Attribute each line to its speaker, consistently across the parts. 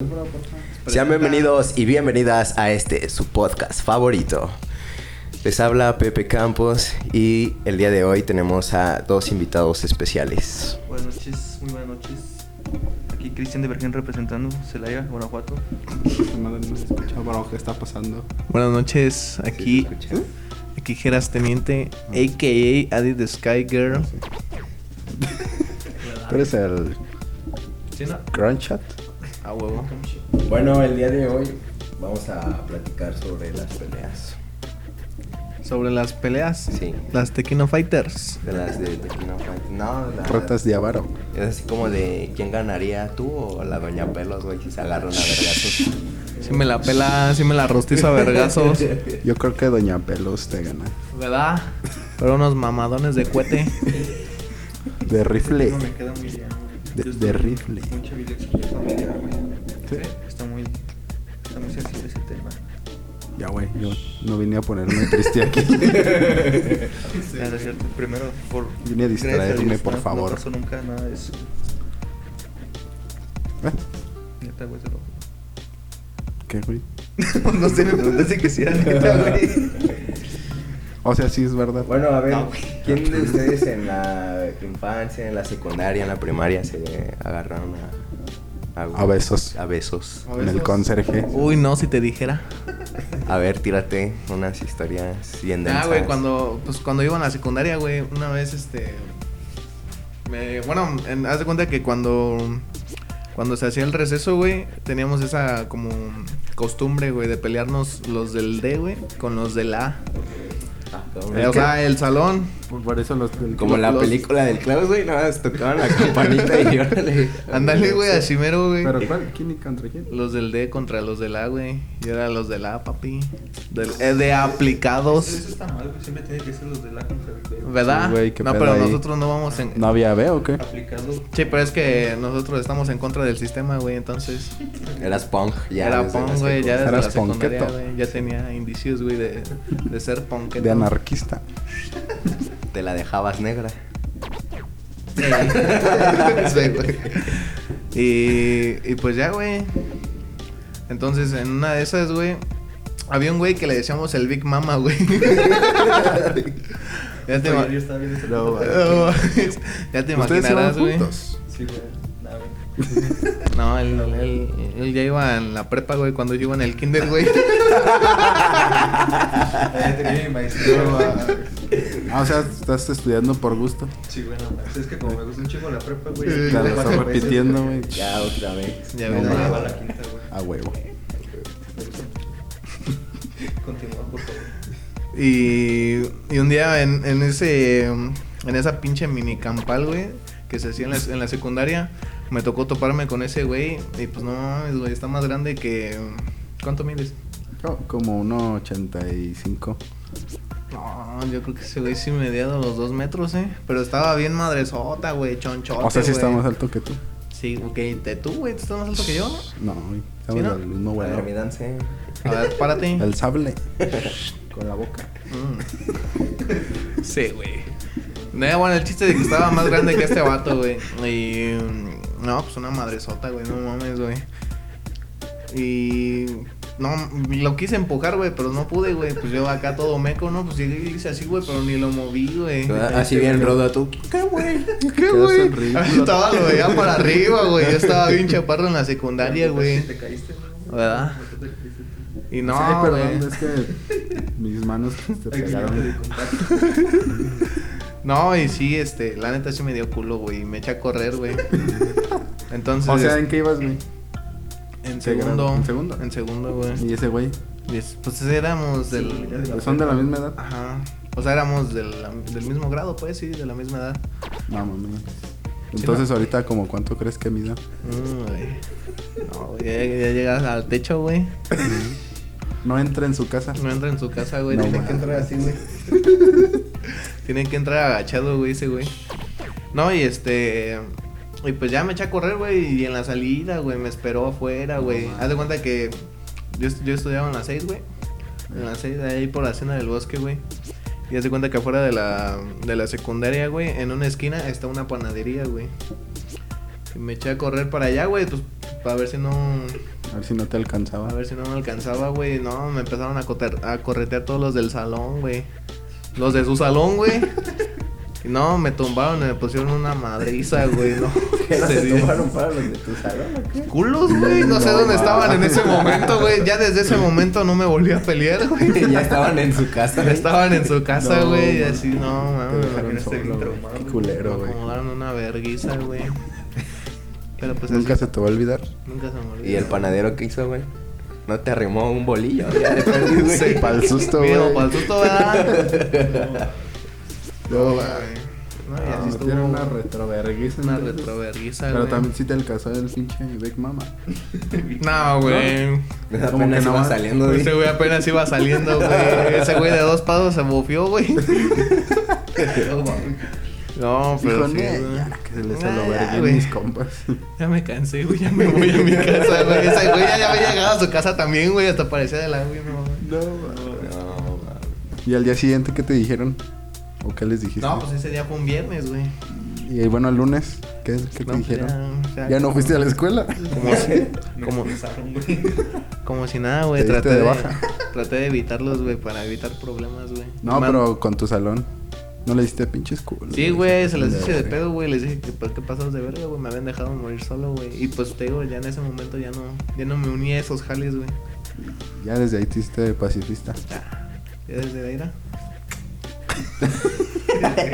Speaker 1: por favor.
Speaker 2: Sean bienvenidos y bienvenidas a este su podcast favorito. Les habla Pepe Campos y el día de hoy tenemos a dos invitados especiales.
Speaker 3: Buenas noches, muy buenas noches. Aquí Cristian de Vergen representando Celaya, Guanajuato.
Speaker 4: Madre, no se escucha, bro, ¿qué está pasando?
Speaker 5: Buenas noches,
Speaker 4: Sí,
Speaker 5: aquí,
Speaker 4: se escucha.
Speaker 5: aquí Geras Teniente, a.k.a. Adi the Sky Girl.
Speaker 6: ¿Tú eres el
Speaker 3: Sí, no.
Speaker 6: Crunchat?
Speaker 5: A huevo.
Speaker 2: Bueno, el día de hoy vamos a platicar sobre las peleas.
Speaker 5: Sobre las peleas.
Speaker 2: Sí.
Speaker 5: Las Tequino Fighters.
Speaker 2: De las de, de Kino Fight. No, de la-
Speaker 6: Ratas de avaro.
Speaker 2: Es así como de quién ganaría tú o la doña pelos, güey, si se agarran a vergazos.
Speaker 5: Si me la pela, si me la rostiza a vergazos.
Speaker 6: Yo creo que Doña Pelos te gana.
Speaker 5: ¿Verdad? Pero unos mamadones de cohete.
Speaker 6: De rifle.
Speaker 3: No me queda muy bien.
Speaker 6: De-
Speaker 3: Yo
Speaker 6: de
Speaker 3: estoy-
Speaker 6: rifle.
Speaker 3: Mucho video familiar, güey. Sí, Está muy, está muy sensible ese tema.
Speaker 6: Ya, güey. Yo no vine a ponerme triste aquí.
Speaker 3: Ah, no es cierto. Primero, por.
Speaker 6: Vine a
Speaker 3: gracias
Speaker 6: distraerme,
Speaker 3: Dios,
Speaker 6: por
Speaker 3: no-
Speaker 6: favor.
Speaker 3: No pasó nunca nada de eso.
Speaker 6: ¿Eh?
Speaker 3: Neta, güey, se lo.
Speaker 6: ¿Qué, güey?
Speaker 3: no sé, me parece que sí era neta, güey.
Speaker 6: O sea, sí es verdad.
Speaker 2: Bueno, a ver,
Speaker 3: No.
Speaker 2: ¿quién de ustedes en la infancia, en la secundaria, en la primaria se agarraron a...
Speaker 6: A besos.
Speaker 2: A besos.
Speaker 6: en el conserje.
Speaker 5: Uy, no, si te dijera.
Speaker 2: A ver, tírate unas historias bien densas.
Speaker 5: Ah, güey, cuando, pues, cuando iba a la secundaria, güey, una vez, este, me- bueno, en- haz de cuenta que cuando, cuando se hacía el receso, güey, teníamos esa como costumbre, güey, de pelearnos los del D, güey, con los del A.
Speaker 2: Ah,
Speaker 5: Eh,
Speaker 2: cabrón.
Speaker 5: o sea, el salón.
Speaker 4: Por eso los del
Speaker 2: Como la
Speaker 5: los-
Speaker 2: película del Klaus, güey, nada más tocaban la campanita y órale.
Speaker 5: Ándale, güey,
Speaker 2: Sí.
Speaker 5: así mero, güey.
Speaker 4: ¿Pero cuál? ¿Quién y contra quién?
Speaker 5: Los del D contra los del A, güey. Yo era los del A, papi. Del, eh, de aplicados.
Speaker 3: Pues Eso está mal, güey. Siempre tiene que ser los de la contra el B.
Speaker 5: ¿Verdad?
Speaker 6: Sí, güey, qué
Speaker 5: no,
Speaker 6: pedo
Speaker 5: pero
Speaker 6: ahí.
Speaker 5: nosotros no vamos en...
Speaker 6: ¿No había B o qué?
Speaker 3: Aplicado.
Speaker 5: Sí, pero es que nosotros estamos en contra del sistema, güey, entonces...
Speaker 2: Eras punk, ya.
Speaker 5: era
Speaker 2: desde la
Speaker 5: punk, güey, ya desde
Speaker 6: Eras
Speaker 5: la secundaria,
Speaker 6: punketo.
Speaker 5: güey, ya tenía indicios, güey, de, de ser punk.
Speaker 6: De anarquista.
Speaker 2: secundaria. Te la dejabas negra.
Speaker 5: sí, güey. Y, y pues ya, güey. Entonces, en una de esas, güey, había un güey que le decíamos el Big Mama, güey. ya te, ima-
Speaker 3: Oye, yo estaba viendo ese
Speaker 6: No,
Speaker 3: puto-
Speaker 6: güey.
Speaker 5: No, ya te
Speaker 6: ¿Ustedes iban
Speaker 5: imaginarás, güey.
Speaker 6: juntos?
Speaker 3: Sí, güey. Nada, güey.
Speaker 5: No, él, él- él ya iba en la prepa, güey, cuando yo iba en el kinder, güey.
Speaker 3: Ahí tenía mi maestro. güey.
Speaker 6: Ah, o sea, estás estudiando por gusto.
Speaker 3: Sí, bueno, pues, es que como me gusta un chingo la prepa, güey.
Speaker 5: Sí,
Speaker 6: Te
Speaker 3: ya
Speaker 6: lo
Speaker 5: claro,
Speaker 3: cuatro
Speaker 6: estás
Speaker 3: veces,
Speaker 6: repitiendo, güey.
Speaker 2: Ya otra vez.
Speaker 5: Ya,
Speaker 3: güey.
Speaker 5: güey.
Speaker 3: Ya lleva la quinta, güey.
Speaker 6: A huevo.
Speaker 3: Continúa, por favor.
Speaker 5: Y, y un día en, en ese en esa pinche minicampal, güey, que se hacía en la, en la secundaria, me tocó toparme con ese güey y pues no mames, güey, está más grande que ¿cuánto mides?
Speaker 6: Co- Como 1.85.
Speaker 5: No, yo creo que ese güey sí medía de los dos metros, eh. Pero estaba bien madresota, güey, chonchote,
Speaker 6: O sea, sí está
Speaker 5: güey.
Speaker 6: más alto que tú.
Speaker 5: Sí, ok, te tú, güey, ¿tú estás más alto que yo, ¿no?
Speaker 6: No, güey.
Speaker 5: ¿Sí,
Speaker 6: Estamos
Speaker 5: no?
Speaker 6: al mismo
Speaker 2: Bueno, mi
Speaker 6: vuelo.
Speaker 2: dance.
Speaker 5: A ver, párate.
Speaker 6: El sable. Con la boca.
Speaker 5: Mm. Sí, güey. No, bueno, el chiste de que estaba más grande que este vato, güey. Y. mm, No, pues una madresota, güey. No mames, güey. Y. No, lo quise empujar, güey, pero no pude, güey. Pues yo acá todo meco, ¿no? Pues llegué y hice así, güey, pero ni lo moví, güey.
Speaker 2: Así bien rodo tú. ¿Qué, güey?
Speaker 5: ¿Qué,
Speaker 6: Quedaste
Speaker 5: güey?
Speaker 6: en ridículo.
Speaker 5: Ahí Estaba, lo veía para arriba, güey. Yo estaba bien chaparro en la secundaria, güey.
Speaker 3: Te caíste, güey.
Speaker 5: ¿Verdad?
Speaker 3: Te caíste.
Speaker 5: Y
Speaker 6: Sí,
Speaker 5: no, güey.
Speaker 6: perdón, es que mis manos te
Speaker 3: Ay, güey,
Speaker 6: pegaron.
Speaker 3: te contaste.
Speaker 5: No, y sí, este, la neta sí me dio culo, güey. y Me eché a correr, güey. Entonces,
Speaker 6: O sea,
Speaker 5: en,
Speaker 6: ¿en qué ibas, güey?
Speaker 5: segundo.
Speaker 6: ¿En segundo?
Speaker 5: En segundo, güey.
Speaker 6: Y ese güey.
Speaker 5: Y es- Pues éramos del.
Speaker 6: ¿Son de la misma edad?
Speaker 5: Ajá. O sea, éramos del, del mismo grado, pues, sí, de la misma edad.
Speaker 6: No, mami. Entonces, ahorita, como ¿cuánto crees que mida?
Speaker 5: Mm, güey. No, güey, ya, ya llegas al techo, güey.
Speaker 6: No entra en su casa.
Speaker 5: No entra en su casa, güey.
Speaker 6: No,
Speaker 5: tiene
Speaker 6: ma.
Speaker 5: que entrar así, güey. tiene que entrar agachado, güey, ese güey. No, y este. Y pues ya me eché a correr, güey. Y en la salida, güey, me esperó afuera, güey. Haz de cuenta que yo, est- yo estudiaba en las 6, güey. En las 6, ahí por la cena del bosque, güey. Y haz de cuenta que afuera de la, de la secundaria, güey, en una esquina está una panadería, güey. Y me eché a correr para allá, güey. Pues Para ver si no.
Speaker 6: A ver si no te alcanzaba.
Speaker 5: A ver si no me alcanzaba, güey. No, me empezaron a, coter- a corretear todos los del salón, güey. Los de su salón, güey. Y No, me tumbaron, me pusieron una madriza, güey, no.
Speaker 2: ¿Qué no
Speaker 5: Te
Speaker 2: se
Speaker 5: digo.
Speaker 2: tomaron para los de tu salón o qué?
Speaker 5: Culos, güey, no, sé
Speaker 6: No,
Speaker 5: dónde
Speaker 6: ma.
Speaker 5: estaban en ese momento, güey. Ya desde ese momento no me volví a pelear, güey.
Speaker 2: ya estaban en su casa.
Speaker 5: Ya estaban en su casa,
Speaker 6: No,
Speaker 5: güey, y
Speaker 6: ma.
Speaker 5: así, no,
Speaker 6: Te
Speaker 5: mames.
Speaker 6: dejaron
Speaker 5: me
Speaker 3: imagínate
Speaker 6: solo,
Speaker 3: bien
Speaker 6: güey.
Speaker 3: traumado,
Speaker 6: Qué
Speaker 3: güey.
Speaker 6: culero, güey.
Speaker 5: acomodaron una verguiza, güey. Pero pues así,
Speaker 6: Nunca se te va a olvidar.
Speaker 5: nunca se me olvidó.
Speaker 2: ¿Y el panadero qué hizo, güey? No te arrimó un bolillo. Ya de perdiz, güey.
Speaker 5: Sí.
Speaker 6: Para el susto, güey.
Speaker 5: Miedo, pa'l susto, ¿verdad?
Speaker 6: No,
Speaker 5: güey.
Speaker 6: güey.
Speaker 5: No, y así
Speaker 6: No,
Speaker 5: estuvo
Speaker 6: tiene una retroverguisa.
Speaker 5: una
Speaker 6: entonces.
Speaker 5: retroverguisa,
Speaker 6: Pero
Speaker 5: güey.
Speaker 6: también sí te alcanzó el pinche Big Mama.
Speaker 5: No, güey.
Speaker 2: Me da
Speaker 6: Como
Speaker 2: pena
Speaker 6: que
Speaker 2: si
Speaker 6: no
Speaker 2: va
Speaker 6: va-
Speaker 2: saliendo, güey.
Speaker 5: Ese güey apenas iba saliendo, güey. Ese güey de dos pasos se mofió, güey. No, pero
Speaker 6: Hijo,
Speaker 5: sí,
Speaker 6: "Nee,
Speaker 5: güey.
Speaker 6: ya, que se les
Speaker 5: Ah, ya,
Speaker 6: aloberguen
Speaker 5: güey.
Speaker 6: mis compas.
Speaker 5: Ya me cansé, güey. Ya me voy a mi casa, güey. Ese güey ya, ya había llegado a su casa también, güey. Hasta parecía de la güey, no. güey.
Speaker 6: No, güey.
Speaker 2: No, mames.
Speaker 6: ¿Y al día siguiente qué te dijeron? ¿O qué les dijiste?
Speaker 5: No, pues ese día fue un viernes, güey.
Speaker 6: Y eh, bueno, el lunes, ¿qué, qué
Speaker 5: No,
Speaker 6: te
Speaker 5: pues
Speaker 6: dijeron?
Speaker 5: ya, o sea,
Speaker 6: Ya, no fuiste a la escuela.
Speaker 5: Como si,
Speaker 3: Me
Speaker 5: como,
Speaker 3: expulsaron, güey.
Speaker 5: como si nada, güey.
Speaker 6: Te diste
Speaker 5: Traté
Speaker 6: de
Speaker 5: de,
Speaker 6: baja.
Speaker 5: traté de evitarlos, güey, para evitar problemas, güey.
Speaker 6: No,
Speaker 5: Man-
Speaker 6: pero con tu salón. No Pues le diste pinches culos.
Speaker 5: Sí, güey, se las hice de pedo, güey. Les dije que pues qué pasados de verga, güey. Me habían dejado morir solo, güey. Y pues te digo, ya en ese momento ya no, ya no me uní a esos jales, güey.
Speaker 6: Ya desde ahí te hiciste pacifista.
Speaker 5: Ya desde Daira.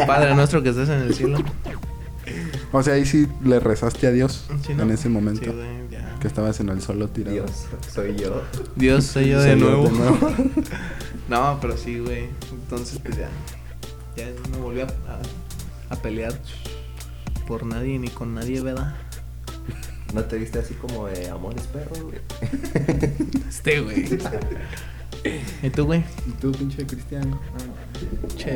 Speaker 5: Padre nuestro que estás en el cielo.
Speaker 6: O sea, ahí sí le rezaste a Dios
Speaker 5: Sí, ¿no?
Speaker 6: en ese
Speaker 5: Sí,
Speaker 6: momento.
Speaker 5: güey, ya.
Speaker 6: que estabas en el solo tirado.
Speaker 2: Dios, soy yo.
Speaker 5: Dios soy yo de
Speaker 6: Soy yo
Speaker 5: nuevo. no, pero sí, güey. Entonces, pues ya. Ya no volví a, a- a pelear por nadie ni con nadie, ¿verdad?
Speaker 2: ¿No te viste así como de amores perros, güey?
Speaker 5: Este, güey. ¿Y tú, güey?
Speaker 6: ¿Y tú, pinche Cristiano?
Speaker 5: Che,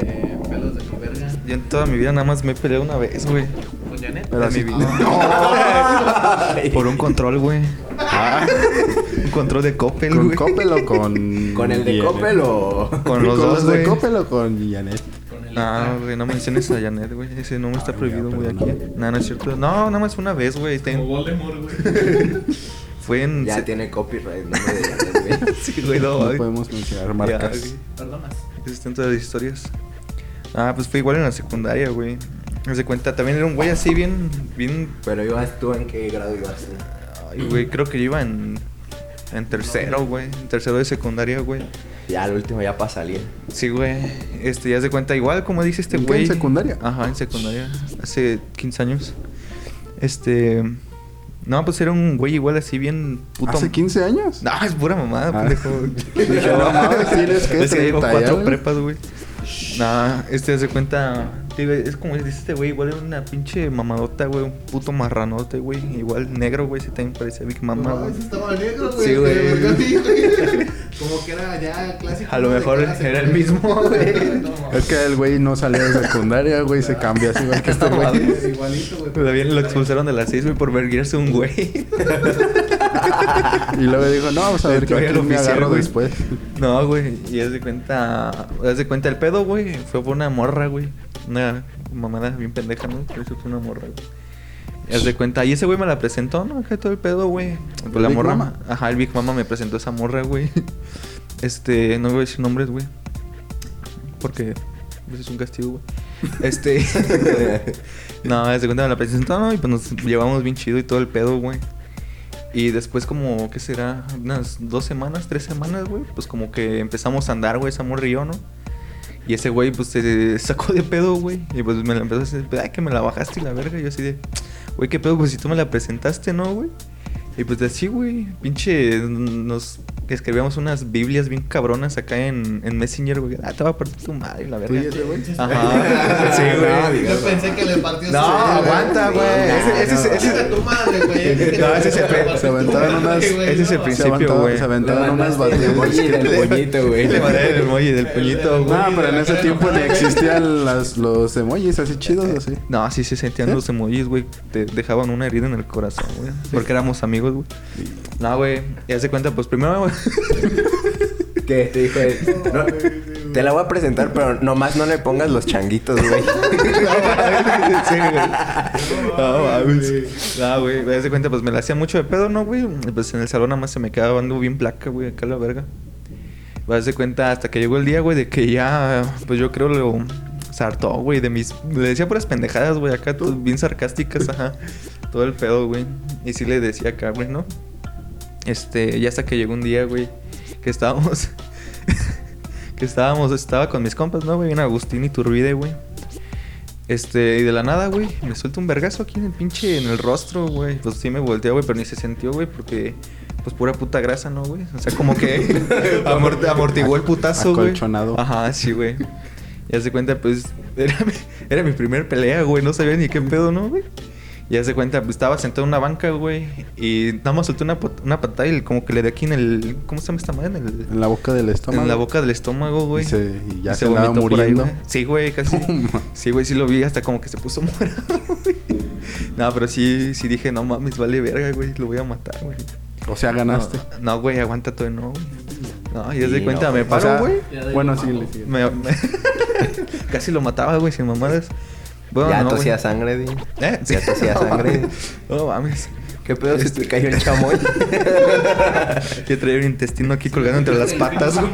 Speaker 5: pelos de mi verga.
Speaker 3: Yo en toda mi vida nada más me he peleado una vez, güey.
Speaker 5: ¿Con Janet?
Speaker 6: Pero
Speaker 3: De
Speaker 6: así-
Speaker 3: mi vida. Por un control, güey. Un control de Coppel,
Speaker 6: ¿Con
Speaker 3: güey.
Speaker 6: Coppel o con...?
Speaker 2: ¿Con el de
Speaker 6: Janet?
Speaker 3: eh.
Speaker 2: Coppel o...?
Speaker 3: Con los dos,
Speaker 6: de
Speaker 3: güey.
Speaker 6: Coppel o con Janet?
Speaker 3: No, güey, no menciones a Janet, güey. Ese nombre está
Speaker 6: Ah,
Speaker 3: prohibido,
Speaker 6: mira,
Speaker 3: güey, aquí.
Speaker 6: perdóname.
Speaker 3: No, no es cierto. No, nada más una vez, güey. Ten- Fue en...
Speaker 2: Ya
Speaker 3: se-
Speaker 2: tiene copyright, no me digas, güey.
Speaker 3: Sí, güey, no,
Speaker 6: No
Speaker 3: güey.
Speaker 6: podemos mencionar
Speaker 3: Ya,
Speaker 6: marcas.
Speaker 3: güey.
Speaker 5: Perdonas.
Speaker 3: Esas están todas las historias. Ah, pues fue igual en la secundaria, güey. Haz de cuenta, también era un güey así bien... Bien...
Speaker 2: Pero ibas tú en qué grado ibas.
Speaker 3: Ay, güey, creo que yo iba en... En tercero, güey. En tercero de secundaria, güey.
Speaker 2: Ya, al último ya para salir.
Speaker 3: Sí, güey. Este, ya se cuenta igual, como dice este
Speaker 6: ¿En qué?
Speaker 3: güey.
Speaker 6: ¿En secundaria?
Speaker 3: Ajá, en secundaria. Hace 15 años. Este. No, pues era un güey igual así bien puto.
Speaker 6: ¿Hace 15 años?
Speaker 3: No, es pura mamada,
Speaker 6: Ah.
Speaker 3: pendejo.
Speaker 6: Dije, no mames, tienes que
Speaker 3: Es que llevo
Speaker 6: 30
Speaker 3: cuatro
Speaker 6: ya, güey.
Speaker 3: prepas, güey. Nah, este hace cuenta. te digo, Es como dice este güey, igual era una pinche mamadota, güey. Un puto marranote, güey. Igual negro, güey. Se también parecía Big Mama,
Speaker 5: No,
Speaker 3: güey.
Speaker 5: ese estaba negro, güey.
Speaker 3: Sí, güey.
Speaker 5: Se le marcó así, güey. Como que era ya clásico.
Speaker 3: A lo
Speaker 5: de
Speaker 3: mejor
Speaker 5: cada
Speaker 3: era el
Speaker 5: secundaria.
Speaker 3: mismo, güey.
Speaker 5: No, mames.
Speaker 6: Es que el güey no salió de secundaria, güey. Se cambió así igual que este
Speaker 3: No,
Speaker 6: güey.
Speaker 3: mames.
Speaker 5: Igualito, güey.
Speaker 3: Todavía lo expulsaron de las seis, güey, por verguirse un güey.
Speaker 6: Y luego dijo, no, vamos a ver
Speaker 3: Entró
Speaker 6: qué
Speaker 3: al
Speaker 6: me
Speaker 3: oficial,
Speaker 6: agarro
Speaker 3: güey.
Speaker 6: después.
Speaker 3: No, güey, y haz de cuenta, haz de cuenta el pedo, güey, fue por una morra, güey. Una mamada bien pendeja, ¿no? Por eso fue una morra, güey. Y haz de cuenta, y ese güey me la presentó, ¿no? Que todo el pedo, güey. Pues
Speaker 6: ¿El
Speaker 3: la
Speaker 6: Big
Speaker 3: morra,
Speaker 6: Mama?
Speaker 3: ajá, el Big Mama me presentó esa morra, güey. Este, no voy a decir nombres, güey. Porque pues, es un castigo, güey. Este. no, haz de cuenta me la presentó, ¿no? Y pues nos llevamos bien chido y todo el pedo, güey. Y después como, ¿qué será? Unas dos semanas, tres semanas, güey. Pues como que empezamos a andar, güey, esa morra y yo, ¿no? Y ese güey, pues se sacó de pedo, güey. Y pues me la empezó a decir, ay, que me la bajaste y la verga. Y yo así de, güey, qué pedo, pues si tú me la presentaste, ¿no, güey? Y pues así, güey, pinche, nos escribíamos unas Biblias bien cabronas acá en, en Messenger, güey. Ah, te va a partir tu madre, y la
Speaker 6: ¿Tú
Speaker 3: verga.
Speaker 6: y ese güey?
Speaker 3: Ajá. Sí,
Speaker 2: No,
Speaker 5: Yo
Speaker 2: digas,
Speaker 5: Yo pensé que le partió
Speaker 3: No,
Speaker 5: su-
Speaker 3: aguanta, güey.
Speaker 2: Ese- ese-
Speaker 5: Ese
Speaker 2: ese-
Speaker 5: es tu madre, güey.
Speaker 3: No, ese es el pe-
Speaker 6: se aventaron unas-
Speaker 3: ese es el
Speaker 6: Se
Speaker 3: principio,
Speaker 6: aventó-
Speaker 3: güey.
Speaker 6: Se
Speaker 2: Le
Speaker 6: aventaron unas
Speaker 2: mandaste el
Speaker 6: batallas.
Speaker 2: emoji del puñito, güey.
Speaker 3: Le mandé el emoji del puñito, güey.
Speaker 6: No, pero en ese tiempo ni existían las, los emojis así chidos, así.
Speaker 3: No, sí se sentían
Speaker 6: ¿Sí?
Speaker 3: los emojis, güey. Te dejaban una herida en el corazón, güey. Porque éramos amigos, güey. No, güey. Ya se cuenta, pues primero, güey.
Speaker 2: ¿Qué? Te dijo él. No, Te la voy a presentar, pero nomás no le pongas los changuitos, güey.
Speaker 3: Sí, güey. No mames. No, güey. Me das cuenta, pues me la hacía mucho de pedo, ¿no, güey? Y, Pues en el salón nada más se me quedaba dando bien placa, güey, acá la verga. Vas de cuenta hasta que llegó el día, güey, de que ya, pues yo creo lo sartó, güey, de mis. Le decía puras pendejadas, güey, acá, todo bien sarcásticas, ajá. Todo el pedo, güey. Y sí le decía acá, güey, ¿no? Este, ya hasta que llegó un día, güey, que estábamos. que estábamos, estaba con mis compas, ¿no, güey? Bien Agustín y Turbide, güey. Este, y de la nada, güey, me suelta un vergazo aquí en el pinche, en el rostro, güey. Pues sí me volteé, güey, pero ni se sintió, güey, porque, pues pura puta grasa, ¿no, güey? O sea, como que amor- amortiguó el putazo, güey.
Speaker 6: Acolchonado.
Speaker 3: Ajá, sí, güey. Ya se cuenta, pues, era mi, era mi primer pelea, güey, no sabía ni qué pedo, ¿no, güey? Ya se cuenta, pues, estaba sentado en una banca, güey, y nada más solté una, pot- una patada y como que le di aquí en el, ¿cómo se llama esta madre? En el...
Speaker 6: En la boca del estómago.
Speaker 3: En la boca del estómago, güey.
Speaker 6: Y se- y ya se andaba
Speaker 3: vomitó por
Speaker 6: muriendo.
Speaker 3: güey. sí, güey, casi.
Speaker 6: No mames.
Speaker 3: sí, güey, sí lo vi, hasta como que se puso morado, güey. No, pero sí, sí dije, no mames, vale verga, güey, lo voy a matar, güey.
Speaker 6: O sea, ganaste.
Speaker 3: No, no, güey, aguanta todo, no, güey. No, y
Speaker 2: Sí,
Speaker 3: desde cuenta,
Speaker 2: no,
Speaker 3: me
Speaker 2: güey.
Speaker 6: O sea,
Speaker 3: paro, güey.
Speaker 6: bueno, síguele, síguele.
Speaker 3: Me- me- Casi lo mataba, güey, sin mamadas. Bueno,
Speaker 2: ya
Speaker 3: no, güey.
Speaker 2: tosía sangre, di.
Speaker 3: ¿Eh?
Speaker 2: Ya tosía
Speaker 3: No
Speaker 2: sangre.
Speaker 3: mames. No mames.
Speaker 2: ¿Qué pedo si
Speaker 6: este,
Speaker 2: te cayó el chamoy?
Speaker 3: Yo traía un intestino aquí colgando entre las patas, güey.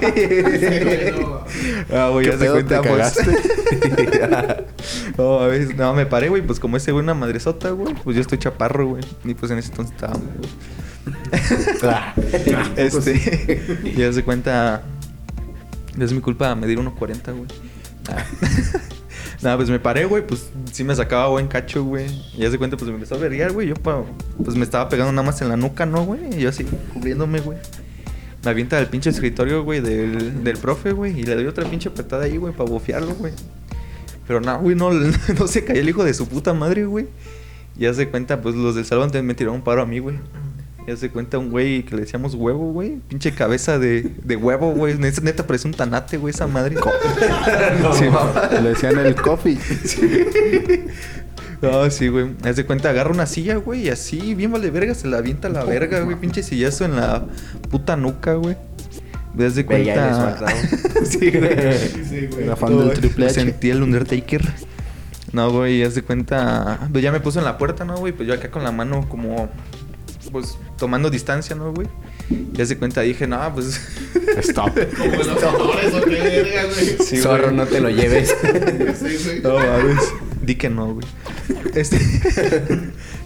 Speaker 3: Ah, güey,
Speaker 6: ¿Qué
Speaker 3: ya se
Speaker 6: pedo,
Speaker 3: cuenta,
Speaker 6: te
Speaker 3: pues.
Speaker 6: cagaste?
Speaker 3: no, a veces, no, me paré, güey. Pues como ese güey una madresota, güey. Pues yo estoy chaparro, güey. Y pues en ese entonces estaba... este... ya se cuenta... No es mi culpa medir 1.40, güey. Ah. Nada, pues me paré, güey. Pues sí me sacaba buen cacho, güey. Y ya se cuenta, pues me empezó a verguear, güey. Yo, pa- pues me estaba pegando nada más en la nuca, ¿no, güey? Y yo así, cubriéndome, güey. Me avienta del pinche escritorio, güey, del, del profe, güey. Y le doy otra pinche patada ahí, güey, para bofearlo, güey. Pero nada, güey, no, no se cayó el hijo de su puta madre, güey. Ya se cuenta, pues los del salón también me tiraron un paro a mí, güey. Ya se cuenta un güey que le decíamos huevo, güey. Pinche cabeza de, de huevo, güey. Neta, neta parece un tanate, güey, esa madre. sí, mamá.
Speaker 6: Le decían el coffee.
Speaker 3: No, sí, güey. Haz de cuenta, agarra una silla, güey, y así, bien vale verga, se la avienta a la verga, güey. Pinche sillazo en la puta nuca, güey. Haz de
Speaker 2: Ve, ya
Speaker 3: cuenta.
Speaker 2: eres más, ¿no?
Speaker 3: sí, güey.
Speaker 5: Sí, güey.
Speaker 6: Era fan del triple
Speaker 3: Me
Speaker 6: H.
Speaker 3: Sentí el Undertaker. No, güey, haz de cuenta. Pues ya me puso en la puerta, ¿no, güey? Pues yo acá con la mano como. Pues tomando distancia, ¿no, güey? Ya se cuenta, dije, no, pues.
Speaker 6: Stop.
Speaker 5: Como los doctores, o qué verga, güey.
Speaker 3: Sí, güey.
Speaker 2: Zorro, no te lo lleves.
Speaker 5: Sí,
Speaker 3: No
Speaker 5: güey.
Speaker 3: mames. Di que no, güey. Este.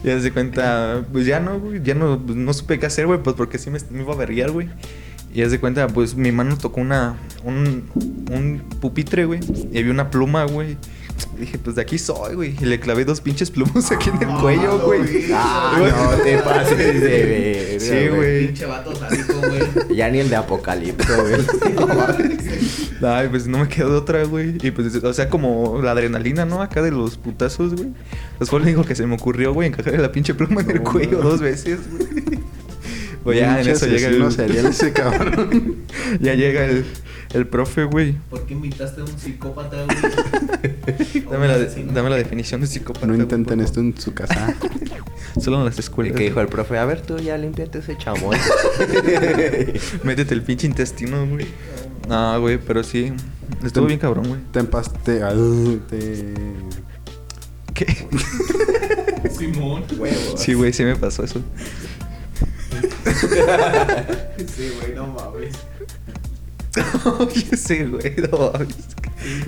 Speaker 3: ya se cuenta. Pues ya no, güey. Ya no, pues, no supe qué hacer, güey. Pues porque sí me, me iba a verguiar, güey. Y ya se cuenta, pues mi mano tocó una. Un, un pupitre, güey. Y había una pluma, güey. Dije, pues de aquí soy, güey. Y le clavé dos pinches plumos aquí en el cuello, güey.
Speaker 2: Ah, no te pases de verga,
Speaker 3: Sí, güey.
Speaker 5: Pinche vato sádico, güey.
Speaker 2: Ya ni el de Apocalipto, güey.
Speaker 3: Ay, pues no me quedó de otra, güey. Y pues, o sea, como la adrenalina, ¿no? Acá de los putazos, güey. Pues fue lo único que se me ocurrió, güey, encajarle la pinche pluma en el cuello dos veces, güey. Pues ya en
Speaker 6: Pinche
Speaker 3: eso llega el,
Speaker 6: asesino serial ese cabrón.
Speaker 3: ya llega el, el profe, güey.
Speaker 5: ¿Por qué invitaste a un psicópata, güey? O
Speaker 3: Dame la,
Speaker 5: un
Speaker 3: de-
Speaker 5: asesino.
Speaker 3: dame la definición de psicópata.
Speaker 6: No
Speaker 3: güey,
Speaker 6: intenten
Speaker 3: por
Speaker 6: esto en su casa.
Speaker 3: favor. Solo en las escuelas.
Speaker 2: Y que dijo el profe, a ver tú ya límpiate ese chamoy.
Speaker 3: Métete el pinche intestino, güey. No, güey, pero sí. Estuvo bien cabrón, güey.
Speaker 6: Te empaste. ah, Te.
Speaker 3: ¿Qué?
Speaker 5: Simón.
Speaker 3: Sí, güey, sí me pasó eso.
Speaker 5: Sí, güey, no mames.
Speaker 3: Oye, sí, güey, no mames.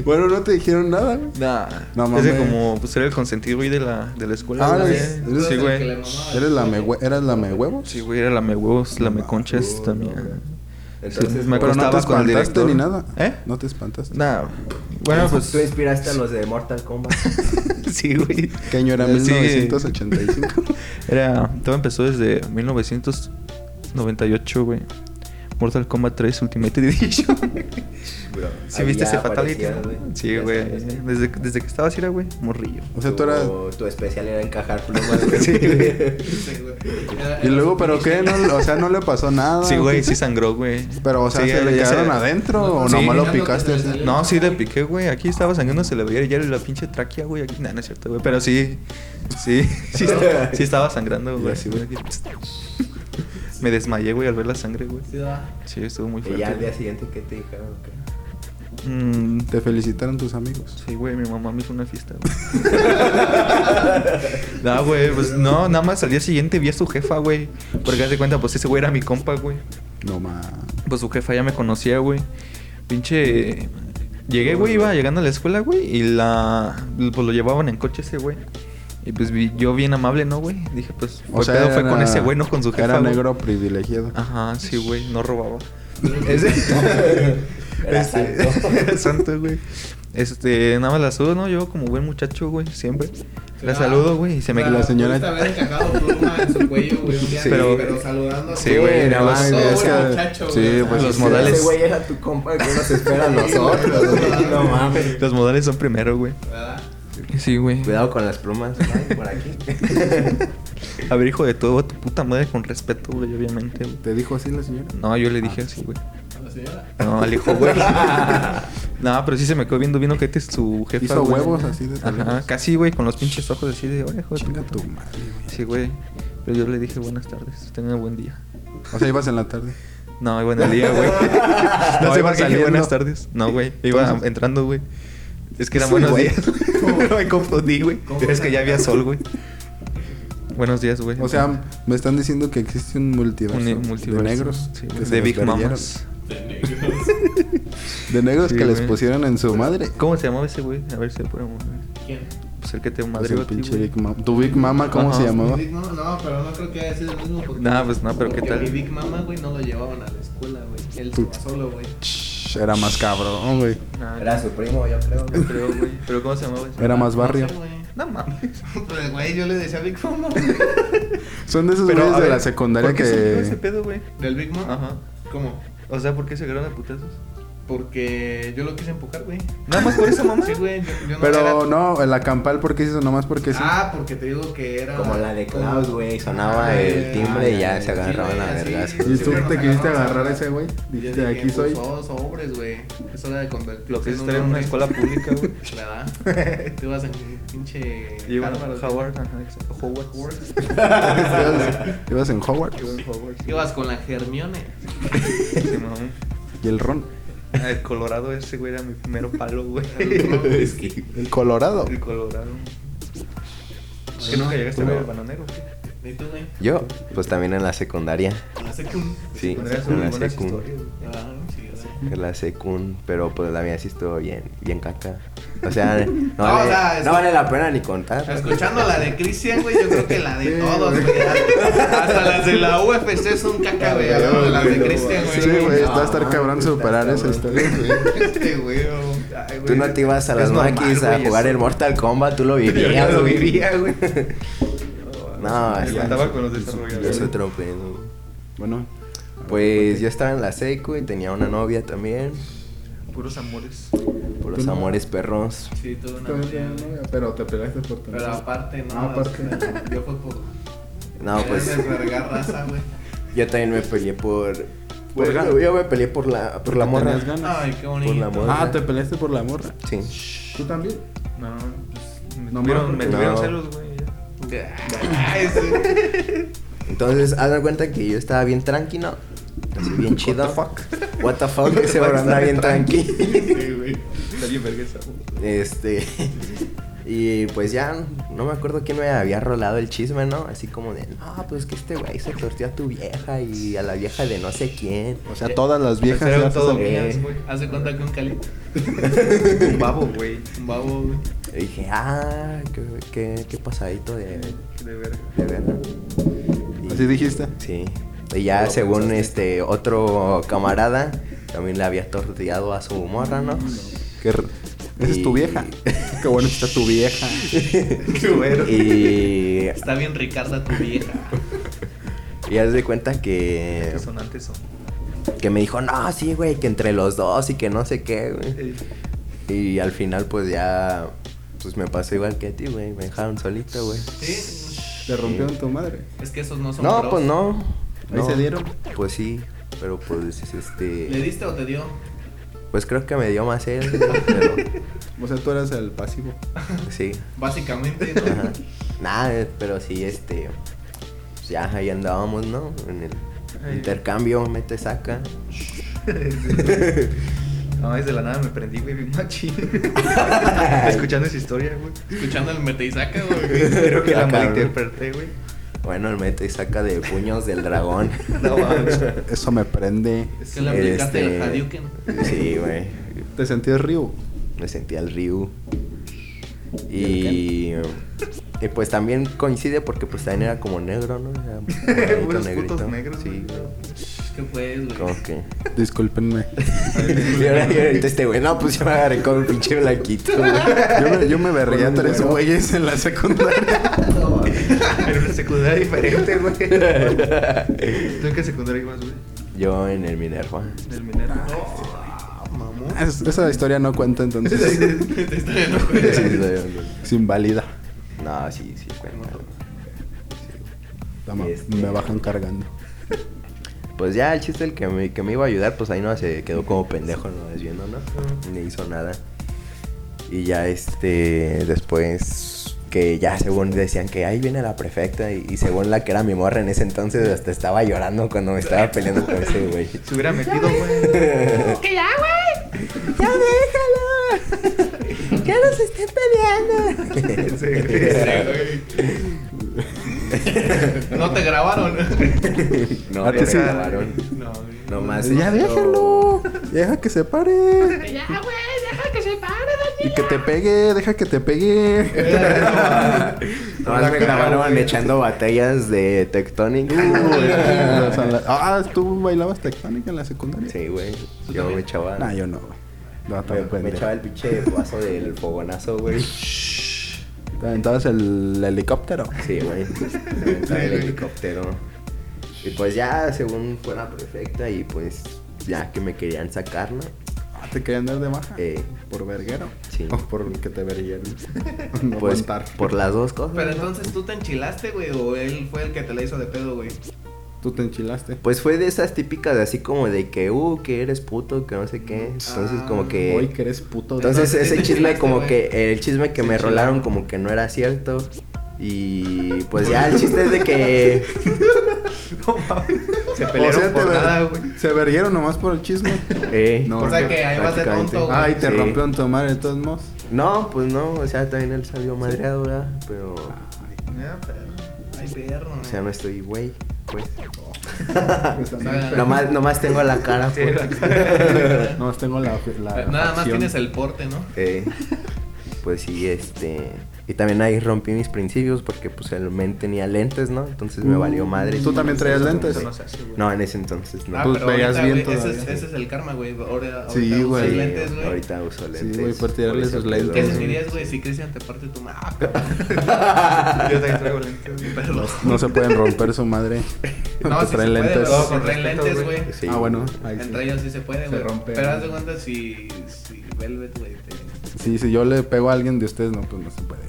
Speaker 6: Bueno, no te dijeron nada, güey.
Speaker 3: Nah,
Speaker 6: No
Speaker 3: es que
Speaker 6: mames.
Speaker 3: como pues era el consentido güey de la, de la escuela.
Speaker 6: Ah,
Speaker 3: güey.
Speaker 6: eres-
Speaker 5: Tú eras
Speaker 3: sí,
Speaker 5: el que le
Speaker 3: güey.
Speaker 5: mamaba.
Speaker 6: ¿Eres la me ¿Eras la me huevos?
Speaker 3: Sí, güey, era la me huevos, la me conchas
Speaker 6: No, no,
Speaker 3: también.
Speaker 2: Entonces,
Speaker 3: me
Speaker 6: Pero no te
Speaker 3: acostaba con el
Speaker 6: espantaste
Speaker 3: director.
Speaker 6: ni nada.
Speaker 3: ¿Eh?
Speaker 6: No te espantaste.
Speaker 3: Nah. Bueno, pues
Speaker 2: Tú inspiraste a los de Mortal Kombat.
Speaker 3: sí, güey.
Speaker 6: ¿Qué año era?
Speaker 3: Sí.
Speaker 6: 1985.
Speaker 3: Era todo empezó desde 1998, güey. Mortal Kombat 3 Ultimate Edition. ¿Sí
Speaker 2: Ahí
Speaker 3: viste
Speaker 2: ya
Speaker 3: ese fatality?
Speaker 2: aparecía,
Speaker 3: no?
Speaker 2: güey.
Speaker 3: Sí,
Speaker 2: Ya
Speaker 3: güey.
Speaker 2: está, ya está.
Speaker 3: Desde, desde que estaba así era, güey, morrillo.
Speaker 6: O sea, tú eras.
Speaker 2: Tu- Tu especial era encajar plumas,
Speaker 3: Sí, güey.
Speaker 5: Sí, güey. Era-
Speaker 6: Y
Speaker 5: era
Speaker 6: luego,
Speaker 5: su
Speaker 6: ¿pero qué?
Speaker 5: pinche-
Speaker 6: No, o sea, no le pasó nada.
Speaker 3: Sí, güey, sí sangró, güey.
Speaker 6: Ah, Pero, o sea,
Speaker 3: Sí,
Speaker 6: ¿se le
Speaker 3: ya se-
Speaker 6: quedaron adentro o
Speaker 3: Sí.
Speaker 6: nomás lo
Speaker 5: Mirando que
Speaker 6: picaste
Speaker 5: se le
Speaker 6: así?
Speaker 5: salió.
Speaker 3: No, sí le piqué, güey. Aquí estaba sangrando, se le veía ya la pinche tráquea, güey. Aquí, nada, no es cierto, güey. Pero sí, sí, sí, est- sí estaba sangrando,
Speaker 6: Y
Speaker 3: güey.
Speaker 6: así, güey.
Speaker 3: Me desmayé, güey, al ver la sangre, güey.
Speaker 5: Sí, va.
Speaker 3: Sí, estuvo muy
Speaker 2: Y
Speaker 3: fuerte.
Speaker 2: ya al
Speaker 3: güey.
Speaker 2: día siguiente, ¿qué te dijeron? o qué?
Speaker 3: Mm,
Speaker 6: Te felicitaron tus amigos.
Speaker 3: Sí, güey, mi mamá me hizo una fiesta, güey. no, güey, pues no, nada más al día siguiente vi a su jefa, güey. Porque haz de cuenta, pues ese güey era mi compa, güey.
Speaker 6: No más.
Speaker 3: Pues su jefa ya me conocía, güey. Pinche. Llegué, güey, iba llegando a la escuela, güey. Y la. Pues lo llevaban en coche ese, güey. Y pues vi- yo bien amable, ¿no, güey? Dije, pues. Fue pedo, fue con ese güey, no con su jefa.
Speaker 6: Era
Speaker 3: güey.
Speaker 6: negro privilegiado.
Speaker 3: Ajá, sí, güey, no robaba. Ese-
Speaker 2: Era
Speaker 3: este,
Speaker 2: santo.
Speaker 3: era santo, güey. Este, nada más la saludo, ¿no? Yo como buen muchacho, güey, siempre. La
Speaker 5: Ah,
Speaker 3: saludo, güey, y se me
Speaker 5: o sea,
Speaker 6: la señora-
Speaker 5: pudiste haber encajado pluma en su cuello, güey, un día,
Speaker 3: Sí.
Speaker 5: pero,
Speaker 3: Pero-
Speaker 5: saludando. a
Speaker 3: sí,
Speaker 5: tu-
Speaker 3: güey,
Speaker 5: Ay,
Speaker 3: nada más,
Speaker 5: pasó,
Speaker 6: güey, es
Speaker 5: güey,
Speaker 6: que-
Speaker 5: muchacho,
Speaker 6: sí,
Speaker 5: güey,
Speaker 6: pues,
Speaker 5: o
Speaker 3: los
Speaker 5: sea,
Speaker 3: modales.
Speaker 2: Ese güey era tu compa que nos espera a nosotros, güey. No mames.
Speaker 3: Los modales son primero, güey.
Speaker 5: ¿verdad?
Speaker 3: Sí, güey.
Speaker 2: Cuidado con las plumas, ¿no? por aquí.
Speaker 3: A ver, hijo de todo, a tu puta madre con respeto, güey, obviamente, güey.
Speaker 6: ¿Te dijo así la señora?
Speaker 3: No, yo le dije así, güey.
Speaker 5: A la señora.
Speaker 3: No, al hijo, güey. no, pero sí se me quedó viendo bien ojete su jefa,
Speaker 6: Hizo
Speaker 3: güey.
Speaker 6: huevos así de
Speaker 3: Ajá,
Speaker 6: talegas.
Speaker 3: casi, güey, con los pinches ojos así de orejo.
Speaker 6: Chinga tu madre, güey.
Speaker 3: Sí, güey. Pero yo le dije buenas tardes, tengan un buen día.
Speaker 6: O sea, ibas en la tarde.
Speaker 3: No, buen día, güey.
Speaker 6: No,
Speaker 3: no sé por qué
Speaker 6: iba
Speaker 3: dije
Speaker 6: saliendo.
Speaker 3: buenas tardes. No, güey. Iba
Speaker 6: Entonces-
Speaker 3: entrando, güey. Es que eran
Speaker 6: Sí,
Speaker 3: buenos
Speaker 6: güey.
Speaker 3: días. Me confundí, güey.
Speaker 5: ¿Cómo?
Speaker 3: Es que ya había sol, güey. Buenos días, güey.
Speaker 6: O sea, me están diciendo que existe un multiverso.
Speaker 3: Un multiverso.
Speaker 6: De negros.
Speaker 3: Sí,
Speaker 6: que
Speaker 3: güey.
Speaker 6: se
Speaker 3: de
Speaker 6: los
Speaker 3: Big
Speaker 6: perdieron.
Speaker 3: Mamas.
Speaker 6: De negros
Speaker 3: Sí,
Speaker 6: que les
Speaker 3: güey.
Speaker 6: pusieron en su madre.
Speaker 3: ¿Cómo se llamaba ese güey? A ver si lo podemos ver.
Speaker 5: ¿Quién?
Speaker 3: Pues el que te
Speaker 6: Pues
Speaker 3: madrió
Speaker 6: el
Speaker 3: a ti,
Speaker 6: pinche
Speaker 3: güey.
Speaker 6: Big Mama. ¿Tu Big Mama cómo
Speaker 3: Ajá.
Speaker 6: se llamaba?
Speaker 5: No, no, pero no creo que haya sido el mismo. porque-
Speaker 3: Nah, pues no, pero ¿qué
Speaker 5: porque
Speaker 3: tal?
Speaker 5: Mi Big Mama, güey, no lo llevaban a la escuela, güey. Él se
Speaker 6: Tú.
Speaker 5: iba solo, güey.
Speaker 6: Shh, Era más cabrón, güey.
Speaker 3: Nah,
Speaker 2: Era su primo, yo creo.
Speaker 3: yo creo, güey. Pero ¿cómo se llamaba ese?
Speaker 6: Era más barrio.
Speaker 5: No sé, güey.
Speaker 3: No mames.
Speaker 5: Pues, güey, yo le decía Big Mama, güey.
Speaker 6: Son de esos
Speaker 3: a
Speaker 6: güeyes de
Speaker 3: ver,
Speaker 6: la secundaria
Speaker 3: ¿por qué se creó ese
Speaker 6: que.
Speaker 3: pedo, güey?
Speaker 5: ¿Del Big Mama?
Speaker 3: Ajá.
Speaker 5: ¿Cómo?
Speaker 3: O sea, ¿por qué se agarraron a putazos?
Speaker 5: Porque yo lo quise empujar, güey.
Speaker 3: Nada más por esa mamá.
Speaker 5: Sí, güey. Yo, yo no
Speaker 6: Pero
Speaker 5: era-
Speaker 6: no, el acampal, ¿por qué es eso? Nomás porque sí.
Speaker 5: Ah, porque te digo que era.
Speaker 2: Como la de Klaus, güey. Sonaba
Speaker 5: Ah,
Speaker 2: el timbre y ya
Speaker 6: ya, ya,
Speaker 2: se
Speaker 6: ya.
Speaker 2: agarraban a
Speaker 5: Sí, güey,
Speaker 2: vergas.
Speaker 5: así.
Speaker 6: ¿Y tú
Speaker 5: Sí,
Speaker 6: te
Speaker 5: no,
Speaker 6: quisiste
Speaker 5: no, no,
Speaker 6: agarrar
Speaker 5: no.
Speaker 6: a ese güey?
Speaker 5: Yo
Speaker 6: Dijiste,
Speaker 5: dije,
Speaker 6: aquí soy.
Speaker 5: pues, oh, sobres, güey. Eso era de convertirse
Speaker 3: Lo que es
Speaker 5: en un
Speaker 3: estar en una
Speaker 5: hombre.
Speaker 3: escuela pública, güey.
Speaker 5: ¿Verdad? Tú ibas en pinche.
Speaker 3: Llevo en
Speaker 5: Harvard,
Speaker 3: Howard, ajá, exacto. Howard.
Speaker 5: Howard.
Speaker 6: Ibas- Ibas en Howard
Speaker 3: Llevo en Howard. sí.
Speaker 5: Ibas con la Germione.
Speaker 3: Sí, mamón.
Speaker 6: y el Ron.
Speaker 3: Ah, El Colorado ese, güey, era mi primero palo, güey.
Speaker 2: Es que-
Speaker 6: El Colorado.
Speaker 3: El Colorado. ¿Qué nunca llegaste a ver el bananero? o qué?
Speaker 5: ¿Y tú, güey?
Speaker 2: Yo, pues también en la secundaria.
Speaker 5: Con la secund.
Speaker 2: Sí,
Speaker 3: Con esas
Speaker 2: en la
Speaker 3: buenas
Speaker 2: secu.
Speaker 3: historias, güey.
Speaker 5: Ah, sí, ¿verdad?
Speaker 2: En la secund, pero pues la mía sí estuvo bien, bien caca. O sea, no
Speaker 5: No,
Speaker 2: vale,
Speaker 5: o sea, es-
Speaker 2: no vale la pena ni contar.
Speaker 5: Escuchando la de Cristian, güey, yo creo que la de
Speaker 6: Sí,
Speaker 5: todos,
Speaker 6: güey.
Speaker 5: güey. Hasta las de la UFC son caca, güey. Hablando de las de Cristian, güey. Ah,
Speaker 6: Sí, güey, va a estar
Speaker 2: no,
Speaker 6: cabrón
Speaker 2: está
Speaker 6: superar esa
Speaker 2: cabrón.
Speaker 6: historia.
Speaker 5: Este, güey. oh. Ay, güey.
Speaker 2: Tú no te ibas a las
Speaker 3: Es normal,
Speaker 2: maquis a
Speaker 3: güey,
Speaker 2: jugar
Speaker 3: eso.
Speaker 2: el Mortal Kombat, tú lo vivías.
Speaker 3: Yo lo
Speaker 2: güey.
Speaker 3: vivía, güey.
Speaker 2: No,
Speaker 3: Me
Speaker 2: está-
Speaker 3: contaba con los
Speaker 2: Es
Speaker 3: desarrolladores.
Speaker 2: otro pedo.
Speaker 6: Bueno,
Speaker 3: Ah,
Speaker 2: Pues yo estaba en la secu y tenía una novia también.
Speaker 3: Puros amores.
Speaker 2: Por los amores perros.
Speaker 5: Sí, tuve una
Speaker 6: También tenía
Speaker 5: novia.
Speaker 6: novia, pero te pegaste por tu
Speaker 5: Pero aparte, no.
Speaker 6: Ah, aparte.
Speaker 5: Yo fue por.
Speaker 2: No, pues
Speaker 5: Desvergar raza, güey.
Speaker 2: yo también me peleé por. por
Speaker 3: Pues,
Speaker 6: Por-
Speaker 2: gan- yo me peleé por la, por la
Speaker 6: Porque
Speaker 2: morra.
Speaker 6: tenías ganas.
Speaker 5: Ay, qué bonito.
Speaker 2: Por la morra.
Speaker 6: Ah, te peleaste por la morra.
Speaker 2: Sí.
Speaker 6: ¿Tú también?
Speaker 3: No, pues, me
Speaker 6: No,
Speaker 3: tuvieron,
Speaker 6: no,
Speaker 3: me
Speaker 2: no.
Speaker 3: tuvieron celos, güey. ya.
Speaker 5: Ah, Ay, sí.
Speaker 2: Entonces, haz de cuenta que yo estaba bien tranqui, ¿no? Así bien chido. What the fuck? What the fuck? Ese bro anda bien tranqui.
Speaker 5: Sí, güey.
Speaker 3: Está bien vergüenza, güey.
Speaker 2: Este. Y pues ya, no me acuerdo quién me había rolado el chisme, ¿no? Así como de, no, pues que este güey se torció a tu vieja y a la vieja de no sé quién.
Speaker 6: O sea, todas las viejas.
Speaker 3: Pero
Speaker 6: ya
Speaker 3: todo
Speaker 6: se-
Speaker 2: bien.
Speaker 3: mías, güey.
Speaker 5: Haz de cuenta que un calito.
Speaker 3: Un babo, güey.
Speaker 5: Un babo, güey.
Speaker 2: Y dije, ah, qué, qué, qué pasadito de, de
Speaker 3: De verga.
Speaker 2: verga. Y-
Speaker 6: Así dijiste.
Speaker 2: Sí. Y ya
Speaker 3: Lo
Speaker 2: según
Speaker 3: pensaste.
Speaker 2: este otro camarada, también le había tortillado a su morra, ¿no?
Speaker 6: Qué r- Esa es tu
Speaker 2: Y-
Speaker 6: vieja. Qué bueno que está tu vieja.
Speaker 3: Qué bueno.
Speaker 2: Y,
Speaker 5: Está bien Ricarda tu vieja.
Speaker 2: y haz de cuenta que,
Speaker 3: Qué sonantes son.
Speaker 2: que me dijo, no, sí, güey, que entre los dos y que no sé qué, güey.
Speaker 3: Eh,
Speaker 2: Y al final, pues ya, pues me pasó igual que a ti, güey. Me dejaron solito, güey.
Speaker 5: Sí.
Speaker 6: Te rompieron tu madre.
Speaker 5: Es que esos no son.
Speaker 2: No,
Speaker 5: bros.
Speaker 2: pues no.
Speaker 6: Ahí
Speaker 2: No.
Speaker 6: se dieron.
Speaker 2: Pues sí, pero pues
Speaker 5: ¿Le
Speaker 2: este...
Speaker 5: diste o te dio?
Speaker 2: Pues creo que me dio más él, güey, pero
Speaker 6: O sea, tú eras el pasivo.
Speaker 2: sí.
Speaker 5: Básicamente, ¿no?
Speaker 2: Ajá. Nada, pero sí, este. pues Ya ahí andábamos, ¿no? En el
Speaker 3: Ahí.
Speaker 2: intercambio, mete, saca.
Speaker 3: No, desde la nada me prendí, güey, bien machín. Escuchando esa historia, güey.
Speaker 5: Escuchando el mete y saca, güey.
Speaker 3: Creo que
Speaker 2: Ah,
Speaker 3: la
Speaker 2: cabrón.
Speaker 3: malinterpreté, güey.
Speaker 2: Bueno, el mete y saca de puños del dragón.
Speaker 3: No mames.
Speaker 6: Eso me prende.
Speaker 5: Es que le aplicaste
Speaker 2: Este,
Speaker 5: el Hadouken.
Speaker 2: Sí, güey.
Speaker 6: ¿Te sentías río?
Speaker 2: Me sentí al Ryu. Y, y pues también coincide porque pues también era como negro, ¿no? Era moradito,
Speaker 3: Puros putos negros,
Speaker 2: Sí, güey.
Speaker 5: ¿Qué puedes, güey?
Speaker 2: como que...
Speaker 6: Discúlpenme.
Speaker 2: Y ahora y ahorita este güey, no, pues yo me agarré con un pinche blanquito, güey.
Speaker 6: Yo me, yo me berré a
Speaker 2: Con un
Speaker 6: tres
Speaker 2: güero.
Speaker 6: güeyes en la secundaria.
Speaker 3: Era una secundaria diferente, güey. ¿Tú en qué secundaria ibas, güey?
Speaker 2: Yo en el Minerva.
Speaker 3: Del Minerva.
Speaker 5: Ah, Mamón.
Speaker 6: Es- esa historia no cuenta entonces.
Speaker 5: Te está viendo,
Speaker 2: Sí,
Speaker 5: güey.
Speaker 2: sí, sí.
Speaker 6: Es inválida.
Speaker 2: No, sí, sí, cuenta.
Speaker 6: La ma-
Speaker 2: Este-
Speaker 6: Me bajan cargando.
Speaker 2: Pues ya el chiste el que me, que me iba a ayudar, pues ahí no se quedó como pendejo, no desviando, ¿no? Ni hizo nada. Y ya este, después que ya según decían que ahí viene la prefecta y, y según la que era mi morra en ese entonces hasta estaba llorando cuando me estaba peleando con ese güey.
Speaker 3: Se hubiera metido, güey.
Speaker 2: ¡Que ya, güey! ¡Ya déjalo! ¡Ya nos estén peleando!
Speaker 3: Sí, güey.
Speaker 5: No te grabaron.
Speaker 2: No, no
Speaker 6: Ah, que sí.
Speaker 2: me grabaron.
Speaker 5: No, güey.
Speaker 2: Nomás. este,
Speaker 6: Ya
Speaker 2: esto-
Speaker 6: déjalo. Deja que se pare.
Speaker 1: Ya, güey, deja que se pare,
Speaker 6: Y que te pegue, deja que te pegue.
Speaker 2: Nomás me grabaron echando batallas de Tectonic. Ah,
Speaker 6: Las- las- Ah, ¿tú bailabas tectónica en la secundaria?
Speaker 2: Sí, güey.
Speaker 5: ¿Tú
Speaker 2: Yo
Speaker 5: también?
Speaker 2: me echaba.
Speaker 6: Nah, yo no. güey. No,
Speaker 2: me-
Speaker 6: tan
Speaker 2: me,
Speaker 6: pendejo.
Speaker 2: echaba el pinche vaso del fogonazo, güey.
Speaker 6: ¿Te aventabas el helicóptero?
Speaker 2: Sí, güey. Me aventaba el helicóptero. Y pues ya, según fuera perfecta, y pues ya que me querían sacar, ¿no?
Speaker 6: Ah, ¿Te querían dar de baja?
Speaker 2: Eh,
Speaker 6: ¿Por verguero?
Speaker 2: Sí.
Speaker 6: ¿O por que te verguieron? no
Speaker 2: pues
Speaker 6: aguantar.
Speaker 2: por las dos cosas.
Speaker 5: Pero
Speaker 2: ¿no?
Speaker 5: entonces tú te enchilaste, güey, o él fue el que te la hizo de pedo, güey.
Speaker 4: Tú te enchilaste.
Speaker 2: Pues fue de esas típicas, así como de que, uh, que eres puto, que no sé qué. Entonces,
Speaker 5: Ah,
Speaker 2: como que.
Speaker 6: Hoy que eres puto.
Speaker 2: Entonces
Speaker 5: Entonces,
Speaker 2: ese
Speaker 5: te
Speaker 2: chisme
Speaker 5: chilaste,
Speaker 2: como
Speaker 5: güey.
Speaker 2: que el chisme que
Speaker 5: Te
Speaker 2: me
Speaker 5: chilaste.
Speaker 2: rolaron como que no era cierto y pues ya el chiste es de que
Speaker 3: Se pelearon
Speaker 6: O sea, te
Speaker 3: por
Speaker 6: ver-
Speaker 3: nada, güey.
Speaker 6: Se verguieron nomás por el chisme.
Speaker 2: eh, no.
Speaker 6: No,
Speaker 5: o sea
Speaker 6: que-
Speaker 5: que ahí vas de
Speaker 2: prácticamente.
Speaker 5: tonto, güey.
Speaker 6: Ay, te
Speaker 2: Sí.
Speaker 6: rompió en tomar de todos modos.
Speaker 2: pues no, o sea, también él salió madreado, ¿verdad? Pero
Speaker 5: Ah. Ya, perro. Ay, perro.
Speaker 2: o sea, no estoy güey, pues.
Speaker 6: Pues también,
Speaker 5: Ah.
Speaker 6: pero-
Speaker 2: nomás nomás tengo la cara.
Speaker 3: Sí, la
Speaker 2: pues.
Speaker 6: Nomás tengo la. la
Speaker 5: Eh, Nada más
Speaker 6: facción.
Speaker 5: tienes el porte, ¿no?
Speaker 2: Eh, pues sí, este y también ahí rompí mis principios porque pues el men tenía lentes, ¿no? Entonces me valió madre.
Speaker 6: Mm. ¿Tú también traías lentes?
Speaker 3: Eso no se hace, güey.
Speaker 2: No, en ese entonces no.
Speaker 5: Ah,
Speaker 6: Pues
Speaker 5: pero
Speaker 6: veías
Speaker 5: ahorita,
Speaker 6: bien
Speaker 5: güey, ese, es,
Speaker 6: todavía.
Speaker 5: ese es el karma, güey. Ahora, ahorita
Speaker 6: Sí,
Speaker 5: usas
Speaker 6: güey.
Speaker 5: pues, lentes, güey.
Speaker 2: Ahorita uso lentes.
Speaker 6: güey, por tirarle
Speaker 2: Por
Speaker 6: sus
Speaker 2: eso
Speaker 6: lentes.
Speaker 5: ¿Qué
Speaker 2: quedó.
Speaker 5: sentirías, güey, si Cristian te parte tu mapa?
Speaker 3: Yo también traigo lentes, güey.
Speaker 5: Perdón.
Speaker 6: No se pueden romper su madre.
Speaker 5: No,
Speaker 6: Te
Speaker 5: si se
Speaker 6: traen
Speaker 5: puede,
Speaker 6: lentes.
Speaker 5: güey,
Speaker 3: Con
Speaker 5: con traen
Speaker 3: respeto,
Speaker 5: lentes,
Speaker 3: güey.
Speaker 5: güey.
Speaker 2: Sí.
Speaker 6: ah, bueno. Ahí
Speaker 5: Entre
Speaker 6: sí.
Speaker 5: ellos sí se puede,
Speaker 3: Se
Speaker 5: güey.
Speaker 3: rompe,
Speaker 5: Pero
Speaker 3: ¿no?
Speaker 5: haz de cuenta si, si Velvet, güey, te...
Speaker 6: Sí, si yo le pego a alguien de ustedes, no, pues no se puede.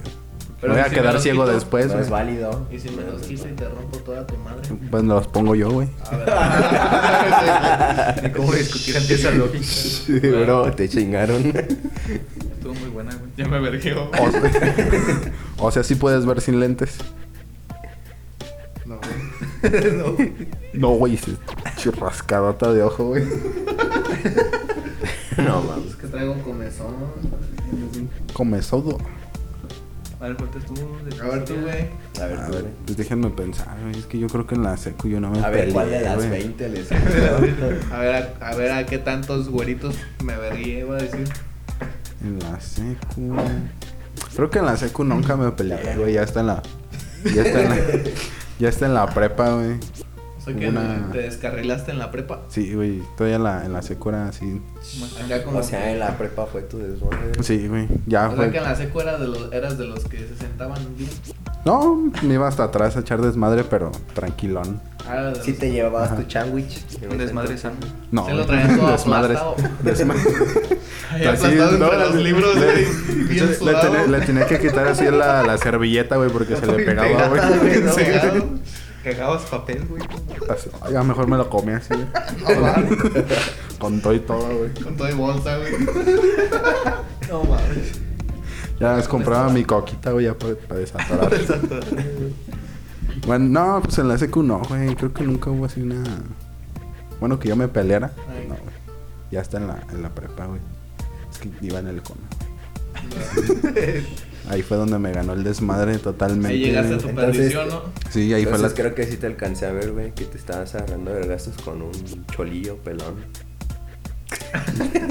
Speaker 5: Pero
Speaker 6: Me voy a
Speaker 5: si me
Speaker 6: quedar
Speaker 5: los
Speaker 6: ciego
Speaker 5: quito,
Speaker 6: después.
Speaker 2: no
Speaker 6: pues, güey.
Speaker 2: es válido.
Speaker 5: Y si me los quito y te rompo toda tu madre.
Speaker 6: Pues los pongo yo, güey.
Speaker 5: A ver.
Speaker 3: Ni cómo discutir ante esa lógica. güey.
Speaker 2: Sí, bro, te chingaron.
Speaker 3: Estuvo muy buena, güey.
Speaker 5: Ya me vergeo.
Speaker 6: O sea, o sea, sí puedes ver sin lentes.
Speaker 5: No, güey. No.
Speaker 6: No, güey, se- chirrascadota de ojo, güey.
Speaker 2: no mames.
Speaker 5: Es que traigo un comezón.
Speaker 6: Comezodo.
Speaker 3: A ver, faltas tú.
Speaker 5: A ver tú, güey.
Speaker 2: A ver,
Speaker 6: A
Speaker 2: tú
Speaker 6: ver,
Speaker 2: eres.
Speaker 6: pues déjenme pensar, güey. Es que yo creo que en la secu yo no me
Speaker 2: A ver, ¿cuál
Speaker 6: peleé,
Speaker 2: de las
Speaker 6: güey.
Speaker 2: 20 les
Speaker 5: A ver, a, a ver a qué tantos güeritos me vergué, iba a decir.
Speaker 6: En la secu. Creo que en la secu nunca me peleé, güey. Ya está en la. Ya está en la. Ya está en la prepa, güey.
Speaker 5: O sea que
Speaker 6: Una-
Speaker 5: te descarrilaste en la prepa.
Speaker 6: Sí, güey. Todavía en la, en la secu era así.
Speaker 5: Acá como
Speaker 2: O sea, en la prepa fue tu desmadre.
Speaker 6: Sí, güey. Ya
Speaker 5: O
Speaker 6: fue.
Speaker 5: sea que en la secu era de los, eras de los que se sentaban bien.
Speaker 6: No, me iba hasta atrás a echar desmadre, pero tranquilón.
Speaker 5: Ah, era de los-
Speaker 2: Sí te llevabas
Speaker 6: Ajá.
Speaker 2: tu sandwich.
Speaker 3: Un desmadre sano.
Speaker 6: No.
Speaker 5: Se lo traían todo
Speaker 6: desmadres.
Speaker 5: aplastado.
Speaker 6: Desmadre.
Speaker 5: Ahí aplastado
Speaker 6: no,
Speaker 5: entre
Speaker 6: le-
Speaker 5: los libros,
Speaker 6: le-
Speaker 5: güey.
Speaker 6: le-
Speaker 5: Bien
Speaker 6: le
Speaker 5: sudado.
Speaker 6: tenía- Le tenía que quitar así la, la servilleta, güey, porque se le pegaba, güey.
Speaker 5: Pegada, güey, no,
Speaker 6: Sí.
Speaker 5: pegado.
Speaker 3: Cagabas papel, güey.
Speaker 6: Así, ay, a lo mejor me lo comí así, güey. Con todo y todo, güey.
Speaker 5: Con todo y bolsa, güey. No mames.
Speaker 6: Ya les compraba mi coquita, güey, ya para desatorar. Bueno, no, pues en la secu no, güey. Creo que nunca hubo así una... Bueno, que yo me peleara.
Speaker 5: Ay.
Speaker 6: No, güey. Ya está en la, en la prepa, güey. Es que iba en el cono. Ahí fue donde me ganó el desmadre totalmente.
Speaker 5: Ahí llegaste a tu
Speaker 2: Entonces-
Speaker 5: perdición, ¿no?
Speaker 6: Sí,
Speaker 2: Ahí
Speaker 6: ahí fue la...
Speaker 2: creo que sí te alcancé a ver, güey, que te estabas agarrando de gastos con un cholillo pelón.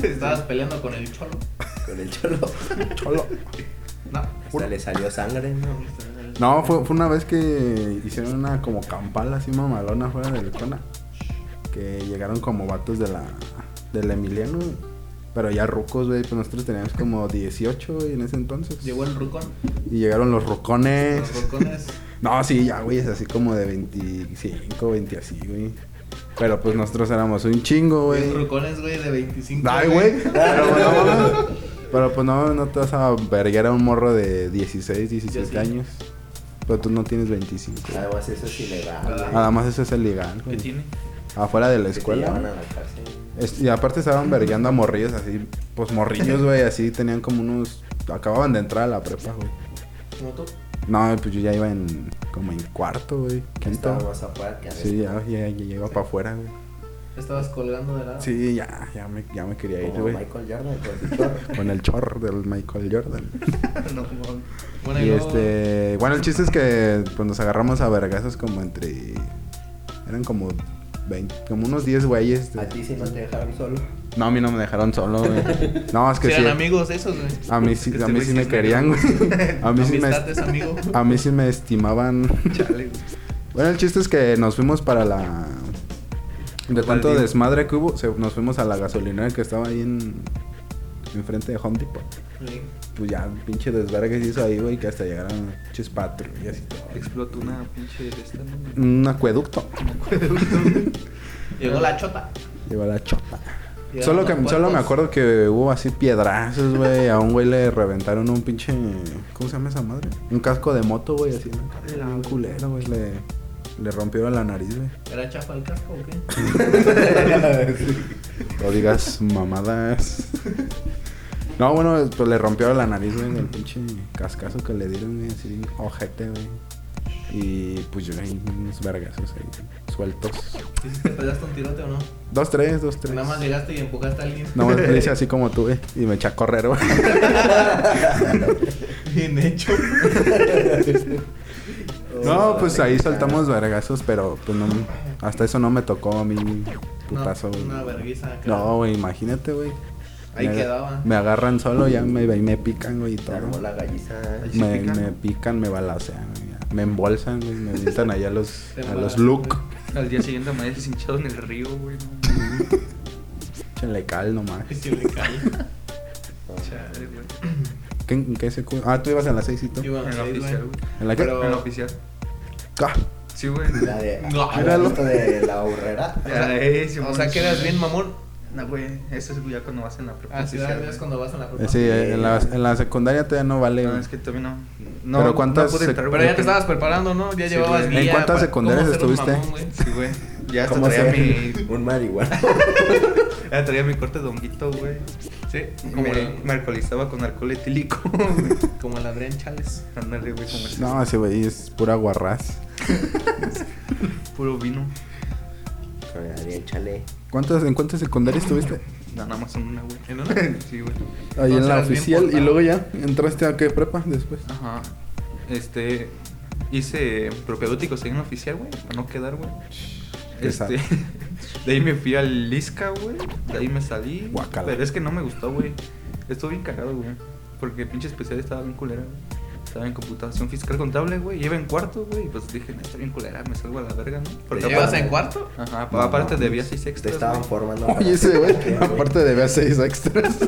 Speaker 5: Estabas peleando con el cholo.
Speaker 2: Con el cholo.
Speaker 6: Cholo.
Speaker 5: No.
Speaker 2: Hasta le salió sangre, ¿no?
Speaker 6: No, fue, fue una vez que hicieron una como campal así mamalona fuera del Cona. Que llegaron como vatos de la del Emiliano, güey. pero ya rucos, güey, pues nosotros teníamos como 18, güey, en ese entonces.
Speaker 5: Llegó el rucón.
Speaker 6: Y llegaron los rocones.
Speaker 5: Los rucones.
Speaker 6: No, sí, ya, güey, es así como de 25, 20 así, güey. Pero pues nosotros éramos un chingo, güey.
Speaker 5: Los rucones, güey, de 25.
Speaker 6: Ay, güey. Pero, pues, no, mames. Pero, pues no, no te vas a verguer a un morro de 16, 17
Speaker 5: Yo sí.
Speaker 6: años. Pero tú no tienes 25.
Speaker 2: Además, eso es ilegal.
Speaker 5: Ah,
Speaker 2: güey.
Speaker 6: Nada más eso es ilegal.
Speaker 5: ¿Qué
Speaker 6: güey.
Speaker 5: tiene?
Speaker 6: Afuera de la
Speaker 2: Que te llevan a
Speaker 6: escuela.
Speaker 2: la cárcel.
Speaker 6: Es- y aparte estaban vergueando a morrillos así. Pues morrillos, güey, así tenían como unos. Acababan de entrar a la prepa, güey.
Speaker 5: ¿Como tú?
Speaker 6: No, pues yo ya iba en. Como en cuarto, güey. Quinto.
Speaker 2: Estaba más afuera que adentro.
Speaker 6: Sí, ya, ya, ya, ya iba para afuera, güey.
Speaker 5: Estabas colgando de lado.
Speaker 6: Sí, ya, ya me, ya me quería ir,
Speaker 2: Como
Speaker 6: güey.
Speaker 2: Michael Jordan con el chorro.
Speaker 6: Con el chorro del Michael Jordan.
Speaker 5: no, como- bueno, y,
Speaker 6: y
Speaker 5: luego-
Speaker 6: este, bueno, el chiste es que pues nos agarramos a vergazos como entre eran como 20, como unos 10 güeyes. de-
Speaker 2: A ti sí no te dejaron solo.
Speaker 6: No, a mí no me dejaron solo, güey. No, es
Speaker 5: Si
Speaker 6: que sí.
Speaker 5: eran amigos pues, esos, güey.
Speaker 6: A mí sí,
Speaker 3: Que
Speaker 6: a
Speaker 3: este
Speaker 6: mí
Speaker 3: güey
Speaker 6: sí
Speaker 3: sí
Speaker 6: me
Speaker 3: es
Speaker 6: querían, güey. A mí sí me
Speaker 5: Amistad es amigo.
Speaker 6: a mí sí me estimaban.
Speaker 3: Chale, güey.
Speaker 6: Bueno, el chiste es que nos fuimos para la de tanto
Speaker 3: Baldío.
Speaker 6: desmadre que hubo, se- nos fuimos a la gasolinera que estaba ahí en enfrente de Home Depot.
Speaker 5: Sí.
Speaker 6: Pues ya, pinche desvergue se hizo ahí, güey, que hasta llegaron pinches patrullas y todo.
Speaker 3: Explotó una pinche de esta, ¿no?
Speaker 6: Un acueducto.
Speaker 5: Llegó la chota.
Speaker 6: Lleva la chota.
Speaker 5: Llegaron
Speaker 6: Solo, que,
Speaker 5: los
Speaker 6: solo me
Speaker 5: puercos.
Speaker 6: acuerdo que hubo así piedrazos, güey. A un güey le reventaron un pinche. ¿Cómo se llama esa madre? Un casco de moto, güey, así. en la cara, güey, Un culero, güey. Le, le rompieron la nariz, güey.
Speaker 5: ¿Era chafa el casco o qué?
Speaker 6: No digas mamadas. No, bueno, pues le rompieron la nariz, güey, el pinche cascazo que le dieron, güey, así bien ojete, güey. Y pues yo ahí unos vergazos ahí, sueltos.
Speaker 5: ¿Y si te pegaste un tirote o no?
Speaker 6: Dos, tres, dos, tres.
Speaker 5: Nada más llegaste y empujaste a alguien.
Speaker 6: No, le hice así como tú, güey, y me eché a correr, güey.
Speaker 5: Bien hecho.
Speaker 6: Este No, pues ahí saltamos vergazos, pero pues no, hasta eso no me tocó a mí putazo,
Speaker 5: No,
Speaker 6: güey.
Speaker 5: una vergüenza acá.
Speaker 6: No, güey, imagínate, güey.
Speaker 5: Ahí
Speaker 6: Me-
Speaker 5: quedaba.
Speaker 6: Me agarran solo, ya me, ahí me pican, güey, y
Speaker 2: Te
Speaker 6: todo.
Speaker 2: armó la galliza. ¿eh?
Speaker 3: Ay, sí.
Speaker 6: Me,
Speaker 3: pican,
Speaker 6: me
Speaker 3: ¿no?
Speaker 6: pican, me balacean, güey, ya. me embolsan, güey, me avientan allá a los,
Speaker 5: Te
Speaker 6: a los
Speaker 5: embalaste,
Speaker 6: look.
Speaker 3: Al día siguiente amaneces hinchado en el río, güey. no.
Speaker 6: Échenle cal nomás.
Speaker 5: Y si le cae.
Speaker 3: Chale, güey.
Speaker 6: ¿Qué, en qué se cu- Ah, tú ibas en la seisito.
Speaker 5: Iba a
Speaker 3: En la
Speaker 5: salir,
Speaker 3: oficial,
Speaker 5: güey.
Speaker 3: güey.
Speaker 6: ¿En la qué?
Speaker 5: Pero-
Speaker 3: En la oficial.
Speaker 6: Ah,
Speaker 3: Sí, güey.
Speaker 2: La de.
Speaker 5: No,
Speaker 6: míralo.
Speaker 2: esto de la horrera.
Speaker 3: Ya, eh, Simón.
Speaker 5: O sea, que eras bien mamón. Ah,
Speaker 3: No, güey. Eso es ya cuando vas en la prepa.
Speaker 5: Así
Speaker 3: oficial,
Speaker 5: es
Speaker 3: güey.
Speaker 5: cuando vas a la prepa.
Speaker 6: sí, en la, en la secundaria todavía no vale.
Speaker 3: No,
Speaker 6: güey.
Speaker 3: es que todavía no. no
Speaker 6: Pero
Speaker 3: no
Speaker 6: ¿cuántas
Speaker 3: pude
Speaker 6: sec-
Speaker 3: entrar,
Speaker 5: Pero
Speaker 3: güey,
Speaker 5: ya te
Speaker 3: porque-
Speaker 5: estabas preparando, ¿no? Ya
Speaker 3: Sí,
Speaker 5: llevabas
Speaker 3: güey.
Speaker 5: guía.
Speaker 6: ¿En cuántas
Speaker 5: pa-
Speaker 6: secundarias
Speaker 5: cómo ser un
Speaker 6: estuviste?
Speaker 5: mamón, güey.
Speaker 3: Sí, güey. Ya hasta
Speaker 2: ¿Cómo
Speaker 3: traía mi.
Speaker 2: ser un marihuana?
Speaker 3: Ya traía mi corte de honguito, güey.
Speaker 5: Sí, como,
Speaker 3: Me, me
Speaker 5: la-
Speaker 3: alcoholizaba con alcohol etílico, güey.
Speaker 5: como el Adrián Chávez.
Speaker 3: Ándale, güey, como ese
Speaker 6: No, ese güey es pura guarraz.
Speaker 3: puro vino.
Speaker 2: Con Adrián Chale.
Speaker 6: ¿Cuántas, ¿En cuántas secundarias estuviste?
Speaker 3: No, nada más en una, güey.
Speaker 5: ¿En una?
Speaker 3: Sí, güey.
Speaker 6: Ahí en
Speaker 5: Entonces
Speaker 6: la
Speaker 5: eras bien
Speaker 6: oficial y
Speaker 5: portado.
Speaker 6: luego ya entraste a qué prepa después.
Speaker 3: Ajá. Este. Hice propedéuticos ahí en la oficial, güey. Para no quedar, güey.
Speaker 6: Qué sad.
Speaker 3: Este. De ahí me fui al Lisca, güey. De ahí me salí.
Speaker 6: Guácala.
Speaker 3: Pero es que no me gustó, güey. Estuvo bien cagado, güey. Porque pinche especial estaba bien culera, güey. Estaba en computación fiscal contable, güey. Lleva en cuarto, güey. Y pues dije, no, está bien culera, me salgo a la verga, ¿no?
Speaker 5: ¿Te llevas
Speaker 3: aparte-
Speaker 5: en cuarto?
Speaker 3: Ajá,
Speaker 6: No,
Speaker 3: aparte
Speaker 6: mames.
Speaker 3: debía seis extras.
Speaker 2: Pues, Te estaban
Speaker 3: güey.
Speaker 2: formando. para-
Speaker 6: Oye, ese güey,
Speaker 2: Sí,
Speaker 6: aparte debía seis extras.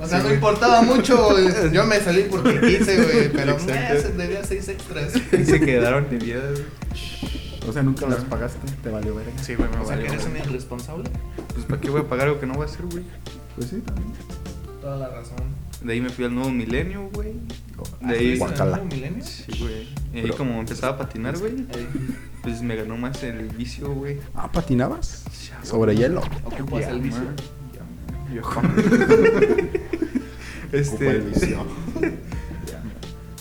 Speaker 5: O sea, no importaba mucho. güey. Yo me salí porque quise, güey. Pero
Speaker 3: Exacto.
Speaker 5: me debía seis extras.
Speaker 3: Y se quedaron debidas, güey.
Speaker 6: O sea, nunca las pagaste, te valió verga.
Speaker 3: Sí, güey, me
Speaker 5: O sea, que
Speaker 3: valió,
Speaker 5: eres un
Speaker 3: güey.
Speaker 5: irresponsable.
Speaker 3: Pues, ¿para qué voy a pagar algo que no voy a hacer, güey?
Speaker 6: Pues sí, también.
Speaker 5: Toda la razón.
Speaker 3: De ahí me fui al nuevo milenio, güey.
Speaker 5: ¿Estuviste
Speaker 3: De
Speaker 5: en
Speaker 3: ahí.
Speaker 6: Ah, Guacala.
Speaker 5: el nuevo milenio?
Speaker 3: Sí, güey. Y ahí
Speaker 6: Pero-
Speaker 3: como empezaba a patinar, güey,
Speaker 5: Eh,
Speaker 3: pues me ganó más el vicio, güey.
Speaker 6: Ah, patinabas. Sobre hielo.
Speaker 5: Ocupas el vicio.
Speaker 3: Yo Este.
Speaker 6: Ocupa el vicio.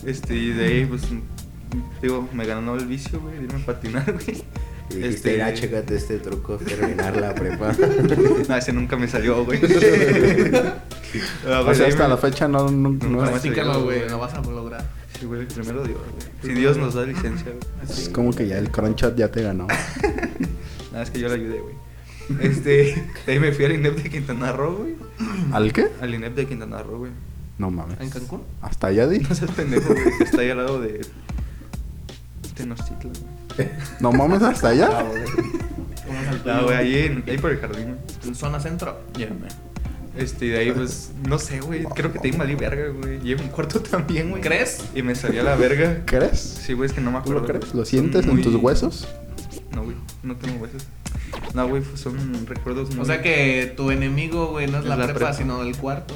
Speaker 3: Este, y de ahí, pues, digo, me ganó el vicio, güey, de irme a patinar, güey.
Speaker 2: Y dijiste,
Speaker 3: Este-
Speaker 2: irá, chécate este truco, terminar la prepa.
Speaker 3: No, ese nunca me salió, güey. Ah,
Speaker 6: O sea, hasta la fecha no, no, no es,
Speaker 3: más
Speaker 5: Practícalo, güey, lo vas a lograr.
Speaker 3: Sí, güey, primero Dios, güey. Si Dios nos da licencia, güey.
Speaker 6: es como que ya el crunchot ya te ganó.
Speaker 3: Nada, es que yo le ayudé, güey. Este, de ahí me fui al INEP de Quintana Roo, güey.
Speaker 6: ¿Al qué?
Speaker 3: Al INEP de Quintana Roo, güey.
Speaker 6: No mames.
Speaker 5: ¿En Cancún?
Speaker 6: Hasta allá di.
Speaker 3: No seas pendejo, güey. que Está ahí al lado de Tenochtitlan, güey.
Speaker 6: No mames, hasta allá.
Speaker 5: Vamos al
Speaker 3: Ah,
Speaker 5: tuyo,
Speaker 3: güey, ahí, en- ahí por el jardín, güey.
Speaker 5: En zona centro.
Speaker 3: Ya, güey. Este, y de ahí, pues, no sé, güey. Creo que te invadí verga, güey. Y en un cuarto también, güey.
Speaker 5: ¿Crees?
Speaker 3: Y me salió la verga.
Speaker 6: ¿Crees?
Speaker 3: Sí, güey, es que no me
Speaker 6: ¿Tú
Speaker 3: acuerdo.
Speaker 6: lo crees?
Speaker 3: güey. Son
Speaker 6: ¿Lo sientes en
Speaker 3: muy-
Speaker 6: tus huesos?
Speaker 3: No, güey, no tengo huesos. No, güey, pues, son recuerdos muy...
Speaker 5: O sea que tu enemigo, güey, no es, la, prepa, sino el cuarto.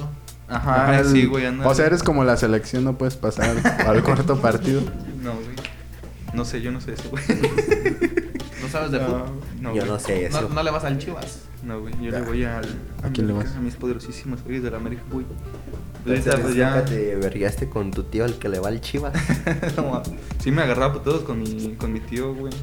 Speaker 3: Ajá,
Speaker 6: Ajá,
Speaker 3: sí,
Speaker 6: el-
Speaker 3: güey, anda.
Speaker 6: O sea, eres como la selección, no puedes pasar al cuarto partido.
Speaker 3: No, güey. No sé, yo no sé eso, güey.
Speaker 5: No sabes de fútbol.
Speaker 3: No,
Speaker 2: Yo
Speaker 3: güey.
Speaker 2: no sé eso.
Speaker 5: No, no le vas al Chivas.
Speaker 3: No, güey, yo le voy al...
Speaker 6: ¿A quién le vas?
Speaker 3: A mis poderosísimos güeyes de la América, güey.
Speaker 2: Entonces,
Speaker 3: Ahorita, pues, ya...
Speaker 2: nunca te vergaste con tu tío al que le va el chivas.
Speaker 3: No, ma- sí me agarraba por todos con mi, con mi tío, güey.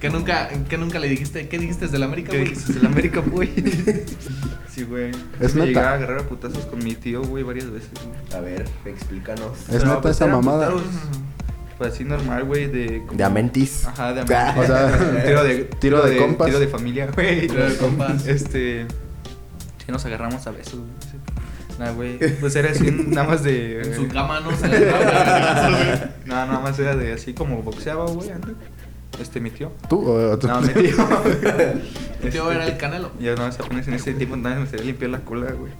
Speaker 5: Que nunca, que nunca le dijiste, ¿qué dijiste del América,
Speaker 3: ¿Qué
Speaker 5: güey?
Speaker 3: dijiste del América, güey? Sí, güey.
Speaker 6: ¿Es
Speaker 3: Sí me
Speaker 6: neta?
Speaker 3: llegaba a agarrar a putazos con mi tío, güey, varias veces, güey.
Speaker 2: A ver, explícanos.
Speaker 6: Es
Speaker 3: Pero,
Speaker 6: neta
Speaker 3: pues,
Speaker 6: esa
Speaker 3: eran
Speaker 6: mamada.
Speaker 3: putazos,
Speaker 5: Mm.
Speaker 3: Pues así normal, güey, de...
Speaker 2: De Amentis.
Speaker 3: Ajá, de
Speaker 2: Ah.
Speaker 3: amigos.
Speaker 6: O sea,
Speaker 3: tiro de,
Speaker 6: tiro de compas.
Speaker 3: Tiro de familia, güey.
Speaker 5: Tiro de compas.
Speaker 3: Este. Que nos agarramos a besos, güey. Nah, güey. Pues era así, nada más de.
Speaker 5: En su cama no se le daba.
Speaker 3: No, nada más era de así como boxeaba, güey, antes. Este, mi tío.
Speaker 6: ¿Tú o tú?
Speaker 3: No, mi tío.
Speaker 5: El tío
Speaker 3: Este,
Speaker 5: era el canelo.
Speaker 3: Ya no, apenas en ese tiempo nada más me sabía limpiar la cola, güey.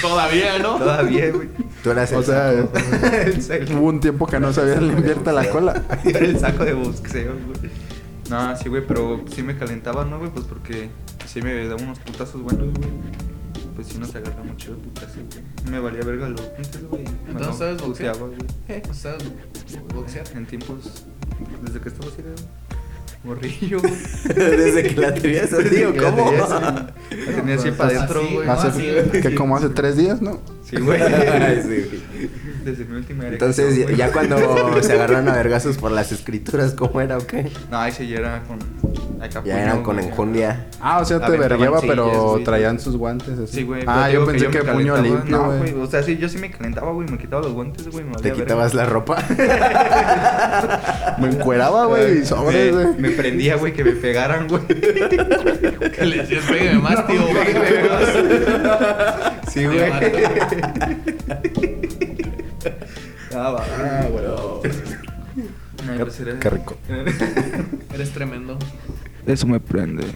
Speaker 5: Todavía, ¿no?
Speaker 3: este, Todavía, güey.
Speaker 2: Tú eras el
Speaker 6: O sea,
Speaker 2: saco.
Speaker 3: El cel-
Speaker 6: Hubo un tiempo que no sabías limpiarte la cola.
Speaker 3: Yo era el saco de boxeo, güey. No, sí, güey, pero sí me calentaba, ¿no, güey? Pues porque sí me daba unos putazos buenos, güey. Pues sí nos agarramos mucho de putazos, güey. Me valía verga los puntos, güey. Cuando
Speaker 5: Entonces, ¿sabes boxear?
Speaker 3: puteaba, güey.
Speaker 5: Eh, ¿Sabes boxear?
Speaker 3: En tiempos. Desde que estaba así, era morrillo, güey.
Speaker 2: Desde que la tenías así, ¿o
Speaker 3: Desde que la
Speaker 2: cómo?
Speaker 3: tenía así. La tenía así para adentro,
Speaker 5: así,
Speaker 3: güey.
Speaker 5: No,
Speaker 6: Hace-
Speaker 5: así, güey.
Speaker 6: que como hace tres días, ¿no?
Speaker 3: Sí, güey.
Speaker 2: Ay, sí.
Speaker 3: Desde mi última erección,
Speaker 2: Entonces, ya-
Speaker 3: güey.
Speaker 2: ya cuando se agarraron a vergazos por las escrituras, ¿cómo era o qué?
Speaker 3: No, ese ya era con. acá
Speaker 2: Ya eran
Speaker 3: puño,
Speaker 2: con
Speaker 3: Ah, pues, güey.
Speaker 2: enjundia.
Speaker 6: Ah, o sea, te
Speaker 3: Aventaban
Speaker 6: vergueaba,
Speaker 3: sillas,
Speaker 6: pero
Speaker 3: güey.
Speaker 6: traían sus guantes así.
Speaker 3: Sí, güey.
Speaker 6: Ah,
Speaker 3: pero
Speaker 6: yo
Speaker 3: te
Speaker 6: pensé
Speaker 3: digo
Speaker 6: que,
Speaker 3: yo me
Speaker 6: puño
Speaker 3: calentaba.
Speaker 6: limpio,
Speaker 3: No,
Speaker 6: güey.
Speaker 3: güey. O sea, sí, yo sí me calentaba, güey. Me quitaba los guantes, güey. me
Speaker 2: Te
Speaker 3: valía verga.
Speaker 2: quitabas la ropa.
Speaker 6: me
Speaker 2: Ah,
Speaker 6: encueraba, güey, y sobres,
Speaker 3: me,
Speaker 6: güey.
Speaker 3: me prendía, güey, que me pegaran, güey.
Speaker 5: Que le decías, pégame más, tío. Pégame más.
Speaker 3: Sí, güey. Ah, va.
Speaker 2: Ah, bueno.
Speaker 3: No, pues era-
Speaker 6: Qué rico.
Speaker 5: Eres tremendo.
Speaker 3: Eso me prende.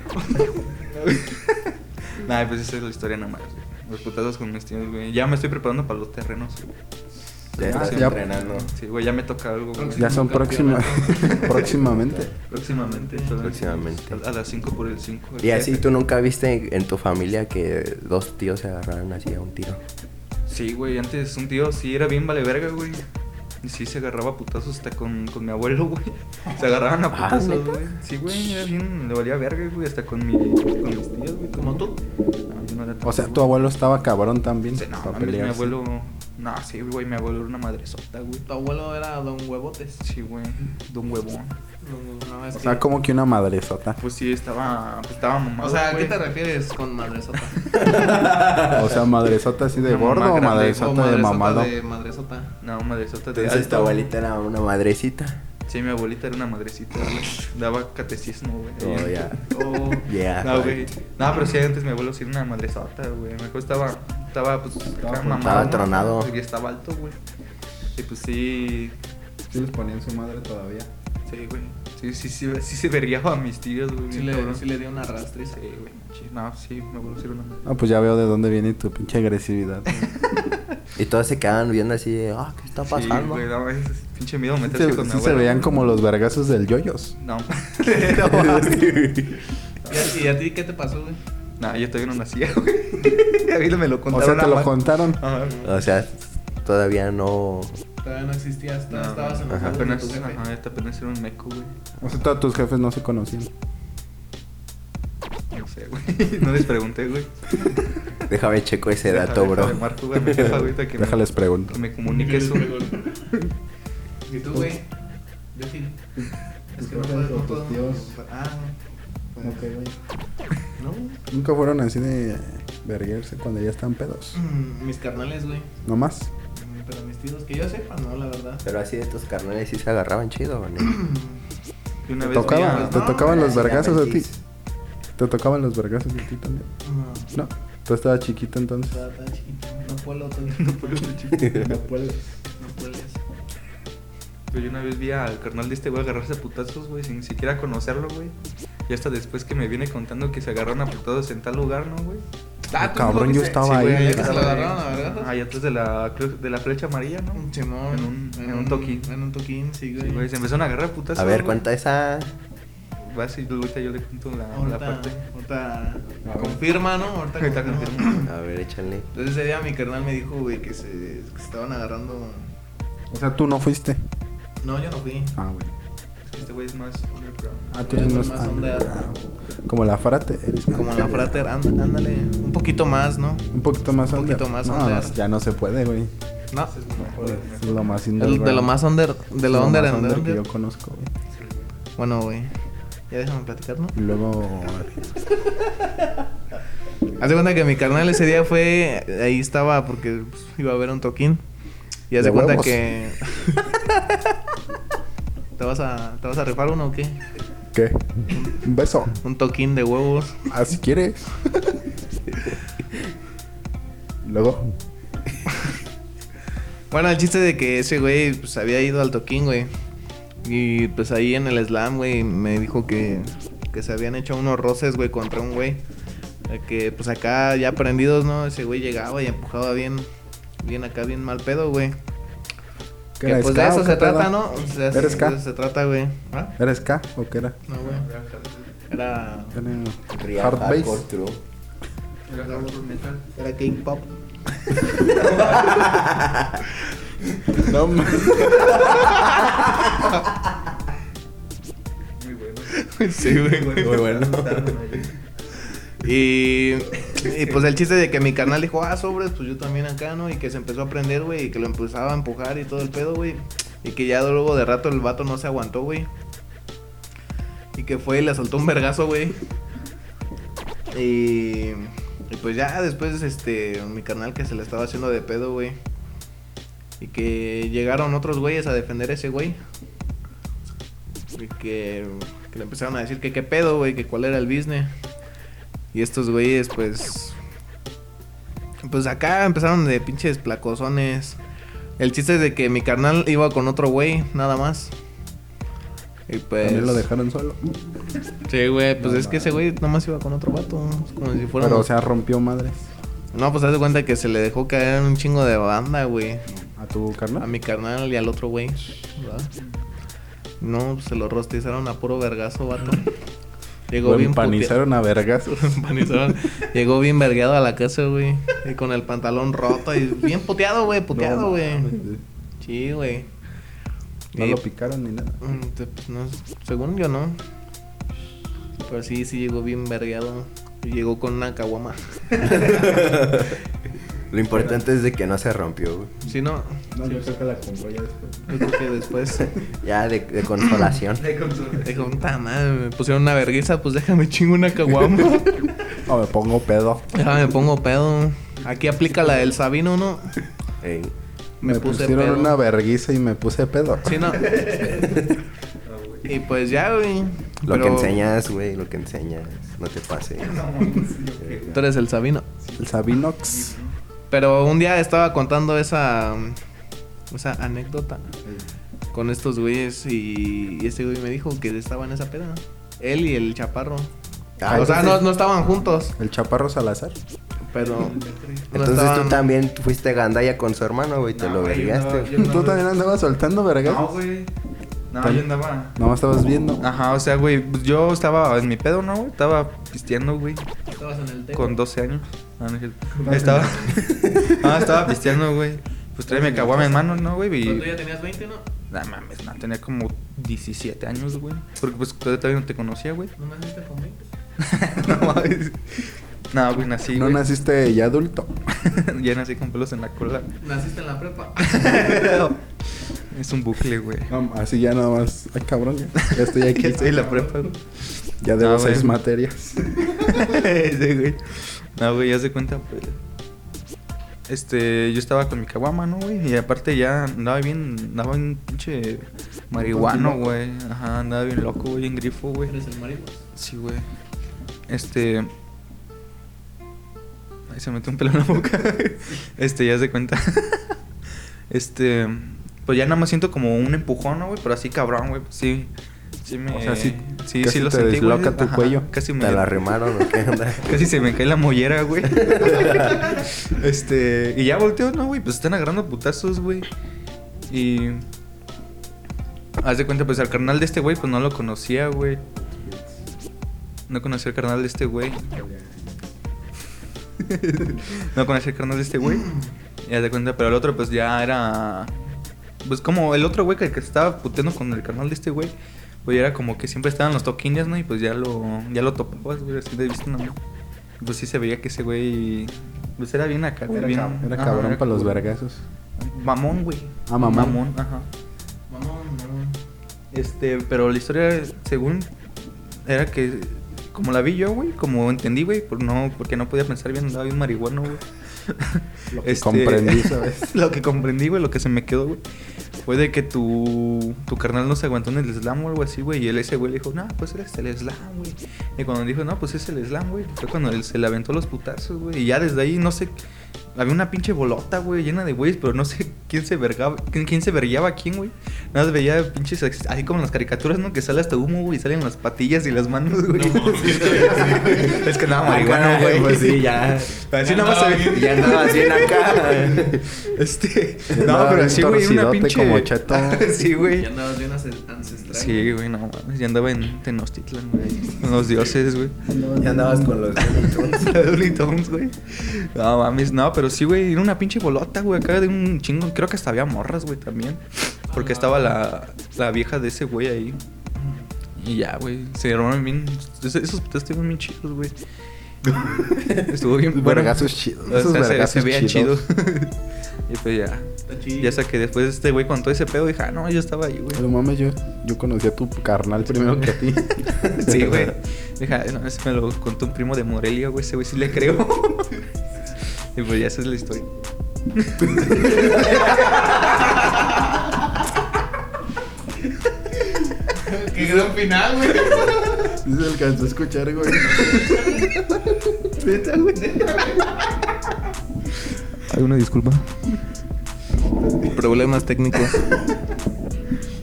Speaker 3: nah, pues esa es la historia nomás. güey. Los putazos con mis tíos, güey. Ya me estoy preparando para los terrenos. güey.
Speaker 2: Ya estás
Speaker 6: Ah, ya.
Speaker 2: entrenando.
Speaker 3: Sí, güey, ya me toca algo. güey.
Speaker 6: Ya son próximas. próximamente.
Speaker 3: Próximamente. todavía.
Speaker 2: Próximamente.
Speaker 3: A, a las 5 por el 5.
Speaker 2: Y así, ¿tú nunca viste en tu familia que dos tíos se agarraran así a un tiro?
Speaker 3: Sí, güey, antes un tío sí era bien vale verga, güey. Y sí se agarraba a putazos hasta con, con mi abuelo, güey. Se agarraban a
Speaker 2: Ah,
Speaker 3: putazos,
Speaker 2: ¿neta?
Speaker 3: güey. Sí, güey, era bien, le valía verga, güey, hasta con, mi, con mis tíos, güey.
Speaker 5: Como tú.
Speaker 3: No, yo no era tan
Speaker 6: O sea,
Speaker 3: güey.
Speaker 6: tu abuelo estaba cabrón también.
Speaker 3: Sí, no,
Speaker 6: para
Speaker 3: mames, mi
Speaker 6: pelearse.
Speaker 3: abuelo. No, sí, güey, mi abuelo era una madresota, güey.
Speaker 5: Tu abuelo era don Huevotes.
Speaker 3: Sí, güey, de un huevón.
Speaker 5: No, no, es
Speaker 6: O
Speaker 5: que-
Speaker 6: sea, como que una madresota.
Speaker 3: Pues sí, estaba, pues estaba mamado.
Speaker 5: O sea, ¿qué
Speaker 3: güey.
Speaker 5: te refieres con madresota?
Speaker 6: O sea, madresota así de
Speaker 3: Una mamá
Speaker 6: gordo o
Speaker 3: grande,
Speaker 5: O
Speaker 6: madresota de mamado.
Speaker 5: de madresota.
Speaker 3: No, madresota de
Speaker 2: Entonces,
Speaker 3: alto.
Speaker 2: tu abuelita era una madrecita.
Speaker 3: Sí, mi abuelita era una madrecita, güey. Daba catecismo, güey.
Speaker 2: Oh, ya.
Speaker 3: Oh.
Speaker 2: Yeah.
Speaker 3: No, güey. No, pero sí, antes mi abuelo sí era una madresota, güey. Me acuerdo estaba, estaba, pues, estaba mamado.
Speaker 2: Estaba
Speaker 3: ¿no?
Speaker 2: tronado.
Speaker 3: Y estaba alto, güey. Y pues sí,
Speaker 6: Sí les ponían su madre todavía.
Speaker 3: sí, güey. Sí, sí, sí, sí se vergueaba a mis tíos, güey.
Speaker 5: Sí
Speaker 3: bien
Speaker 5: le,
Speaker 3: cabrón.
Speaker 5: sí le dio una rastriz.
Speaker 3: Sí, güey. sí. No, sí, mi abuelo sí era una madre.
Speaker 6: Ah, pues ya veo de dónde viene tu pinche agresividad.
Speaker 2: Y todos se quedaban viendo así de, ah, ¿qué está
Speaker 3: Sí,
Speaker 2: pasando?
Speaker 3: güey, no, es pinche miedo
Speaker 6: Sí
Speaker 3: meterse
Speaker 6: se,
Speaker 3: con mi
Speaker 6: sí se
Speaker 3: abuelo.
Speaker 6: veían como los vergazos del yoyos.
Speaker 3: No. no,
Speaker 5: ¿Y a- ¿Y a ti qué te pasó, güey?
Speaker 3: no, yo todavía no nacía, güey. A mí me lo
Speaker 6: O
Speaker 3: contaron.
Speaker 6: sea, te lo
Speaker 3: ama-
Speaker 6: contaron. Ah,
Speaker 3: Ajá.
Speaker 2: o sea, todavía no.
Speaker 5: Todavía no existías,
Speaker 3: No,
Speaker 5: todavía estabas en los
Speaker 3: ajá,
Speaker 5: dedos de
Speaker 3: apenas,
Speaker 5: tu jefe.
Speaker 3: ajá, apenas era un meco, güey.
Speaker 6: O sea, todos tus jefes no se conocían.
Speaker 3: No sé, güey. No les pregunté, güey.
Speaker 2: Déjame checo ese
Speaker 3: Deja-
Speaker 2: dato, bro.
Speaker 3: déjale Marco, güey, a mi jefa ahorita que me-
Speaker 6: Déjales pregunto.
Speaker 3: que me comunique eso.
Speaker 5: ¿Y tú, güey? Yo sí. Es que no
Speaker 6: Tus padres
Speaker 5: puedes, no
Speaker 6: o tus
Speaker 5: podemos-
Speaker 6: tíos.
Speaker 5: Ah, pues,
Speaker 6: Ok, güey.
Speaker 5: no.
Speaker 6: Nunca fueron así de verguerse cuando ya están pedos.
Speaker 5: Mm, Mis carnales, güey.
Speaker 6: No más.
Speaker 5: Mm, Pero mis tíos, que yo sepa, no, la verdad. Mm,
Speaker 2: Pero así de tus carnales sí se agarraban chido, ¿o ¿no?
Speaker 3: Y una
Speaker 6: Te
Speaker 3: vez
Speaker 6: tocaba,
Speaker 3: vi a-
Speaker 6: te
Speaker 5: no,
Speaker 6: tocaban los
Speaker 2: ya
Speaker 6: vergazos a ti.
Speaker 2: mentís.
Speaker 6: Te tocaban los vergazos a ti también.
Speaker 5: No,
Speaker 6: No, tú estabas chiquito entonces.
Speaker 5: estaba tan chiquito. No puedo, Toño. No puedo, No puedes.
Speaker 3: Yo una vez vi al carnal de este güey agarrarse a putazos, güey, sin siquiera conocerlo, güey. Y hasta después que me viene contando que se agarraron a putazos en tal lugar, ¿no, güey?
Speaker 5: Ah, ¿tú
Speaker 6: Cabrón,
Speaker 5: lo
Speaker 6: yo
Speaker 5: viste?
Speaker 6: estaba
Speaker 5: Sí, güey,
Speaker 6: ahí,
Speaker 5: ya que se lo
Speaker 6: cabrón.
Speaker 5: agarraron a vergazos.
Speaker 3: Ahí atrás de la, creo- de la flecha amarilla, ¿no?
Speaker 5: Un chimón.
Speaker 3: Ah, En un- en un toquín.
Speaker 5: En un toquín, sí,
Speaker 3: Sí,
Speaker 5: güey.
Speaker 3: güey, se empezaron a agarrar a putazos.
Speaker 2: A ver,
Speaker 3: güey.
Speaker 2: cuenta esa.
Speaker 3: Vas y ahorita yo le cuento la, la
Speaker 5: Ahorita,
Speaker 3: parte.
Speaker 5: ahorita confirma, ¿no? Ahorita,
Speaker 3: Ahorita confirma.
Speaker 2: A ver, échale.
Speaker 5: Entonces ese día mi carnal me dijo, güey, que se, que se estaban agarrando...
Speaker 6: O sea, tú no fuiste.
Speaker 5: No, yo no fui.
Speaker 6: Ah, güey.
Speaker 3: Es que este güey es más underground.
Speaker 6: Ah, tú
Speaker 5: Yo
Speaker 6: eres
Speaker 5: soy
Speaker 6: más
Speaker 5: más onda.
Speaker 6: Como la frate. eres más
Speaker 5: Como la
Speaker 6: underground.
Speaker 5: frater, ánd- ándale, un poquito más, ¿no?
Speaker 6: Un poquito más
Speaker 5: Un poquito
Speaker 6: under.
Speaker 5: más
Speaker 6: no,
Speaker 5: under.
Speaker 6: no, ya no se puede, güey.
Speaker 5: No,
Speaker 6: Es lo más
Speaker 5: el- de lo
Speaker 6: underground.
Speaker 5: más under, de
Speaker 6: Es
Speaker 5: lo under,
Speaker 6: más
Speaker 5: and
Speaker 6: under que
Speaker 5: under.
Speaker 6: yo conozco, güey.
Speaker 5: Bueno, güey, ya déjame platicar, ¿no?
Speaker 6: Y luego
Speaker 5: Haz de cuenta que mi carnal ese día fue, ahí estaba porque pues, iba a haber un toquín. Y haz
Speaker 6: De
Speaker 5: de cuenta
Speaker 6: huevos.
Speaker 5: que... ¿Te vas, a, ¿Te vas a rifar uno o qué?
Speaker 6: ¿qué? Un beso.
Speaker 5: Un toquín de huevos.
Speaker 6: Ah, si quieres. luego
Speaker 5: Bueno, el chiste de que ese güey pues había ido al toquín, güey. Y pues ahí en el slam, güey, me dijo que, que se habían hecho unos roces, güey, contra un güey. Eh, Que pues acá ya prendidos, ¿no? Ese güey llegaba y empujaba bien, bien acá, bien mal pedo, güey.
Speaker 6: ¿Qué
Speaker 5: Que
Speaker 6: era,
Speaker 5: pues
Speaker 6: ska
Speaker 5: de
Speaker 6: o
Speaker 5: eso
Speaker 6: qué
Speaker 5: se
Speaker 6: pedo?
Speaker 5: trata, ¿no? O sea,
Speaker 6: ¿Eres
Speaker 5: sí,
Speaker 6: K?
Speaker 5: de eso se trata, güey. ¿Ah?
Speaker 6: ¿Era ska o qué era?
Speaker 5: No, güey. Era.
Speaker 6: Era
Speaker 2: Real
Speaker 6: hard
Speaker 2: hardcore
Speaker 6: bass.
Speaker 2: true.
Speaker 5: Era K-pop.
Speaker 6: No mames.
Speaker 3: Muy bueno.
Speaker 5: sí, güey.
Speaker 6: Muy bueno.
Speaker 5: Y, y, pues el chiste de que mi carnal dijo, ah, sobres, pues yo también acá, ¿no? Y que se empezó a aprender, güey, y que lo empezaba a empujar y todo el pedo, güey. Y que ya luego de rato el vato no se aguantó, güey. Y que fue y le soltó un vergazo, güey. Y, y pues ya después, este, mi carnal que se le estaba haciendo de pedo, güey. Y que llegaron otros güeyes a defender a ese güey. Y que, que le empezaron a decir que qué pedo, güey, que cuál era el business. Y estos güeyes, pues. Pues acá empezaron de pinches placosones. El chiste es de que mi carnal iba con otro güey, nada más. Y pues.
Speaker 6: También lo dejaron solo.
Speaker 5: Sí, güey, pues
Speaker 6: No,
Speaker 5: es
Speaker 6: no.
Speaker 5: que ese güey nomás iba con otro vato. es como si fuera.
Speaker 6: Pero, o sea, rompió madres.
Speaker 5: No, pues haz de cuenta que se le dejó caer un chingo de banda, güey.
Speaker 6: ¿A tu carnal?
Speaker 5: A mi carnal y al otro güey. ¿verdad? No, pues, se lo rostizaron a puro vergazo, vato. Llegó
Speaker 6: Lo
Speaker 5: bien puteado.
Speaker 6: empanizaron a vergazos.
Speaker 5: Empanizaron. Llegó bien vergueado a la casa, güey. Y con el pantalón roto y bien puteado, güey, puteado,
Speaker 6: No
Speaker 5: güey.
Speaker 6: mames.
Speaker 5: sí, güey.
Speaker 6: No
Speaker 5: Y-
Speaker 6: lo picaron ni nada.
Speaker 5: Mm, te- pues, no, según yo no. Pero Pues sí, sí llegó bien vergueado. Y Llegó con una caguama.
Speaker 2: Lo importante es de que no se rompió, güey.
Speaker 5: Si no,
Speaker 6: No, yo creo que la compró ya después.
Speaker 5: yo creo que después
Speaker 2: Ya de, de consolación.
Speaker 5: dijo, puta madre, me pusieron una vergüenza, pues déjame chingo una caguama.
Speaker 6: No, me pongo pedo.
Speaker 5: déjame pongo pedo. Aquí aplica la del Sabino, ¿no?
Speaker 2: Ey,
Speaker 6: Me,
Speaker 5: Me puse
Speaker 6: pusieron
Speaker 5: pedo.
Speaker 6: una verguiza y me puse pedo.
Speaker 5: Sí, no. y pues ya, güey.
Speaker 2: Lo
Speaker 5: Pero
Speaker 2: que enseñas, güey, lo que enseñas. No te pase.
Speaker 5: Tú eres el Sabino.
Speaker 6: El Sabinox.
Speaker 5: Pero un día estaba contando esa. Esa anécdota. Con estos güeyes y, y ese güey me dijo que estaba en esa peda. Él y el chaparro.
Speaker 2: Ah,
Speaker 5: o sea,
Speaker 2: entonces-
Speaker 5: no, no estaban juntos,
Speaker 6: El Chaparro Salazar.
Speaker 5: pero. no
Speaker 2: Entonces
Speaker 5: estaban-
Speaker 2: tú también fuiste gandalla con su hermano, güey. Te
Speaker 3: No,
Speaker 2: lo
Speaker 3: güey,
Speaker 2: vergaste.
Speaker 3: no,
Speaker 2: güey.
Speaker 3: yo-
Speaker 6: ¿Tú también andabas soltando vergas?
Speaker 3: No,
Speaker 6: No,
Speaker 3: güey. Ah, No, yo andaba.
Speaker 6: Nomás estabas viendo.
Speaker 3: Ajá, o sea, güey, pues yo estaba en mi pedo, ¿no, güey? Estaba pisteando, güey,
Speaker 5: Estabas en el
Speaker 3: con 12 años. Ah, no es cierto. Estaba... ah, estaba pisteando, güey. Pues traía mi caguama en mano, ¿no, güey?
Speaker 5: Cuando
Speaker 3: Y...
Speaker 5: ya tenías 20, ¿no?
Speaker 3: No mames, no, tenía como 17 años, güey. Porque pues todavía no te conocía, güey.
Speaker 5: ¿No naciste con 20?
Speaker 3: no mames. No, güey, nací,
Speaker 6: no
Speaker 3: güey.
Speaker 6: naciste ya adulto.
Speaker 3: ya nací con pelos en la cola.
Speaker 5: Naciste en la prepa.
Speaker 3: Es un bucle, güey.
Speaker 6: No, así ya nada más. Ay, cabrón, ya, ya estoy aquí.
Speaker 3: Ya estoy en la Ah, prepa, güey.
Speaker 6: Ya debo
Speaker 3: No, güey.
Speaker 6: seis materias.
Speaker 3: Ese güey. No, güey, ya se cuenta, pues. Este, yo estaba con mi caguama, ¿no, güey? Y aparte ya andaba bien, andaba bien pinche marihuano, güey. Ajá, andaba bien loco, güey, en grifo, güey.
Speaker 5: Eres el marido.
Speaker 3: Sí, güey. Este. Ahí se metió un pelo en la boca. este, ya se cuenta. este. Pues ya nada más siento como un empujón, ¿no, güey? Pero así cabrón, güey. pues Sí. Sí, me.
Speaker 6: O sea, sí-
Speaker 3: Sí,
Speaker 6: casi
Speaker 3: sí lo
Speaker 6: te
Speaker 3: sentí, güey.
Speaker 6: desloca tu
Speaker 3: Ajá,
Speaker 6: cuello.
Speaker 3: Casi me.
Speaker 2: Te la remaron, ¿o qué onda?
Speaker 3: Casi se me cae la mollera, güey. este. Y ya volteo, no, güey. Pues están agarrando putazos, güey. Y. Haz de cuenta, pues al carnal de este güey, pues no lo conocía, güey. No conocía al carnal de este güey. no conocía al carnal de este güey. Y haz de cuenta, pero el otro, pues ya era. Pues como el otro güey que, que estaba puteando con el carnal de este güey. Pues ya era como que siempre estaban los toquines, ¿no? Y pues ya lo, ya lo topabas, güey, así de vista nomás. Pues sí se veía que ese güey. Pues era bien acá,
Speaker 6: Era,
Speaker 3: bien-
Speaker 6: cab- era
Speaker 3: ajá,
Speaker 6: cabrón
Speaker 3: era
Speaker 6: para los
Speaker 3: como-
Speaker 6: vergazos.
Speaker 3: Mamón, güey.
Speaker 6: Ah, mamón.
Speaker 3: Mamón, ajá.
Speaker 5: Mamón, mamón.
Speaker 3: Este, pero la historia, según, era que, como la vi yo, güey, como entendí, güey, por no, porque no podía pensar bien, andaba bien marihuano, güey. Este,
Speaker 6: Lo que comprendí, ¿sabes?
Speaker 3: lo que comprendí, güey, lo que se me quedó, güey, fue de que tu, tu carnal no se aguantó en el slam o algo así, güey, y él ese güey le dijo, no, pues eres el slam, güey. Y cuando dijo, no, pues es el slam, güey, fue cuando él se le aventó los putazos, güey, y ya desde ahí, no sé, había una pinche bolota, güey, llena de güeyes, pero no sé quién se vergaba, quién, quién se vergueaba a quién, güey. Nada más veía pinches, ex- así como en las caricaturas, ¿no? Que sale hasta humo, güey, y salen las patillas y las manos, güey. es que nada, marihuana,
Speaker 2: Acá,
Speaker 3: güey.
Speaker 2: Pues sí, ya.
Speaker 3: Así nada más se ve.
Speaker 2: Ya andaba así en acá.
Speaker 3: Este. No,
Speaker 6: andaba
Speaker 3: pero
Speaker 6: bien
Speaker 3: así, güey, una
Speaker 6: torcidote
Speaker 3: pinche.
Speaker 6: como cheto.
Speaker 3: sí, güey.
Speaker 5: Ya andabas bien ancest- ancestral.
Speaker 3: Sí, güey, no mames. Ya andaba en Tenochtitlan, güey. Con los dioses, güey.
Speaker 2: Ya andabas con los.
Speaker 3: La Looney Tunes, güey. No mames, no, pero sí, güey, era una pinche bolota, güey, acá de un chingo. Creo que hasta había morras, güey, también. Porque estaba la, la vieja de ese güey ahí. Y ya, güey, se armaron bien. es- Esos putas estuvieron bien chidos, güey. Estuvo bien. bueno.
Speaker 6: Vergazos chidos,
Speaker 3: O sea,
Speaker 6: esos
Speaker 3: se- se
Speaker 6: vergazos
Speaker 3: veían chido.
Speaker 6: chidos.
Speaker 3: y pues ya.
Speaker 5: Está chido.
Speaker 3: Ya sé que después este güey con todo ese pedo dije, ah, no, yo estaba ahí, güey.
Speaker 6: No mames, yo, yo conocí a tu carnal primero que a ti.
Speaker 3: Sí, güey. Dije, "Ah, no, ese me lo contó un primo de Morelia, güey. Ese güey sí le creo. y pues ya esa es la historia.
Speaker 5: Qué gran final, güey.
Speaker 6: Sí se alcanzó a escuchar, güey.
Speaker 5: Neta, güey.
Speaker 3: Hay una disculpa.
Speaker 5: Problemas técnicos.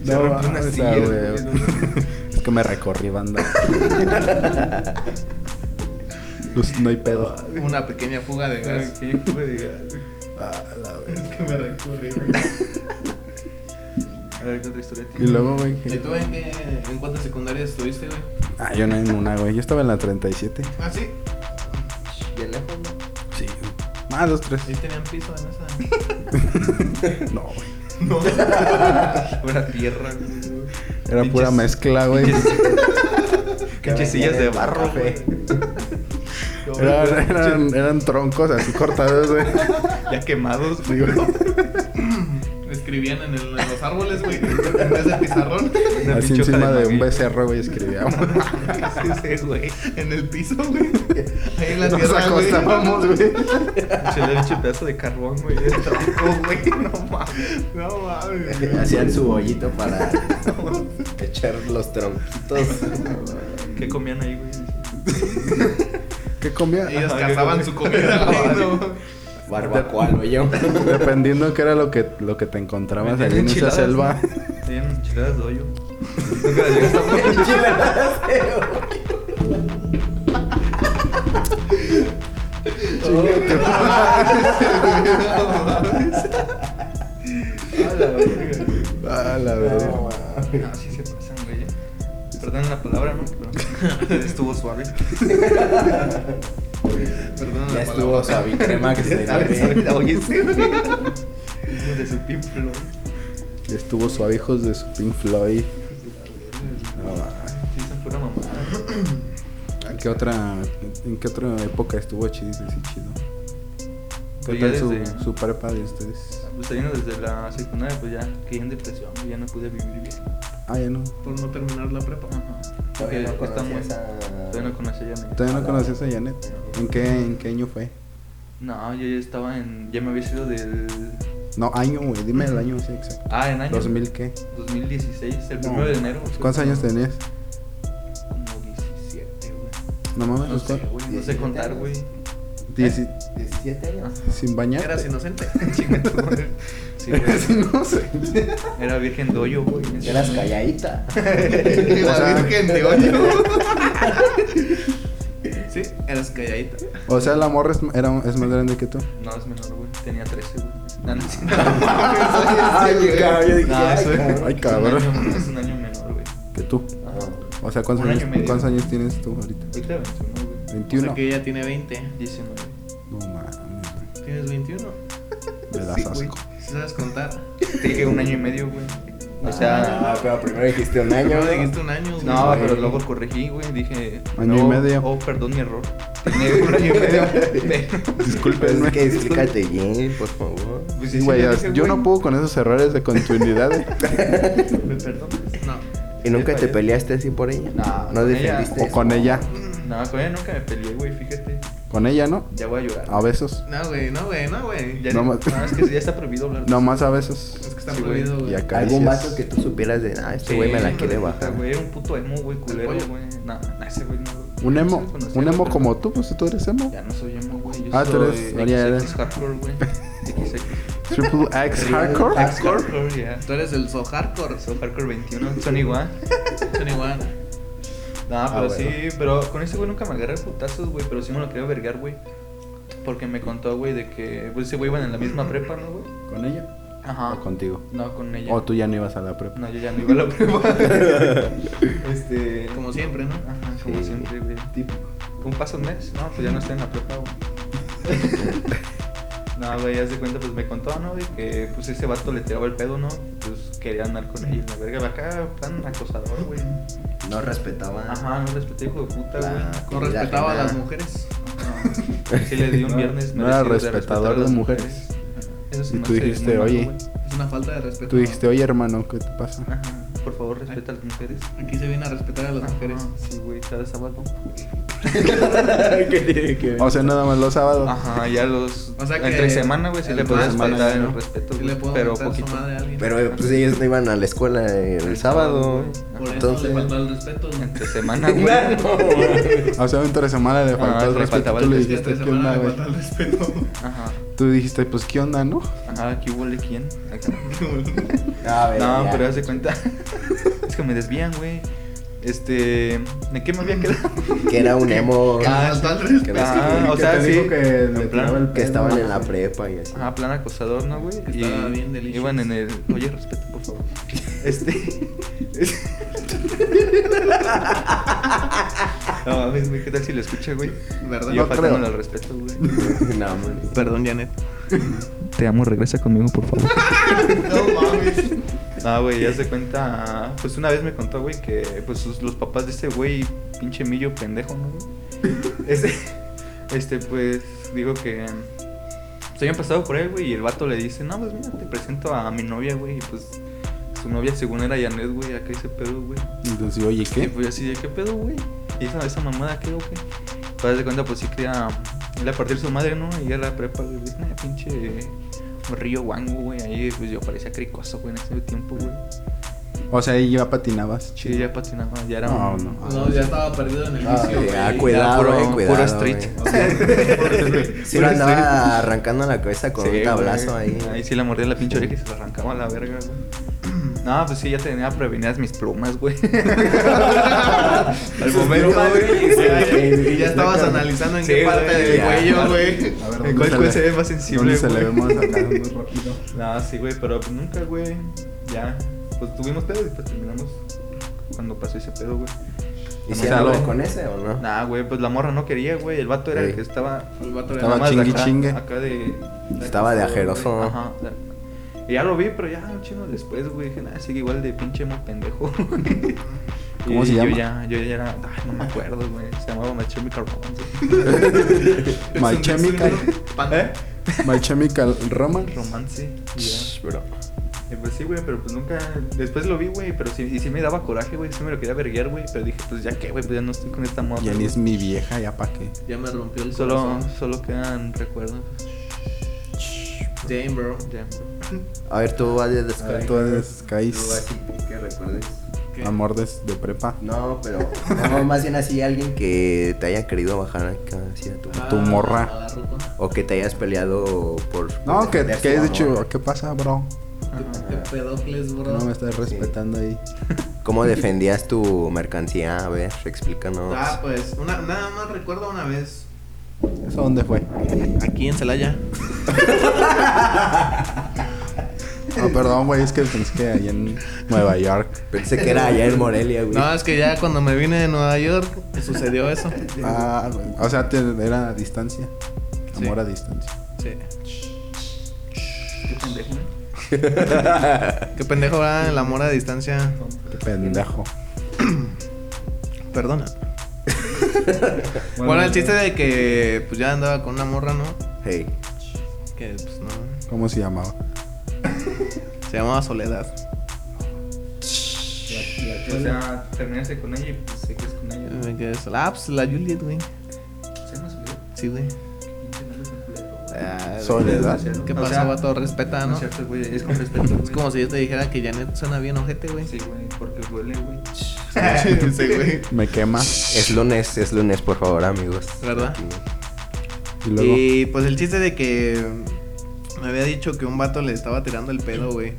Speaker 6: No,
Speaker 3: rompió una
Speaker 6: o sea,
Speaker 3: silla,
Speaker 6: güey.
Speaker 3: güey,
Speaker 6: Es que me recorrí, banda. Pues no hay pedo.
Speaker 5: Una pequeña fuga de gas.
Speaker 6: Ah, la verga.
Speaker 5: que me recorre, güey.
Speaker 3: A ver, ¿qué otra historia
Speaker 6: Y
Speaker 3: tienes?
Speaker 6: luego, güey.
Speaker 5: ¿Y
Speaker 6: que-
Speaker 5: tú en, qué, en cuántas secundarias estuviste, güey?
Speaker 6: Ah, yo no en una, güey. Yo estaba en la 37.
Speaker 5: Ah, sí.
Speaker 2: Bien lejos, ¿no?
Speaker 6: Sí.
Speaker 3: Ah,
Speaker 6: Más dos, tres.
Speaker 5: Ahí tenían piso en esa.
Speaker 6: No, güey.
Speaker 5: No.
Speaker 3: Pura tierra, güey.
Speaker 6: Era pura
Speaker 3: Pinches-
Speaker 6: mezcla, güey.
Speaker 3: Pinches sillas de barro, güey.
Speaker 6: Era- eran, eran troncos así cortados, güey.
Speaker 3: Ya quemados,
Speaker 6: Sí,
Speaker 3: güey.
Speaker 5: Escribían en, el- en los árboles, güey. En vez de pizarrón.
Speaker 3: Una
Speaker 6: Así
Speaker 3: pinche hoja de
Speaker 6: encima de un
Speaker 3: maguey.
Speaker 6: becerro, güey, escribíamos.
Speaker 3: Ese güey.
Speaker 5: En el piso, güey. Ahí en la
Speaker 6: Nos
Speaker 5: tierra, güey.
Speaker 6: acostábamos, güey.
Speaker 3: Se le eche pedazo de carbón, güey. de tronco, güey. No mames.
Speaker 5: No mames. güey.
Speaker 2: Hacían su bollito para echar los tronquitos.
Speaker 3: ¿Qué comían ahí, güey?
Speaker 6: ¿Qué comía?
Speaker 5: Ellos
Speaker 3: Ajá,
Speaker 5: cazaban
Speaker 3: güey.
Speaker 5: su comida, güey. no.
Speaker 2: Barbacoa, lo yo.
Speaker 6: Dependiendo qué era lo que, lo que te encontrabas ahí en esa
Speaker 3: Enchiladas,
Speaker 6: selva.
Speaker 3: ¿no? Tenían enchiladas de hoyo. Nunca las llegaste a probar.
Speaker 6: Ah, la verga.
Speaker 3: No, Ah, sí se pasan, güey. Perdón la palabra, ¿no? Pero estuvo suave.
Speaker 5: Perdón
Speaker 2: Ya
Speaker 5: la
Speaker 2: estuvo
Speaker 5: palabra.
Speaker 2: Savicrema que se
Speaker 3: Sabe,
Speaker 2: ve
Speaker 3: sabe,
Speaker 2: bien.
Speaker 3: Oye, sí, güey. Hijo de su pimple,
Speaker 6: Estuvo suave, hijos de su Pink Floyd. No, va.
Speaker 3: Ah, Sí, son pura mamada.
Speaker 6: ¿En qué otra, en qué otra época estuvo chido? Sí, chido. ¿Qué
Speaker 3: Yo ya
Speaker 6: tal su,
Speaker 3: desde-
Speaker 6: su prepa de ustedes?
Speaker 3: pues saliendo desde la secundaria, pues ya caí en depresión, güey, ya no pude vivir bien.
Speaker 6: Ah, ya no.
Speaker 5: Por no terminar la prepa. Ah,
Speaker 3: Ajá.
Speaker 2: Todavía no
Speaker 3: Porque está muy-
Speaker 2: conocías a-
Speaker 3: Todavía no conocía a mi-
Speaker 6: Todavía no conocías a Janet. ¿En qué, en qué año fue?
Speaker 3: No, yo ya estaba en. Ya me había sido del.
Speaker 6: No, año, güey. Dime el año, sí, exacto.
Speaker 3: Ah, en año.
Speaker 6: ¿2000 qué?
Speaker 3: 2016, el
Speaker 6: No.
Speaker 3: primero de enero. güey.
Speaker 6: ¿Cuántos años tenías?
Speaker 3: Como 17, güey.
Speaker 6: No mames,
Speaker 3: No sé,
Speaker 6: ¿cuántos?
Speaker 3: güey, no sé contar, güey.
Speaker 6: Dieci-
Speaker 2: ¿17 años?
Speaker 6: ¿Sin bañar?
Speaker 5: Eras inocente. Chinga tu madre.
Speaker 3: Sí, güey.
Speaker 6: no sé.
Speaker 3: Era virgen doyo, güey.
Speaker 2: Eras calladita.
Speaker 5: La
Speaker 6: O sea-
Speaker 5: virgen de hoyo. sí, eras calladita.
Speaker 6: O sea, la morra es, era, es más grande que tú.
Speaker 3: No, es menor, güey. Tenía 13, güey. No, no, sí, no.
Speaker 6: cabrón, yo dije,
Speaker 3: No,
Speaker 6: ay,
Speaker 3: soy-
Speaker 6: cabrón. Ay, cabrón.
Speaker 3: Es un año, es un año menor, güey.
Speaker 6: Que tú.
Speaker 3: Ajá.
Speaker 6: O sea, ¿cuántos,
Speaker 3: Un año
Speaker 6: años,
Speaker 3: y medio.
Speaker 6: ¿cuántos años tienes tú ahorita?
Speaker 3: Ahorita 21, güey.
Speaker 5: O
Speaker 6: 21.
Speaker 5: sea que ella tiene 20.
Speaker 3: 19.
Speaker 6: No mames, güey.
Speaker 5: ¿Tienes 21?
Speaker 6: Me das asco.
Speaker 5: ¿Sí ¿Sabes contar?
Speaker 3: Te dije un año y medio, güey. O
Speaker 2: Ah,
Speaker 3: sea.
Speaker 2: pero primero dijiste un año.
Speaker 5: No
Speaker 2: ¿no?
Speaker 5: dijiste un año, güey.
Speaker 3: No,
Speaker 2: güey.
Speaker 3: pero luego corregí, güey. Dije.
Speaker 6: Año y
Speaker 3: no,
Speaker 6: medio.
Speaker 3: Oh, perdón mi error. Tenía un año y medio.
Speaker 2: Pero
Speaker 6: Disculpenme.
Speaker 2: es que explícate bien, por favor.
Speaker 3: Pues
Speaker 6: Sí,
Speaker 3: sí,
Speaker 6: güey,
Speaker 3: sí,
Speaker 6: yo-
Speaker 3: dije,
Speaker 6: yo
Speaker 3: güey,
Speaker 6: no puedo con esos errores de continuidad. eh.
Speaker 3: ¿Me perdonas?
Speaker 5: No.
Speaker 2: ¿Y nunca te
Speaker 3: fallé.
Speaker 2: peleaste así por ella?
Speaker 3: No,
Speaker 2: ¿No
Speaker 3: con
Speaker 2: defendiste?
Speaker 3: ella.
Speaker 6: O con ella.
Speaker 3: No, con ella nunca me peleé, güey. Fíjate.
Speaker 6: Con ella, ¿no?
Speaker 3: Ya voy a llorar.
Speaker 6: A besos.
Speaker 5: No, güey, no, güey, no, güey.
Speaker 3: Ya,
Speaker 6: No
Speaker 3: no,
Speaker 6: más.
Speaker 3: es que ya está prohibido hablar de
Speaker 6: No
Speaker 3: eso.
Speaker 6: más a
Speaker 5: Es
Speaker 6: besos.
Speaker 5: que está
Speaker 3: Sí, güey.
Speaker 5: prohibido,
Speaker 6: Y
Speaker 5: güey.
Speaker 6: acá.
Speaker 2: ¿Algún vato que tú supieras de, ah, este güey me la
Speaker 3: Sí,
Speaker 2: quiere
Speaker 3: hijo de
Speaker 2: bajar?
Speaker 3: puta, Güey, era un puto emo, güey, culero,
Speaker 5: pollo.
Speaker 3: güey. No, no, ese güey no.
Speaker 6: Un
Speaker 3: no
Speaker 6: emo.
Speaker 3: se conocía,
Speaker 6: Un
Speaker 3: güey,
Speaker 6: emo
Speaker 3: pero-
Speaker 6: como tú, pues tú eres emo.
Speaker 3: Ya no soy emo, güey. Yo
Speaker 6: Ah, tú
Speaker 3: soy
Speaker 6: eres- ya eres.
Speaker 3: XX hardcore, güey. XX.
Speaker 6: Triple X Hardcore.
Speaker 3: Hardcore, ya.
Speaker 5: Tú eres el so hardcore.
Speaker 3: Soy hardcore 21. Son igual.
Speaker 5: Son igual.
Speaker 3: No,
Speaker 2: Ah,
Speaker 3: pero
Speaker 2: bueno.
Speaker 3: sí, pero con ese güey nunca me agarré a putazos, güey. Pero sí me lo quería vergar, güey. Porque me contó, güey, de que. Pues ese güey iban en la misma prepa, ¿no, güey?
Speaker 6: ¿Con ella?
Speaker 3: Ajá.
Speaker 6: O contigo.
Speaker 3: No, con ella.
Speaker 6: O tú ya no ibas a la prepa.
Speaker 3: No, yo ya no iba a la prepa. este.
Speaker 5: Como siempre, ¿no?
Speaker 3: Ajá, como
Speaker 2: Sí.
Speaker 3: siempre, güey. Típico. Un paso al mes, no, pues ya no estoy en la prepa, güey. no, güey, ya se cuenta, pues me contó, ¿no? De que pues ese vato le tiraba el pedo, ¿no? Pues quería andar con ella en la verga. Acá, tan acosador, güey.
Speaker 2: No respetaba.
Speaker 3: Ajá, no respeté, hijo de puta, güey.
Speaker 2: La-
Speaker 5: No
Speaker 2: Y
Speaker 5: respetaba a
Speaker 2: ajena.
Speaker 5: las mujeres.
Speaker 3: Ajá. Sí le di un
Speaker 6: No-
Speaker 3: viernes.
Speaker 6: no era
Speaker 3: merecido de respetar
Speaker 6: respetador
Speaker 3: a las
Speaker 6: de mujeres.
Speaker 3: Eso se
Speaker 6: Y
Speaker 3: me
Speaker 6: tú
Speaker 3: hace
Speaker 6: dijiste,
Speaker 3: muy malo,
Speaker 6: "Oye".
Speaker 3: güey.
Speaker 5: Es una falta de respeto.
Speaker 6: Tú dijiste, oye hermano, ¿qué te pasa?
Speaker 3: Ajá, por favor, respeta a las mujeres.
Speaker 5: Aquí se viene a respetar a las
Speaker 3: Ajá,
Speaker 5: mujeres.
Speaker 3: Sí, güey, cada sábado.
Speaker 2: ¿Qué tiene que ver?
Speaker 6: O sea, nada más los sábados.
Speaker 3: Ajá, ya los.
Speaker 5: O sea que
Speaker 3: entre semana, güey, sí
Speaker 5: el
Speaker 3: le podías
Speaker 5: martes,
Speaker 3: mandar
Speaker 6: ¿no?
Speaker 3: el respeto,
Speaker 5: Sí
Speaker 3: güey,
Speaker 5: le puedo
Speaker 3: pero
Speaker 5: mentar su
Speaker 3: poquito.
Speaker 5: madre a alguien.
Speaker 2: Pero eh, pues ellos no iban a la escuela el,
Speaker 3: El
Speaker 2: sábado.
Speaker 3: sábado,
Speaker 5: Por eso
Speaker 2: entonces-
Speaker 5: le faltó el respeto. güey.
Speaker 3: Entre semana, güey.
Speaker 6: O sea, entre semana le faltó el
Speaker 3: Ah, le
Speaker 6: respeto.
Speaker 3: faltaba
Speaker 6: Tú
Speaker 3: el
Speaker 6: le
Speaker 5: Es que
Speaker 6: dijiste,
Speaker 5: esta
Speaker 6: ¿qué
Speaker 5: semana
Speaker 6: onda,
Speaker 5: le
Speaker 6: güey?
Speaker 5: faltó el respeto.
Speaker 3: Ajá.
Speaker 6: Tú dijiste, pues, ¿qué onda, no?
Speaker 3: Ajá, aquí huele quién. Acá.
Speaker 2: A ver,
Speaker 3: No,
Speaker 2: ya.
Speaker 3: pero hace cuenta. es que me desvían, güey. Este. ¿De qué me había quedado?
Speaker 2: Que era un emo.
Speaker 5: Ah, faltó al respeto.
Speaker 2: Que me-
Speaker 3: Ah, o
Speaker 6: que
Speaker 3: sea,
Speaker 6: te
Speaker 3: sí.
Speaker 6: dijo que le
Speaker 3: en
Speaker 6: tiraba el
Speaker 3: plan,
Speaker 2: que estaban en la
Speaker 6: Ajá.
Speaker 2: prepa y así.
Speaker 3: Ajá, plan acosador, ¿no, güey?
Speaker 5: Que
Speaker 3: Y
Speaker 5: estaba bien delicious.
Speaker 3: iban en el. Oye, respeto, por favor. Este. no mames, güey, ¿qué tal si lo escucha, güey?
Speaker 5: ¿Verdad?
Speaker 3: Y Yo
Speaker 6: No
Speaker 3: faltándole
Speaker 6: creo.
Speaker 3: al respeto, güey.
Speaker 2: no,
Speaker 3: Ah,
Speaker 2: man.
Speaker 5: Perdón, Janet.
Speaker 3: Te amo, regresa conmigo, por favor.
Speaker 5: No mames.
Speaker 3: No, güey, ya se cuenta. Pues una vez me contó, güey, que pues sus- los papás de este güey, pinche millo pendejo, ¿no? güey? Este, este, pues, digo que. Se habían pasado por él, güey, y el vato le dice: No, pues mira, te presento a mi novia, güey. Y pues, su novia, según era Janet, güey, acá ese pedo, güey.
Speaker 6: Entonces, oye,
Speaker 3: Y
Speaker 6: ¿qué?
Speaker 3: pues yo así de qué pedo, güey. Y esa, esa mamada qué, o qué. Para de cuenta, pues sí quería ir a partir su madre, ¿no? Y a la prepa, güey. pues, nah, pinche río guango, güey. Ahí pues yo parecía cricoso, güey, en ese tiempo, güey.
Speaker 6: O sea, ahí ya patinabas.
Speaker 3: Sí, ya patinaba, ya era
Speaker 6: No,
Speaker 3: un-
Speaker 6: no.
Speaker 5: No, ya estaba perdido en el
Speaker 2: Ah,
Speaker 5: vicio.
Speaker 2: ya,
Speaker 5: güey.
Speaker 2: cuidado,
Speaker 3: puro-
Speaker 2: eh,
Speaker 3: puro
Speaker 2: cuidado.
Speaker 3: street.
Speaker 2: güey. Sí, lo andaba arrancando la cabeza con
Speaker 3: Sí,
Speaker 2: un
Speaker 3: güey.
Speaker 2: tablazo ahí.
Speaker 3: Ahí sí la mordía la pinche oreja y se la arrancaba a la verga, güey. No, pues sí, ya tenía prevenidas mis plumas, güey. Al
Speaker 2: Sus
Speaker 3: momento,
Speaker 2: plumas,
Speaker 3: güey.
Speaker 2: güey.
Speaker 5: Y ya estabas analizando en qué parte del
Speaker 2: ya.
Speaker 5: cuello, güey.
Speaker 6: A ver,
Speaker 3: ¿En cuál cuál se ve más sensible,
Speaker 6: ¿Dónde se le
Speaker 3: güey?
Speaker 6: ve más acá? Muy rápido.
Speaker 3: No, sí, güey, pero pues nunca, güey. Ya, pues tuvimos pedo y pues terminamos cuando pasó ese pedo, güey.
Speaker 2: ¿Y
Speaker 3: O
Speaker 2: si
Speaker 3: sea,
Speaker 2: andaban
Speaker 3: lo-
Speaker 2: con ese o no?
Speaker 3: Nah, güey, pues la morra no quería, güey. El vato era
Speaker 2: Sí.
Speaker 3: el que estaba.
Speaker 5: El vato
Speaker 6: Estaba
Speaker 3: nada más
Speaker 6: chingui
Speaker 3: acá-
Speaker 6: chingue.
Speaker 3: Acá de.
Speaker 2: Estaba de
Speaker 3: güey.
Speaker 2: ajeroso, ¿no?
Speaker 3: Ajá. Y ya lo vi, pero ya un chino después, güey. Dije, nada, sigue igual de pinche emo pendejo.
Speaker 6: ¿Cómo se
Speaker 3: Yo
Speaker 6: llama?
Speaker 3: ya, yo ya era. Ay, no me acuerdo, güey. Se llamaba Machemi Carbón.
Speaker 6: My Chemical.
Speaker 5: Pan-
Speaker 3: ¿Eh?
Speaker 6: My Chemical Romance.
Speaker 3: Romance. y ya.
Speaker 2: Shh, bro.
Speaker 3: Y pues sí, güey, pero pues nunca. Después lo vi, güey, pero sí, y sí me daba coraje, güey. Sí me lo quería verguear, güey. Pero dije, pues ya qué, güey, pues ya no estoy con esta moda.
Speaker 6: Jenny es mi vieja, ya pa' qué.
Speaker 5: Ya me rompió el
Speaker 3: Solo,
Speaker 5: corazón.
Speaker 3: solo quedan recuerdos.
Speaker 5: Damn, bro.
Speaker 3: Ya.
Speaker 2: A ver, tú vas de
Speaker 6: A
Speaker 2: descarga.
Speaker 6: ver, tú eres
Speaker 2: Tú
Speaker 6: Kais,
Speaker 2: así que recuerdes.
Speaker 5: ¿Qué?
Speaker 6: amor des- de, prepa.
Speaker 2: No, pero. No, más bien así alguien que te haya querido bajar acá hacia tu.
Speaker 5: Ah,
Speaker 6: tu morra.
Speaker 5: a la ruca.
Speaker 2: O que te hayas peleado por.
Speaker 6: No,
Speaker 2: por
Speaker 6: que,
Speaker 2: defender
Speaker 6: que
Speaker 2: tu
Speaker 6: hayas
Speaker 2: amor.
Speaker 6: dicho, ¿qué pasa, bro?
Speaker 5: Qué pedocles, bro.
Speaker 6: No me estás respetando ahí.
Speaker 2: ¿Cómo defendías tu mercancía? A ver, explícanos.
Speaker 5: Ah, pues, una, nada más recuerdo una vez.
Speaker 6: ¿Eso dónde fue?
Speaker 5: Aquí en Celaya. pues
Speaker 6: No, Ah, perdón, güey, es que pensé que allá en Nueva York.
Speaker 2: Pensé que era allá en Morelia, güey.
Speaker 5: No, es que ya cuando me vine de Nueva York pues, sucedió eso.
Speaker 6: Ah, güey. O sea, te- era a distancia.
Speaker 5: Sí.
Speaker 6: Amor a distancia.
Speaker 5: Sí.
Speaker 3: Qué pendejo, güey.
Speaker 5: Qué pendejo, ¿verdad? El amor a distancia.
Speaker 6: Qué pendejo.
Speaker 5: Perdona. Bueno, el chiste de que pues ya andaba con una morra, ¿no?
Speaker 2: Hey.
Speaker 5: Que pues no.
Speaker 6: ¿Cómo se llamaba?
Speaker 5: Se llamaba Soledad.
Speaker 3: O sea, terminaste con ella y pues sé que es con ella.
Speaker 5: Me quedé sola. Ah, pues la Juliet, güey.
Speaker 3: Se me subió.
Speaker 5: Sí, güey.
Speaker 3: Pinche nombre completo, güey.
Speaker 5: Ah,
Speaker 6: Soledad.
Speaker 5: ¿Qué
Speaker 3: O
Speaker 5: pasa,
Speaker 3: sea,
Speaker 5: vato? Respeta,
Speaker 3: No
Speaker 5: ¿no?
Speaker 3: es cierto, güey. Es con respeto, güey.
Speaker 5: Es como si yo te dijera que Janet suena bien ojete, güey.
Speaker 3: Sí, güey, porque duele, güey.
Speaker 5: sí, güey.
Speaker 6: Me quema.
Speaker 2: Es lunes, es lunes, por favor, amigos.
Speaker 5: ¿Verdad?
Speaker 6: Y luego.
Speaker 5: Y pues el chiste de que me había dicho que un vato le estaba tirando el pedo, güey.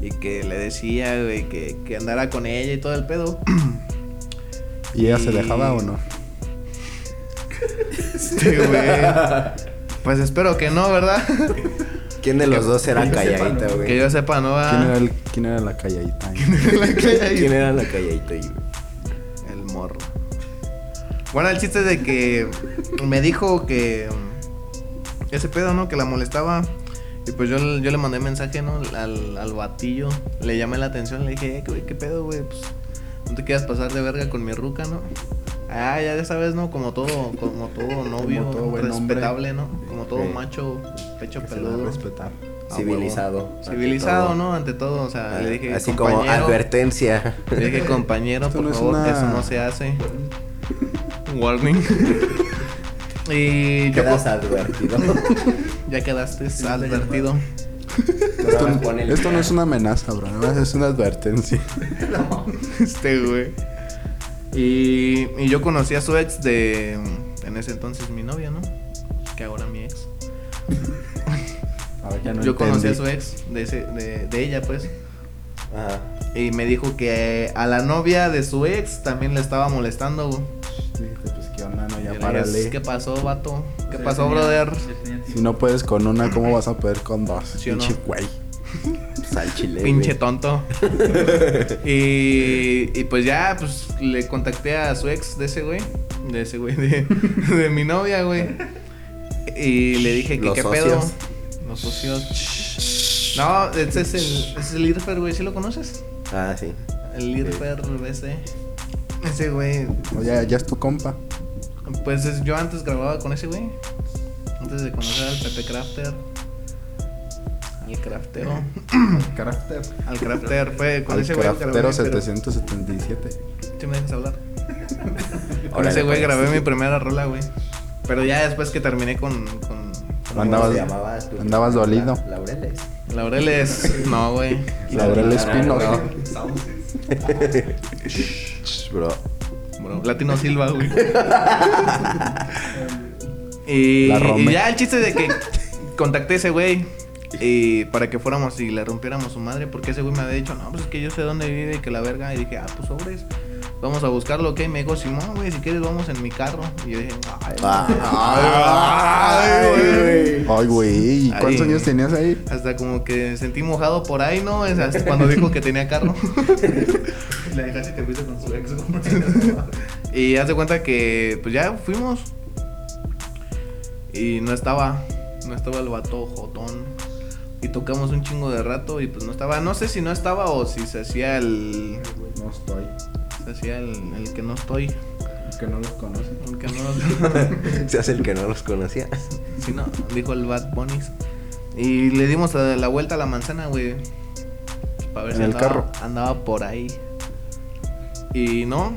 Speaker 5: Y que le decía, güey, que, que andara con ella y todo el pedo.
Speaker 6: ¿Y ella se
Speaker 5: y-
Speaker 6: dejaba o no?
Speaker 5: Sí, güey. Pues espero que no, ¿verdad?
Speaker 2: ¿Quién de los dos era
Speaker 3: que sepa,
Speaker 2: calladita,
Speaker 3: ¿no?
Speaker 5: que
Speaker 2: güey?
Speaker 5: yo sepa, ¿no? va?
Speaker 6: ¿Quién era, el- quién Ah. era la calladita? ahí?
Speaker 2: ¿Quién era la calladita, ahí, güey?
Speaker 5: El morro. Bueno, el chiste es de que me dijo que mm, ese pedo, ¿no? Que la molestaba. Y pues yo, yo le mandé mensaje, ¿no? Al, al batillo. Le llamé la atención, le dije, eh, güey, ¿qué pedo, güey? Pues no te quieras pasar de verga con mi ruca, ¿no? Ah, ya de sabes, ¿no? Como todo, como todo novio,
Speaker 6: todo buen hombre.
Speaker 5: respetable, ¿no? Como todo
Speaker 2: Sí.
Speaker 5: macho, pecho
Speaker 6: Que se la
Speaker 5: peludo.
Speaker 6: respetar.
Speaker 5: Ah,
Speaker 2: Civilizado.
Speaker 5: huevo.
Speaker 2: ante
Speaker 5: Civilizado,
Speaker 2: todo.
Speaker 5: ¿no? Ante todo, o sea, Ah, le dije,
Speaker 2: Así como
Speaker 5: compañero,
Speaker 2: advertencia.
Speaker 5: le dije, compañero,
Speaker 6: Esto
Speaker 5: por
Speaker 6: no es
Speaker 5: favor,
Speaker 6: una-
Speaker 5: eso no se hace. Warning. y yo,
Speaker 2: Quedas
Speaker 5: pues,
Speaker 2: advertido.
Speaker 5: ya quedaste advertido.
Speaker 6: Esto, esto no es una amenaza, bro. nada más Es una advertencia.
Speaker 5: este, güey. Y, y yo conocí a su ex de, en ese entonces, mi novia, ¿no? Que ahora mi ex.
Speaker 6: Ahora ya no
Speaker 5: yo conocí a
Speaker 6: entendí.
Speaker 5: su ex de, ese, de, de ella, pues.
Speaker 2: Ajá.
Speaker 5: Y me dijo que a la novia de su ex también le estaba molestando, güey.
Speaker 6: Dijiste, pues qué onda, no,
Speaker 5: Y le
Speaker 6: ya
Speaker 5: dije,
Speaker 6: párale.
Speaker 5: ¿Qué pasó, vato? ¿Qué
Speaker 3: O sea,
Speaker 5: pasó,
Speaker 3: tenía-
Speaker 5: brother?
Speaker 3: ya tenía
Speaker 6: Si no puedes con una, ¿cómo vas a poder con dos?
Speaker 5: ¿Sí o no?
Speaker 6: Pinche güey.
Speaker 2: Pues al chile.
Speaker 5: Pinche
Speaker 2: güey.
Speaker 5: tonto. y, y pues ya, pues le contacté a su ex de ese güey. De ese güey, de, de mi novia, güey. Y le dije que
Speaker 2: Los
Speaker 5: qué
Speaker 2: socios.
Speaker 5: pedo. Los socios. No, ese es el, es el Irfer, güey. ¿Sí lo conoces?
Speaker 2: Ah, sí.
Speaker 5: El Irfer, ese. Ese güey.
Speaker 6: O ya, ya es tu compa.
Speaker 5: Pues es- yo antes grababa con ese güey. Antes de conocer al Pepe Crafter. Al craftero.
Speaker 6: Carácter.
Speaker 5: Al crafter. Fue con
Speaker 6: Al
Speaker 5: ese güey grabé.
Speaker 6: craftero
Speaker 5: mi- pero-
Speaker 6: 777.
Speaker 5: ¿Sí me dejas hablar? Con
Speaker 2: Órale,
Speaker 5: ese güey
Speaker 2: pues.
Speaker 5: grabé mi primera rola, güey. Pero ya después que terminé con. con
Speaker 6: Andabas-
Speaker 2: ¿Cómo se llamaba tu-
Speaker 6: andabas dolido.
Speaker 2: Laureles.
Speaker 5: Laureles. No, güey.
Speaker 6: Laurel Espino.
Speaker 5: Eh,
Speaker 2: Bro.
Speaker 5: Bro, Latino Silva, güey. y,
Speaker 6: La Rome.
Speaker 5: y ya el chiste de que contacté a ese güey. Y para que fuéramos y le rompiéramos su madre, porque ese güey me había dicho, no, pues es que yo sé dónde vive y que la verga. Y dije, ah, pues sobres, vamos a buscarlo, ok. Y me dijo, Simón, güey, si quieres, vamos en mi carro. Y yo dije, ay,
Speaker 2: Ay, güey.
Speaker 6: Ay, güey. ¿y ¿Cuántos
Speaker 5: Ay.
Speaker 6: años tenías ahí?
Speaker 5: Hasta como que sentí mojado por ahí, ¿no? Es hasta cuando dijo que tenía carro.
Speaker 3: La dejaste y te fuiste con su ex,
Speaker 5: y haz de cuenta que pues ya fuimos. Y no estaba. No estaba el vato jotón. Y tocamos un chingo de rato y pues no estaba. No sé si no estaba o si se hacía el.
Speaker 6: No estoy.
Speaker 5: Se hacía el, el que no estoy.
Speaker 6: que no los conoce.
Speaker 5: Porque no-
Speaker 2: Se hace el que no los conocía.
Speaker 5: Sí, no, dijo el Bad Bunnies. Y le dimos a la vuelta a la manzana, güey. Para ver
Speaker 2: En
Speaker 5: si
Speaker 2: el
Speaker 5: andaba,
Speaker 2: carro.
Speaker 5: andaba por ahí. Y no,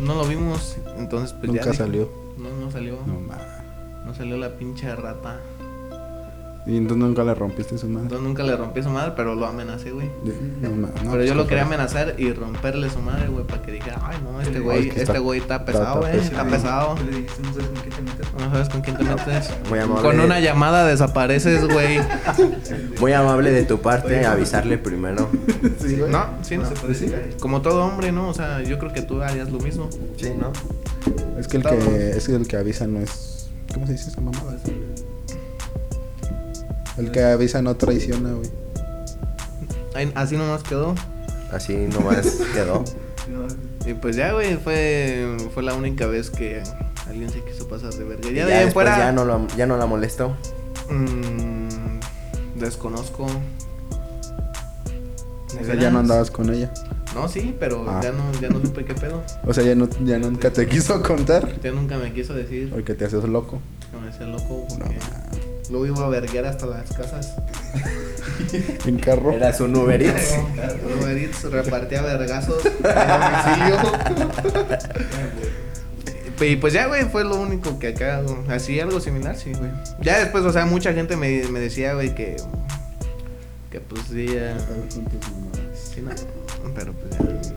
Speaker 5: no lo vimos. Entonces, pues ya.
Speaker 6: Nunca
Speaker 5: dije-
Speaker 6: salió.
Speaker 5: No, no salió.
Speaker 6: No
Speaker 5: No.
Speaker 6: ma.
Speaker 5: salió la pinche rata.
Speaker 6: Y entonces nunca le rompiste su madre.
Speaker 5: Entonces nunca le rompí su madre, pero lo amenacé, güey.
Speaker 6: De- no ma, no,
Speaker 5: pero
Speaker 6: pues,
Speaker 5: yo lo
Speaker 6: qué
Speaker 5: quería
Speaker 6: feo.
Speaker 5: amenazar y romperle su madre, güey, para que dijera, ay, no, este
Speaker 6: Ay,
Speaker 5: güey,
Speaker 6: es que
Speaker 5: este
Speaker 6: está-
Speaker 5: güey está
Speaker 6: está-
Speaker 5: pesado,
Speaker 6: está
Speaker 5: güey,
Speaker 6: pesado.
Speaker 5: está pesado.
Speaker 3: Le dijiste, no sabes con qué te metes.
Speaker 5: No sabes con quién te metes.
Speaker 2: Muy amable.
Speaker 5: Con una llamada desapareces, güey.
Speaker 2: Muy amable de tu parte avisarle primero.
Speaker 6: Sí, güey.
Speaker 5: No, sí, no.
Speaker 6: se puede decir.
Speaker 5: Como todo hombre, ¿no? O sea, yo creo que tú harías lo mismo.
Speaker 2: Sí, ¿no?
Speaker 6: Es que el
Speaker 5: Todo.
Speaker 6: que, es que el que avisa no es. ¿Cómo se dice esa mamada? El que avisa no traiciona, güey.
Speaker 5: Ahí- Así nomás quedó.
Speaker 2: Así nomás quedó.
Speaker 5: Y pues ya, güey, fue, fue la única vez que alguien se quiso pasar de verga.
Speaker 2: Y
Speaker 5: Ya
Speaker 2: ya
Speaker 5: de ahí en
Speaker 2: después
Speaker 5: fuera.
Speaker 2: ya no, lo- ya no la molestó.
Speaker 5: mm, desconozco.
Speaker 6: O sea, ya no andabas con ella.
Speaker 5: No, sí, pero
Speaker 6: Ah.
Speaker 5: ya, no, ya no supe qué pedo.
Speaker 6: O sea, ya, no, ya nunca te quiso contar.
Speaker 5: Ya nunca me quiso decir
Speaker 6: Porque te haces loco.
Speaker 5: que me hacía loco
Speaker 6: No,
Speaker 5: porque
Speaker 6: ma.
Speaker 5: luego iba a verguear hasta las casas.
Speaker 6: En carro.
Speaker 2: Era su Uber Eats.
Speaker 5: Uber Eats repartía vergazos en domicilio. Y pues ya, güey, fue lo único que acá, güey, así algo similar, sí, güey. Ya después, o sea, mucha gente me, me decía, güey, que, que pues sí, ya, sí, no, pero pues ya.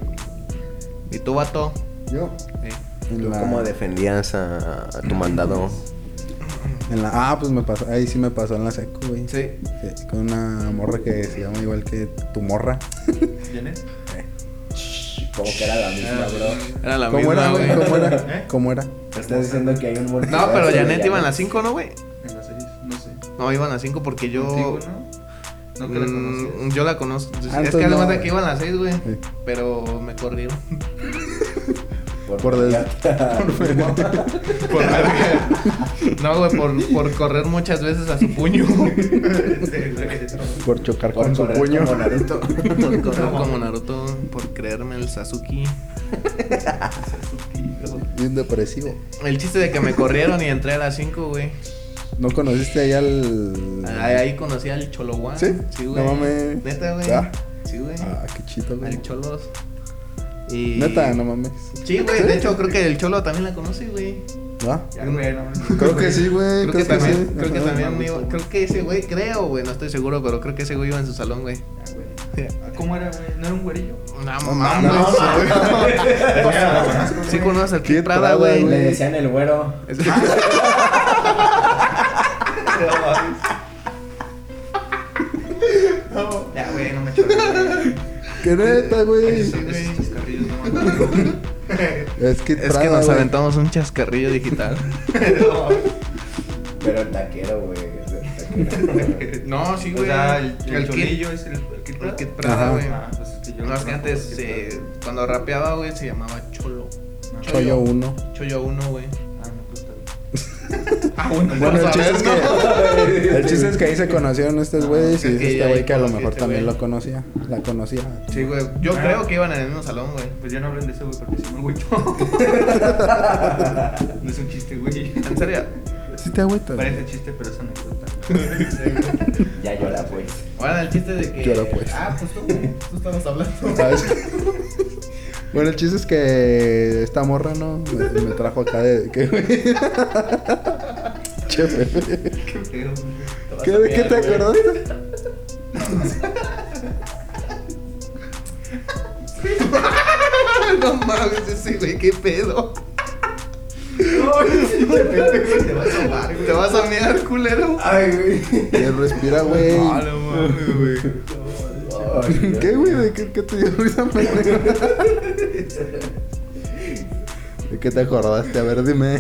Speaker 5: ¿Y tú, vato?
Speaker 6: Yo.
Speaker 5: Eh,
Speaker 6: En
Speaker 2: ¿Tú
Speaker 6: la,
Speaker 2: ¿Cómo defendías a, a tu mandado?
Speaker 6: en la- ah, pues me pasó. Ahí sí me pasó en la seco, güey.
Speaker 5: Sí.
Speaker 6: Sí, Con una morra que se llama igual que tu morra.
Speaker 3: ¿Tienes?
Speaker 2: Como que era la
Speaker 6: Ah,
Speaker 5: Era, era la
Speaker 6: ¿Cómo
Speaker 5: misma,
Speaker 6: era, güey?
Speaker 5: güey. ¿Eh?
Speaker 6: ¿Cómo era? ¿Cómo era?
Speaker 2: Estás diciendo que hay un
Speaker 5: No, pero Janet iba en las 5, ¿no, güey?
Speaker 3: En las series, no sé.
Speaker 5: No, iban a las 5 porque yo...
Speaker 3: Contigo, ¿no? No que la
Speaker 5: Mm,
Speaker 3: conoces.
Speaker 5: Yo la conozco. Es
Speaker 6: Ah,
Speaker 5: que
Speaker 6: entonces
Speaker 5: haz de
Speaker 6: no,
Speaker 5: cuenta
Speaker 6: güey.
Speaker 5: que iban las seis, güey.
Speaker 6: Sí.
Speaker 5: Pero me corrieron.
Speaker 6: Por des-
Speaker 5: Por no, güey, por, por correr muchas veces a su puño.
Speaker 6: Por chocar
Speaker 2: Por
Speaker 6: con su
Speaker 2: correr
Speaker 6: puño.
Speaker 2: como Naruto.
Speaker 5: por correr como Naruto, por creerme el Sasuke.
Speaker 6: Bien depresivo.
Speaker 5: El chiste de que me corrieron y entré a las 5, güey.
Speaker 6: ¿No conociste ahí al.
Speaker 5: Ahí, ahí conocí al Chologuán.
Speaker 6: ¿Sí?
Speaker 5: güey.
Speaker 6: No mames.
Speaker 5: Neta, güey.
Speaker 6: Ah.
Speaker 5: Sí, güey.
Speaker 6: Ah, qué chido, güey.
Speaker 5: Al Cholos. Y...
Speaker 6: Neta, no mames.
Speaker 5: Sí, güey. De hecho, creo que el Cholo también la conoce, güey.
Speaker 6: ¿Ah?
Speaker 3: Ya, güey, no,
Speaker 6: Creo que sí, güey.
Speaker 5: Creo que
Speaker 6: sí.
Speaker 5: también, creo que
Speaker 6: Ajá.
Speaker 5: también iba- creo que ese güey, creo, güey, no estoy seguro, pero creo que ese güey iba en su salón, güey.
Speaker 3: Ya, güey. ¿Cómo era, güey? ¿No era un güerillo?
Speaker 5: No
Speaker 2: Ah,
Speaker 5: mames,
Speaker 6: no,
Speaker 5: güey. Sí conoces al Kid Prada, güey.
Speaker 2: Le decían el güero.
Speaker 5: Es- Ya, güey, no me chorres, güey.
Speaker 6: Que neta, güey.
Speaker 5: Sí, güey.
Speaker 3: Esos carrillos, no mames.
Speaker 6: Es que,
Speaker 5: Es que nos aventamos un chascarrillo digital.
Speaker 2: Pero el taquero, güey. es el taquero.
Speaker 5: No, sí,
Speaker 3: O
Speaker 5: güey.
Speaker 3: sea, el, el,
Speaker 5: El Kid-
Speaker 3: cholillo es el, el Kid
Speaker 5: el
Speaker 3: Prada.
Speaker 5: Kid Prada,
Speaker 6: Ajá.
Speaker 5: güey.
Speaker 3: Ah, pues es que yo
Speaker 5: No, es
Speaker 3: conozco
Speaker 5: que antes,
Speaker 3: Kid
Speaker 5: eh,
Speaker 3: Prada.
Speaker 5: cuando rapeaba, güey, se llamaba Cholo.
Speaker 3: Ah,
Speaker 6: Choyo 1.
Speaker 5: Cholo 1, güey.
Speaker 3: Ah, no, pues, está bien.
Speaker 5: Ah, bueno,
Speaker 6: Bueno, el chiste, es que, el chiste es que ahí se conocieron estos güeyes y
Speaker 5: creo
Speaker 6: es
Speaker 5: que
Speaker 6: este
Speaker 5: ya
Speaker 6: güey que a lo
Speaker 5: conocí a
Speaker 6: mejor
Speaker 5: este
Speaker 6: también
Speaker 5: güey.
Speaker 6: lo conocía. La conocía.
Speaker 5: Sí, güey. Yo
Speaker 3: Ah.
Speaker 5: creo que iban en el mismo salón, güey.
Speaker 3: Pues ya no hablen de eso, güey, porque si no, güey. no es un chiste, güey.
Speaker 5: ¿En serio?
Speaker 6: Sí, te agüitas. güey.
Speaker 3: Parece chiste, pero es anécdota.
Speaker 2: Ya llora, pues.
Speaker 5: Ahora el chiste de que.
Speaker 6: Yo era, pues.
Speaker 5: Ah, pues tú, tú estabas hablando.
Speaker 6: ¿Sabes? Bueno, el chiste es que esta morra, ¿no? Me, me trajo acá de... ¿Qué, güey? Che, Pepe.
Speaker 3: Qué feo, güey.
Speaker 6: ¿Qué, ¿De qué te acordaste?
Speaker 5: no mames, ese güey, qué pedo.
Speaker 3: Te vas a ahogar, Ah, güey.
Speaker 5: Te vas a mear, culero.
Speaker 6: Que respira, güey.
Speaker 5: No, no mames, güey.
Speaker 6: ¿Qué, güey? ¿De qué, qué te dio risa, pendejo? ¿De qué te acordaste? A ver, dime.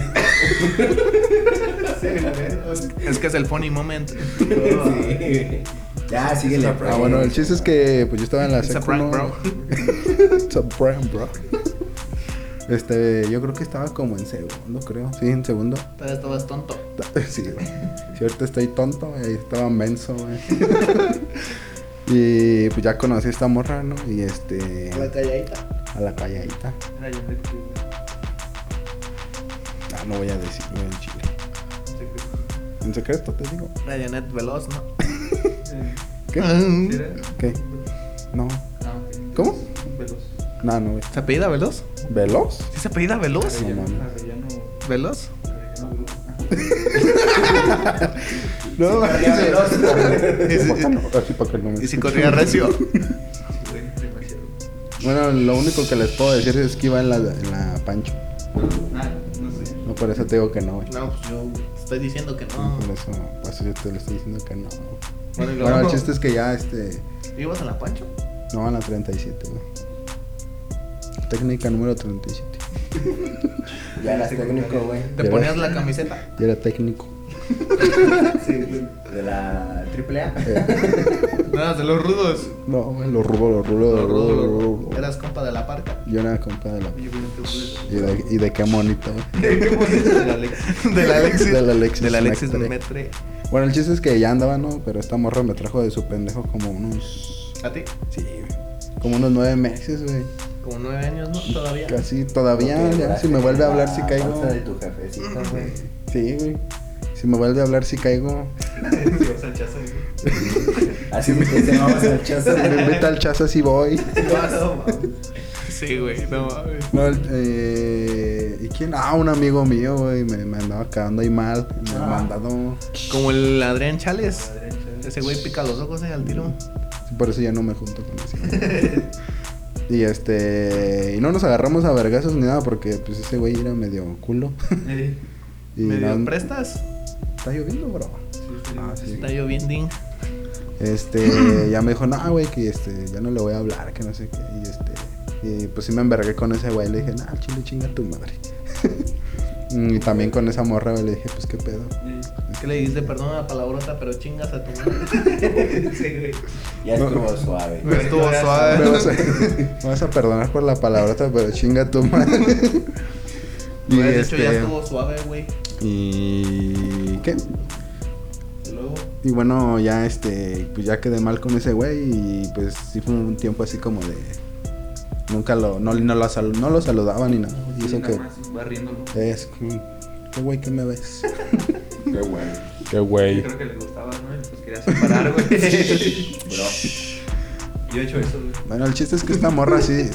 Speaker 5: Es que es el funny moment.
Speaker 2: Sí. Ya, síguele.
Speaker 6: Ah, bueno, el chiste es que pues yo estaba en la
Speaker 5: It's a
Speaker 6: secu,
Speaker 5: prank,
Speaker 6: ¿no?
Speaker 5: bro.
Speaker 6: It's a prank, bro. Este, yo creo que estaba como en segundo, creo. Sí, en segundo.
Speaker 5: Todavía estabas tonto.
Speaker 6: Ta- Sí, güey. Si ahorita estoy tonto, güey, estaba menso, güey. y pues ya conocí a esta morra, ¿no? Y este.
Speaker 5: calladita.
Speaker 6: A la calladita.
Speaker 3: Era ya de-
Speaker 6: Ah, No voy a decir, güey, en Chile. En secreto te digo.
Speaker 5: Radionet Veloz, ¿no?
Speaker 6: ¿Qué?
Speaker 5: Ah,
Speaker 6: ¿Qué? No. Mm,
Speaker 3: Ah,
Speaker 6: ¿Cómo? No, no, güey.
Speaker 5: ¿Se apellida Veloz?
Speaker 6: ¿Veloz?
Speaker 5: ¿Sí se apellida Veloz?
Speaker 6: No
Speaker 3: Ah,
Speaker 6: mames.
Speaker 5: ¿Veloz?
Speaker 6: No,
Speaker 5: Veloz.
Speaker 6: mames. Así para que no me
Speaker 5: ¿Y si
Speaker 6: escuchen.
Speaker 5: corría recio?
Speaker 6: Bueno, lo único que les puedo decir es que iba en la, en la Pancho.
Speaker 3: Ah,
Speaker 6: No, por eso te digo que no, güey.
Speaker 5: No, pues yo estoy diciendo que no.
Speaker 6: No, Por eso, por eso yo te lo estoy diciendo que no. güey.
Speaker 5: Mm, pues, Bueno, y
Speaker 6: Bueno, el
Speaker 5: luego,
Speaker 6: chiste es que ya, este,
Speaker 5: ¿Ibas a la Pancho?
Speaker 6: no van a 37, güey. Técnica número 37.
Speaker 2: Ya eras técnico, güey.
Speaker 5: ¿Te
Speaker 6: Ya
Speaker 5: ponías
Speaker 6: ves.
Speaker 5: la camiseta?
Speaker 6: Yo era técnico.
Speaker 2: De la triple A.
Speaker 6: Eh,
Speaker 5: Nada, de los rudos.
Speaker 6: No, güey, lo rubo, lo rubo, lo rubo, lo rubo.
Speaker 5: Eras compa de la parca.
Speaker 6: Yo era compa de la... Y de, y de qué monito, güey.
Speaker 5: Del Alexis. Del Alexis.
Speaker 6: Del Alexis
Speaker 5: Del Alexis
Speaker 6: Metre.
Speaker 5: Metre.
Speaker 6: Bueno, el chiste es que ya andaba, ¿no? Pero esta morra me trajo de su pendejo como unos...
Speaker 5: ¿A ti?
Speaker 6: Sí, güey. Como unos nueve meses, güey.
Speaker 5: Como nueve años, ¿no? Todavía.
Speaker 6: Casi todavía,
Speaker 2: Porque
Speaker 6: ya,
Speaker 2: la-
Speaker 6: si me vuelve a hablar, si
Speaker 2: la
Speaker 6: caigo.
Speaker 2: panza Ah, de tu jefecito, güey.
Speaker 6: Sí, güey. Si me vuelve a hablar, si caigo.
Speaker 2: Así me dicen, vamos al
Speaker 6: Si
Speaker 2: chazo.
Speaker 6: me invita al chazo, si voy.
Speaker 3: Ah,
Speaker 5: Sí, güey, no mames.
Speaker 6: No, el- eh, ¿Y quién? Ah, un amigo mío, güey. Me, me andaba cagando ahí mal. Me ha mandado.
Speaker 5: Como el Adrián Chales. Ese güey pica los ojos eh, al tiro.
Speaker 6: Por eso ya no me junto con ese. güey. Y este. Y no nos agarramos a vergazos ni nada porque, pues, ese güey era medio culo. y
Speaker 5: ¿Me
Speaker 6: no-
Speaker 5: prestas?
Speaker 6: Está lloviendo, bro. Ah, sí.
Speaker 5: Está lloviendo.
Speaker 6: Este, ya me dijo, no, güey, que este, ya no le voy a hablar, que no sé qué. Y este, y pues sí me envergué con ese güey, le dije, no, al chile chinga tu madre. Mm, y también con esa morra, güey, le dije, pues qué pedo.
Speaker 5: ¿Qué le dijiste? Perdón la palabrota, pero chingas a tu madre. sí, güey.
Speaker 2: Ya estuvo suave.
Speaker 5: No estuvo
Speaker 6: Me vas, a,
Speaker 5: suave.
Speaker 6: me vas a perdonar por la palabrota, pero chinga tu madre. y
Speaker 5: De hecho, ya
Speaker 6: este,
Speaker 5: estuvo suave, güey.
Speaker 6: y qué?
Speaker 5: Luego.
Speaker 6: Y bueno, ya este, pues ya quedé mal con ese güey y pues sí fue un tiempo así como de nunca lo no no lo, salu- no lo saludaba ni nada. Y eso que
Speaker 3: Barriéndolo.
Speaker 6: es qué güey que me ves.
Speaker 2: Qué bueno.
Speaker 6: Qué güey.
Speaker 3: Creo que le gustaba, ¿no? Y pues quería separar, güey. Yo
Speaker 2: Bro.
Speaker 3: he hecho eso, güey.
Speaker 6: Bueno, el chiste es que esta morra sí.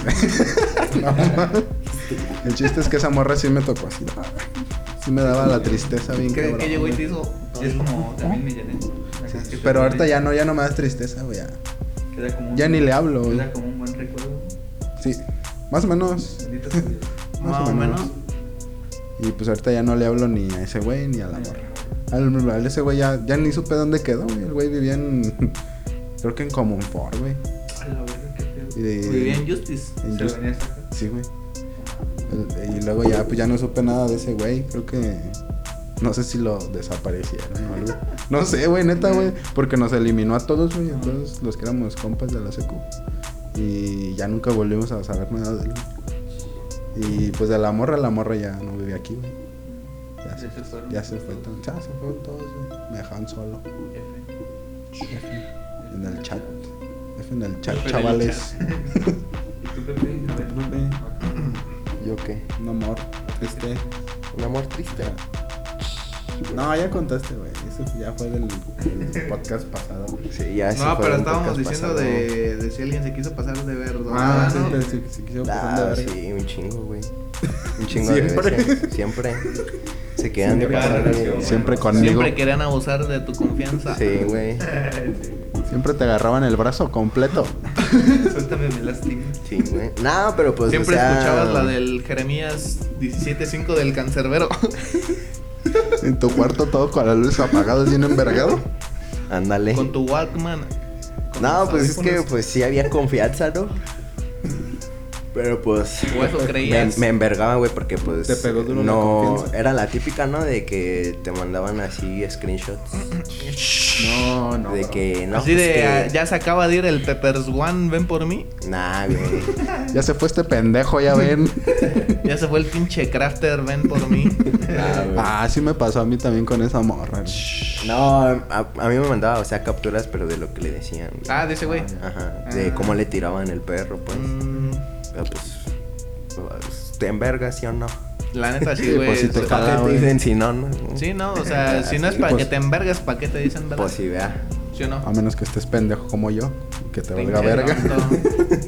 Speaker 6: No, el chiste es que esa morra sí me tocó así. Sí me daba la tristeza bien
Speaker 5: ¿Qué,
Speaker 6: cabrón.
Speaker 5: qué llegó y te hizo?
Speaker 3: Es como también me llené.
Speaker 6: Sí, Pero ahorita ya no, ya no me da tristeza, güey. ya.
Speaker 3: Queda como
Speaker 6: Ya ni le hablo, güey.
Speaker 3: Queda como un buen recuerdo.
Speaker 6: Sí. Más o menos.
Speaker 3: Bendito sea Dios.
Speaker 5: Más o menos.
Speaker 6: Y pues ahorita ya no le hablo ni a ese güey ni a la morra. Al, al ese güey ya, ya ni supe dónde quedó, güey. El güey vivía en. Creo que en Common Fort, güey.
Speaker 3: A la verga, qué pedo.
Speaker 6: Y de-
Speaker 5: Vivía en Justice.
Speaker 6: en
Speaker 3: Se
Speaker 6: Just-
Speaker 3: venía hasta acá.
Speaker 6: Sí, güey. El- Y luego ya, pues ya no supe nada de ese güey. Creo que. No sé si lo desaparecieron o algo. No sé, güey, neta, güey. Porque nos eliminó a todos, güey. A todos los que éramos compas de la secu. Y ya nunca volvimos a saber nada de él. Y pues de la morra, la morra ya no vive aquí, güey. Ya se,
Speaker 3: Ya se fueron.
Speaker 6: ya se fue. todo- Ya se fueron todos, güey. Me dejaron solo.
Speaker 3: F.
Speaker 6: En el chat. F en el chat,
Speaker 5: F en el
Speaker 6: chavales.
Speaker 3: ¿Y tú, Pepe? A ver.
Speaker 2: ¿Yo qué?
Speaker 6: Un amor. Este.
Speaker 2: Un amor triste.
Speaker 6: No, ya contaste, güey. Eso ya fue del, del podcast pasado. güey.
Speaker 2: Sí, ya se
Speaker 5: No,
Speaker 2: fue
Speaker 5: pero
Speaker 2: el
Speaker 5: estábamos
Speaker 2: podcast
Speaker 5: diciendo
Speaker 2: pasado.
Speaker 5: de, de si alguien se quiso pasar de verdad.
Speaker 6: Ah, sí,
Speaker 5: ¿no?
Speaker 6: pero sí, sí, quiso pasar
Speaker 2: Ah,
Speaker 6: de verga.
Speaker 2: sí, un chingo, güey. Un chingo
Speaker 6: Siempre.
Speaker 2: de veces. Siempre. Se quedan de
Speaker 6: Siempre
Speaker 2: pasar.
Speaker 3: cada
Speaker 2: güey.
Speaker 3: relación,
Speaker 6: Siempre conmigo.
Speaker 5: Siempre
Speaker 6: Siempre,
Speaker 5: querían abusar de tu confianza.
Speaker 2: Sí, güey.
Speaker 6: te agarraban el brazo completo.
Speaker 3: Suéltame, me lastimas.
Speaker 2: Sí, güey. No, pero pues. o
Speaker 5: Siempre
Speaker 2: sea,
Speaker 5: escuchabas la del Jeremías 17.5 del cancerbero.
Speaker 6: En tu cuarto todo con la luz apagada, bien envergado.
Speaker 2: Ándale.
Speaker 5: Con tu Walkman. Con
Speaker 2: No,
Speaker 5: tus
Speaker 2: pues es que
Speaker 5: audífonos.
Speaker 2: pues sí había confianza, ¿no? Pero pues.
Speaker 5: O eso
Speaker 2: Me,
Speaker 5: creías.
Speaker 2: me envergaba, güey, porque pues.
Speaker 6: Te pegó duro la
Speaker 2: No.
Speaker 6: confianza.
Speaker 2: Era la típica, ¿no? De que te mandaban así screenshots.
Speaker 6: No, no.
Speaker 2: de
Speaker 6: bro.
Speaker 2: que no.
Speaker 5: Así
Speaker 2: pues,
Speaker 5: de,
Speaker 2: que-
Speaker 5: "Ah, ya se acaba de ir el Peppers One, ven por mí.
Speaker 2: Nah, güey.
Speaker 6: Ya se fue este pendejo, ya ven.
Speaker 5: Ya se fue el pinche Crafter, ven por mí.
Speaker 2: Nah, güey.
Speaker 6: ah, sí me pasó a mí también con esa morra. güey.
Speaker 2: No, a, a mí me mandaba, o sea, capturas, pero de lo que le decían. güey.
Speaker 5: ah, de ese güey.
Speaker 2: Ajá, de
Speaker 5: Ah.
Speaker 2: cómo le tiraban el perro, pues.
Speaker 5: Mm,
Speaker 2: Pero pues, pues, ¿Te envergas, sí o no?
Speaker 5: La neta, sí,
Speaker 2: Sí,
Speaker 5: ah, güey.
Speaker 2: pues si te
Speaker 5: se-
Speaker 2: jala,
Speaker 6: paquete.
Speaker 2: güey. dicen si no, no.
Speaker 5: Sí, no, o sea, si no es
Speaker 6: Sí,
Speaker 5: para
Speaker 6: pues-
Speaker 5: que te envergas, ¿para qué te dicen verdad?
Speaker 2: Pues si vea.
Speaker 5: ¿Sí o no?
Speaker 6: A menos que estés pendejo como yo. y Que te Ah, valga
Speaker 5: Pinche
Speaker 6: verga.
Speaker 5: tonto.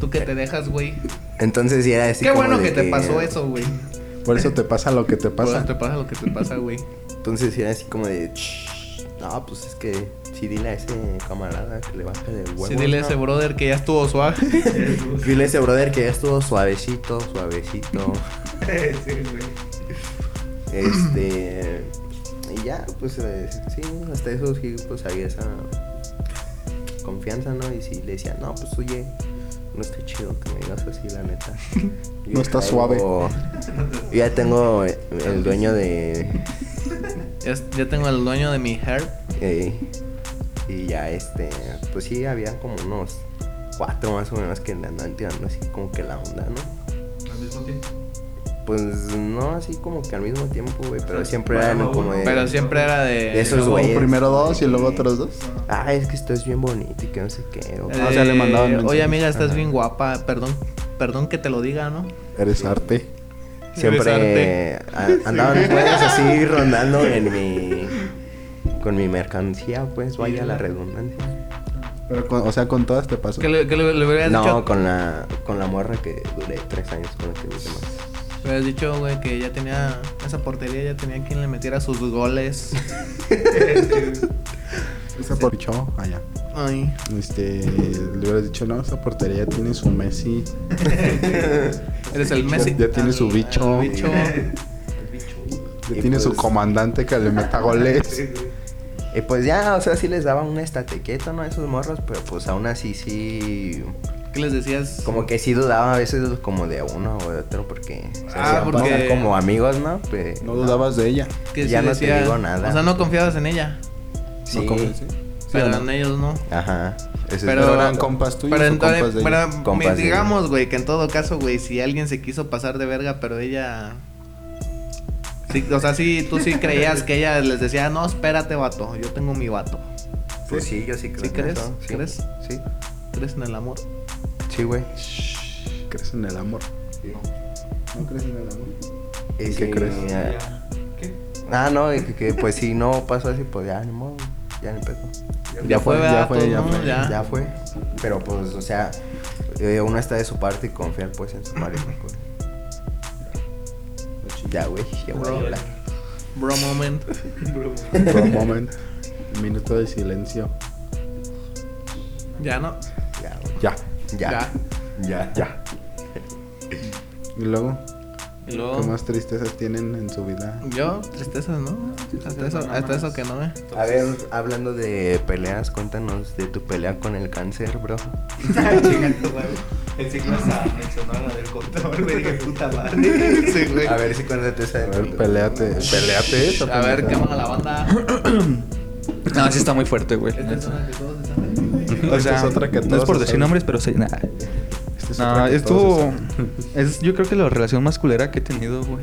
Speaker 5: Tú que te dejas, güey.
Speaker 2: Entonces sí era así
Speaker 5: Qué
Speaker 2: como
Speaker 5: bueno
Speaker 2: de
Speaker 5: que te pasó eso, güey.
Speaker 6: Por eso te pasa lo que te
Speaker 5: Pasa.
Speaker 6: pasa.
Speaker 5: Te pasa lo que te pasa, güey.
Speaker 2: Entonces sí era así como de... "Shh, No, pues es que si dile a ese camarada que le baje de huevo.
Speaker 5: Sí, dile a ese brother que ya estuvo suave.
Speaker 2: Dile a ese brother que ya estuvo suavecito, suavecito. Este. Y ya, pues eh, sí, hasta eso sí, pues había esa confianza, ¿no? Y si le decía, no, pues oye, no está chido que me digas así, la neta. Yo
Speaker 6: No está suave.
Speaker 2: yo ya tengo el dueño de.
Speaker 5: Ya, ya tengo al dueño de mi hair.
Speaker 2: eh, y ya, este. Pues sí, había como unos cuatro más o menos que le andaban tirando así como que la onda, ¿no?
Speaker 7: Al mismo tiempo.
Speaker 2: Pues no así como que al mismo tiempo, güey, pero siempre
Speaker 7: Bueno,
Speaker 2: eran
Speaker 7: uno,
Speaker 2: como de...
Speaker 5: Pero siempre era de. Eh,
Speaker 2: Esos
Speaker 6: Luego
Speaker 2: güeyes.
Speaker 6: primero dos y luego otros dos.
Speaker 2: Ah, es que estás bien bonito y que no sé qué. o-
Speaker 5: eh,
Speaker 6: Ah, o sea, le mandaban mensajes.
Speaker 5: Oye, amiga, estás
Speaker 2: Ajá.
Speaker 5: bien guapa. Perdón. Perdón que te lo diga, ¿no?
Speaker 6: Eres arte.
Speaker 2: siempre
Speaker 5: besarte.
Speaker 2: a- andaban güeyes así rondando en mi... Con mi mercancía, pues, vaya la redundancia.
Speaker 6: Pero con- o sea, con todas te pasa.
Speaker 5: ¿Qué le, qué le- le hubieras
Speaker 2: No,
Speaker 5: dicho?
Speaker 2: con la con la morra que duré tres años con la que duré más.
Speaker 5: Le hubieras dicho, güey, que ya tenía. Esa portería ya tenía quien le metiera sus goles.
Speaker 6: Esa por Cho, allá.
Speaker 5: Ay.
Speaker 6: Este, le hubieras dicho, no, esa portería tiene su Messi.
Speaker 5: Eres el Messi.
Speaker 6: Ya tiene su
Speaker 5: Al-
Speaker 6: bicho.
Speaker 5: al bicho.
Speaker 6: Ya
Speaker 2: Y
Speaker 6: tiene su
Speaker 2: pues-
Speaker 6: comandante que le meta goles.
Speaker 2: Y pues ya, o sea, sí les daba una estatequeta, ¿no? A esos morros, pero pues aún así sí...
Speaker 5: ¿Qué les decías?
Speaker 2: Como que sí dudaba a veces como de uno o de otro porque se
Speaker 5: Ah,
Speaker 2: hacían
Speaker 5: porque-
Speaker 2: pasar como amigos, ¿no? Pues,
Speaker 6: No dudabas de ella.
Speaker 5: que
Speaker 2: ya
Speaker 5: sí
Speaker 2: no te
Speaker 5: decía-
Speaker 2: digo nada.
Speaker 5: O sea, no confiabas en ella.
Speaker 2: Sí.
Speaker 6: No confianza.
Speaker 5: pero
Speaker 6: o no?
Speaker 5: en ellos no.
Speaker 2: Ajá. Ese es-
Speaker 5: Pero-
Speaker 6: Pero eran compas tuyos
Speaker 5: Pero,
Speaker 6: o
Speaker 5: entonces-
Speaker 6: compas de
Speaker 5: pero
Speaker 6: ella.
Speaker 5: mi-
Speaker 2: Compas de
Speaker 5: digamos, güey, que en todo caso, güey, si alguien se quiso pasar de verga, pero ella. Sí, o sea, sí, tú sí creías que ella les decía, no, espérate, vato, yo tengo mi vato.
Speaker 2: Pues sí, yo sí creo.
Speaker 5: ¿Sí
Speaker 2: en
Speaker 5: crees?
Speaker 2: eso, Sí,
Speaker 5: ¿Crees?
Speaker 2: Sí.
Speaker 5: ¿Crees en el amor?
Speaker 2: Sí, güey.
Speaker 6: ¿Crees en el amor? No. ¿No crees en el amor?
Speaker 2: ¿Y
Speaker 6: qué crees?
Speaker 2: ya-
Speaker 7: ¿Qué?
Speaker 2: Ah, no, y que, que, pues si no pasó así, pues ya, ni modo. Ya ni pedo.
Speaker 5: Ya fue,
Speaker 6: ya
Speaker 5: ¿verdad?
Speaker 6: fue, ya
Speaker 5: Todo,
Speaker 6: fue.
Speaker 5: ¿no? Ya.
Speaker 2: Ya fue. Pero pues, o sea, eh, uno está de su parte y confiar pues en su pareja. Pues. Ya, güey, ya voy a
Speaker 5: Bro.
Speaker 2: hablar.
Speaker 5: Bro moment.
Speaker 6: For a moment. Minuto de silencio.
Speaker 5: Ya no.
Speaker 2: Ya, güey.
Speaker 6: Ya.
Speaker 2: Ya. Ya.
Speaker 6: Ya. Y luego,
Speaker 5: Y luego.
Speaker 2: Oh.
Speaker 6: ¿qué más tristezas tienen en su vida?
Speaker 5: Yo, tristezas, ¿no? Hasta eso, hasta eso que no, eh.
Speaker 2: A ver, hablando de peleas, cuéntanos de tu pelea con el cáncer, bro.
Speaker 7: El ciclo hasta mencionó la del contador, güey. Dije, puta madre.
Speaker 5: Sí, güey.
Speaker 3: Ah.
Speaker 2: A ver si cuéntate esa de
Speaker 6: A ver, peleate. Peleate esa.
Speaker 5: A ver,
Speaker 6: pendeja.
Speaker 5: qué a la banda.
Speaker 3: No, sí está muy fuerte, güey.
Speaker 5: Esta es una que todos están.
Speaker 3: O
Speaker 6: Esta
Speaker 3: sea,
Speaker 6: es otra que
Speaker 3: no es
Speaker 6: todos
Speaker 3: por decir
Speaker 6: saben.
Speaker 3: nombres, pero sí, nada.
Speaker 6: Esta Este es
Speaker 3: No,
Speaker 6: otra que
Speaker 3: esto
Speaker 6: todos
Speaker 3: es yo creo que la relación más culera que he tenido, güey.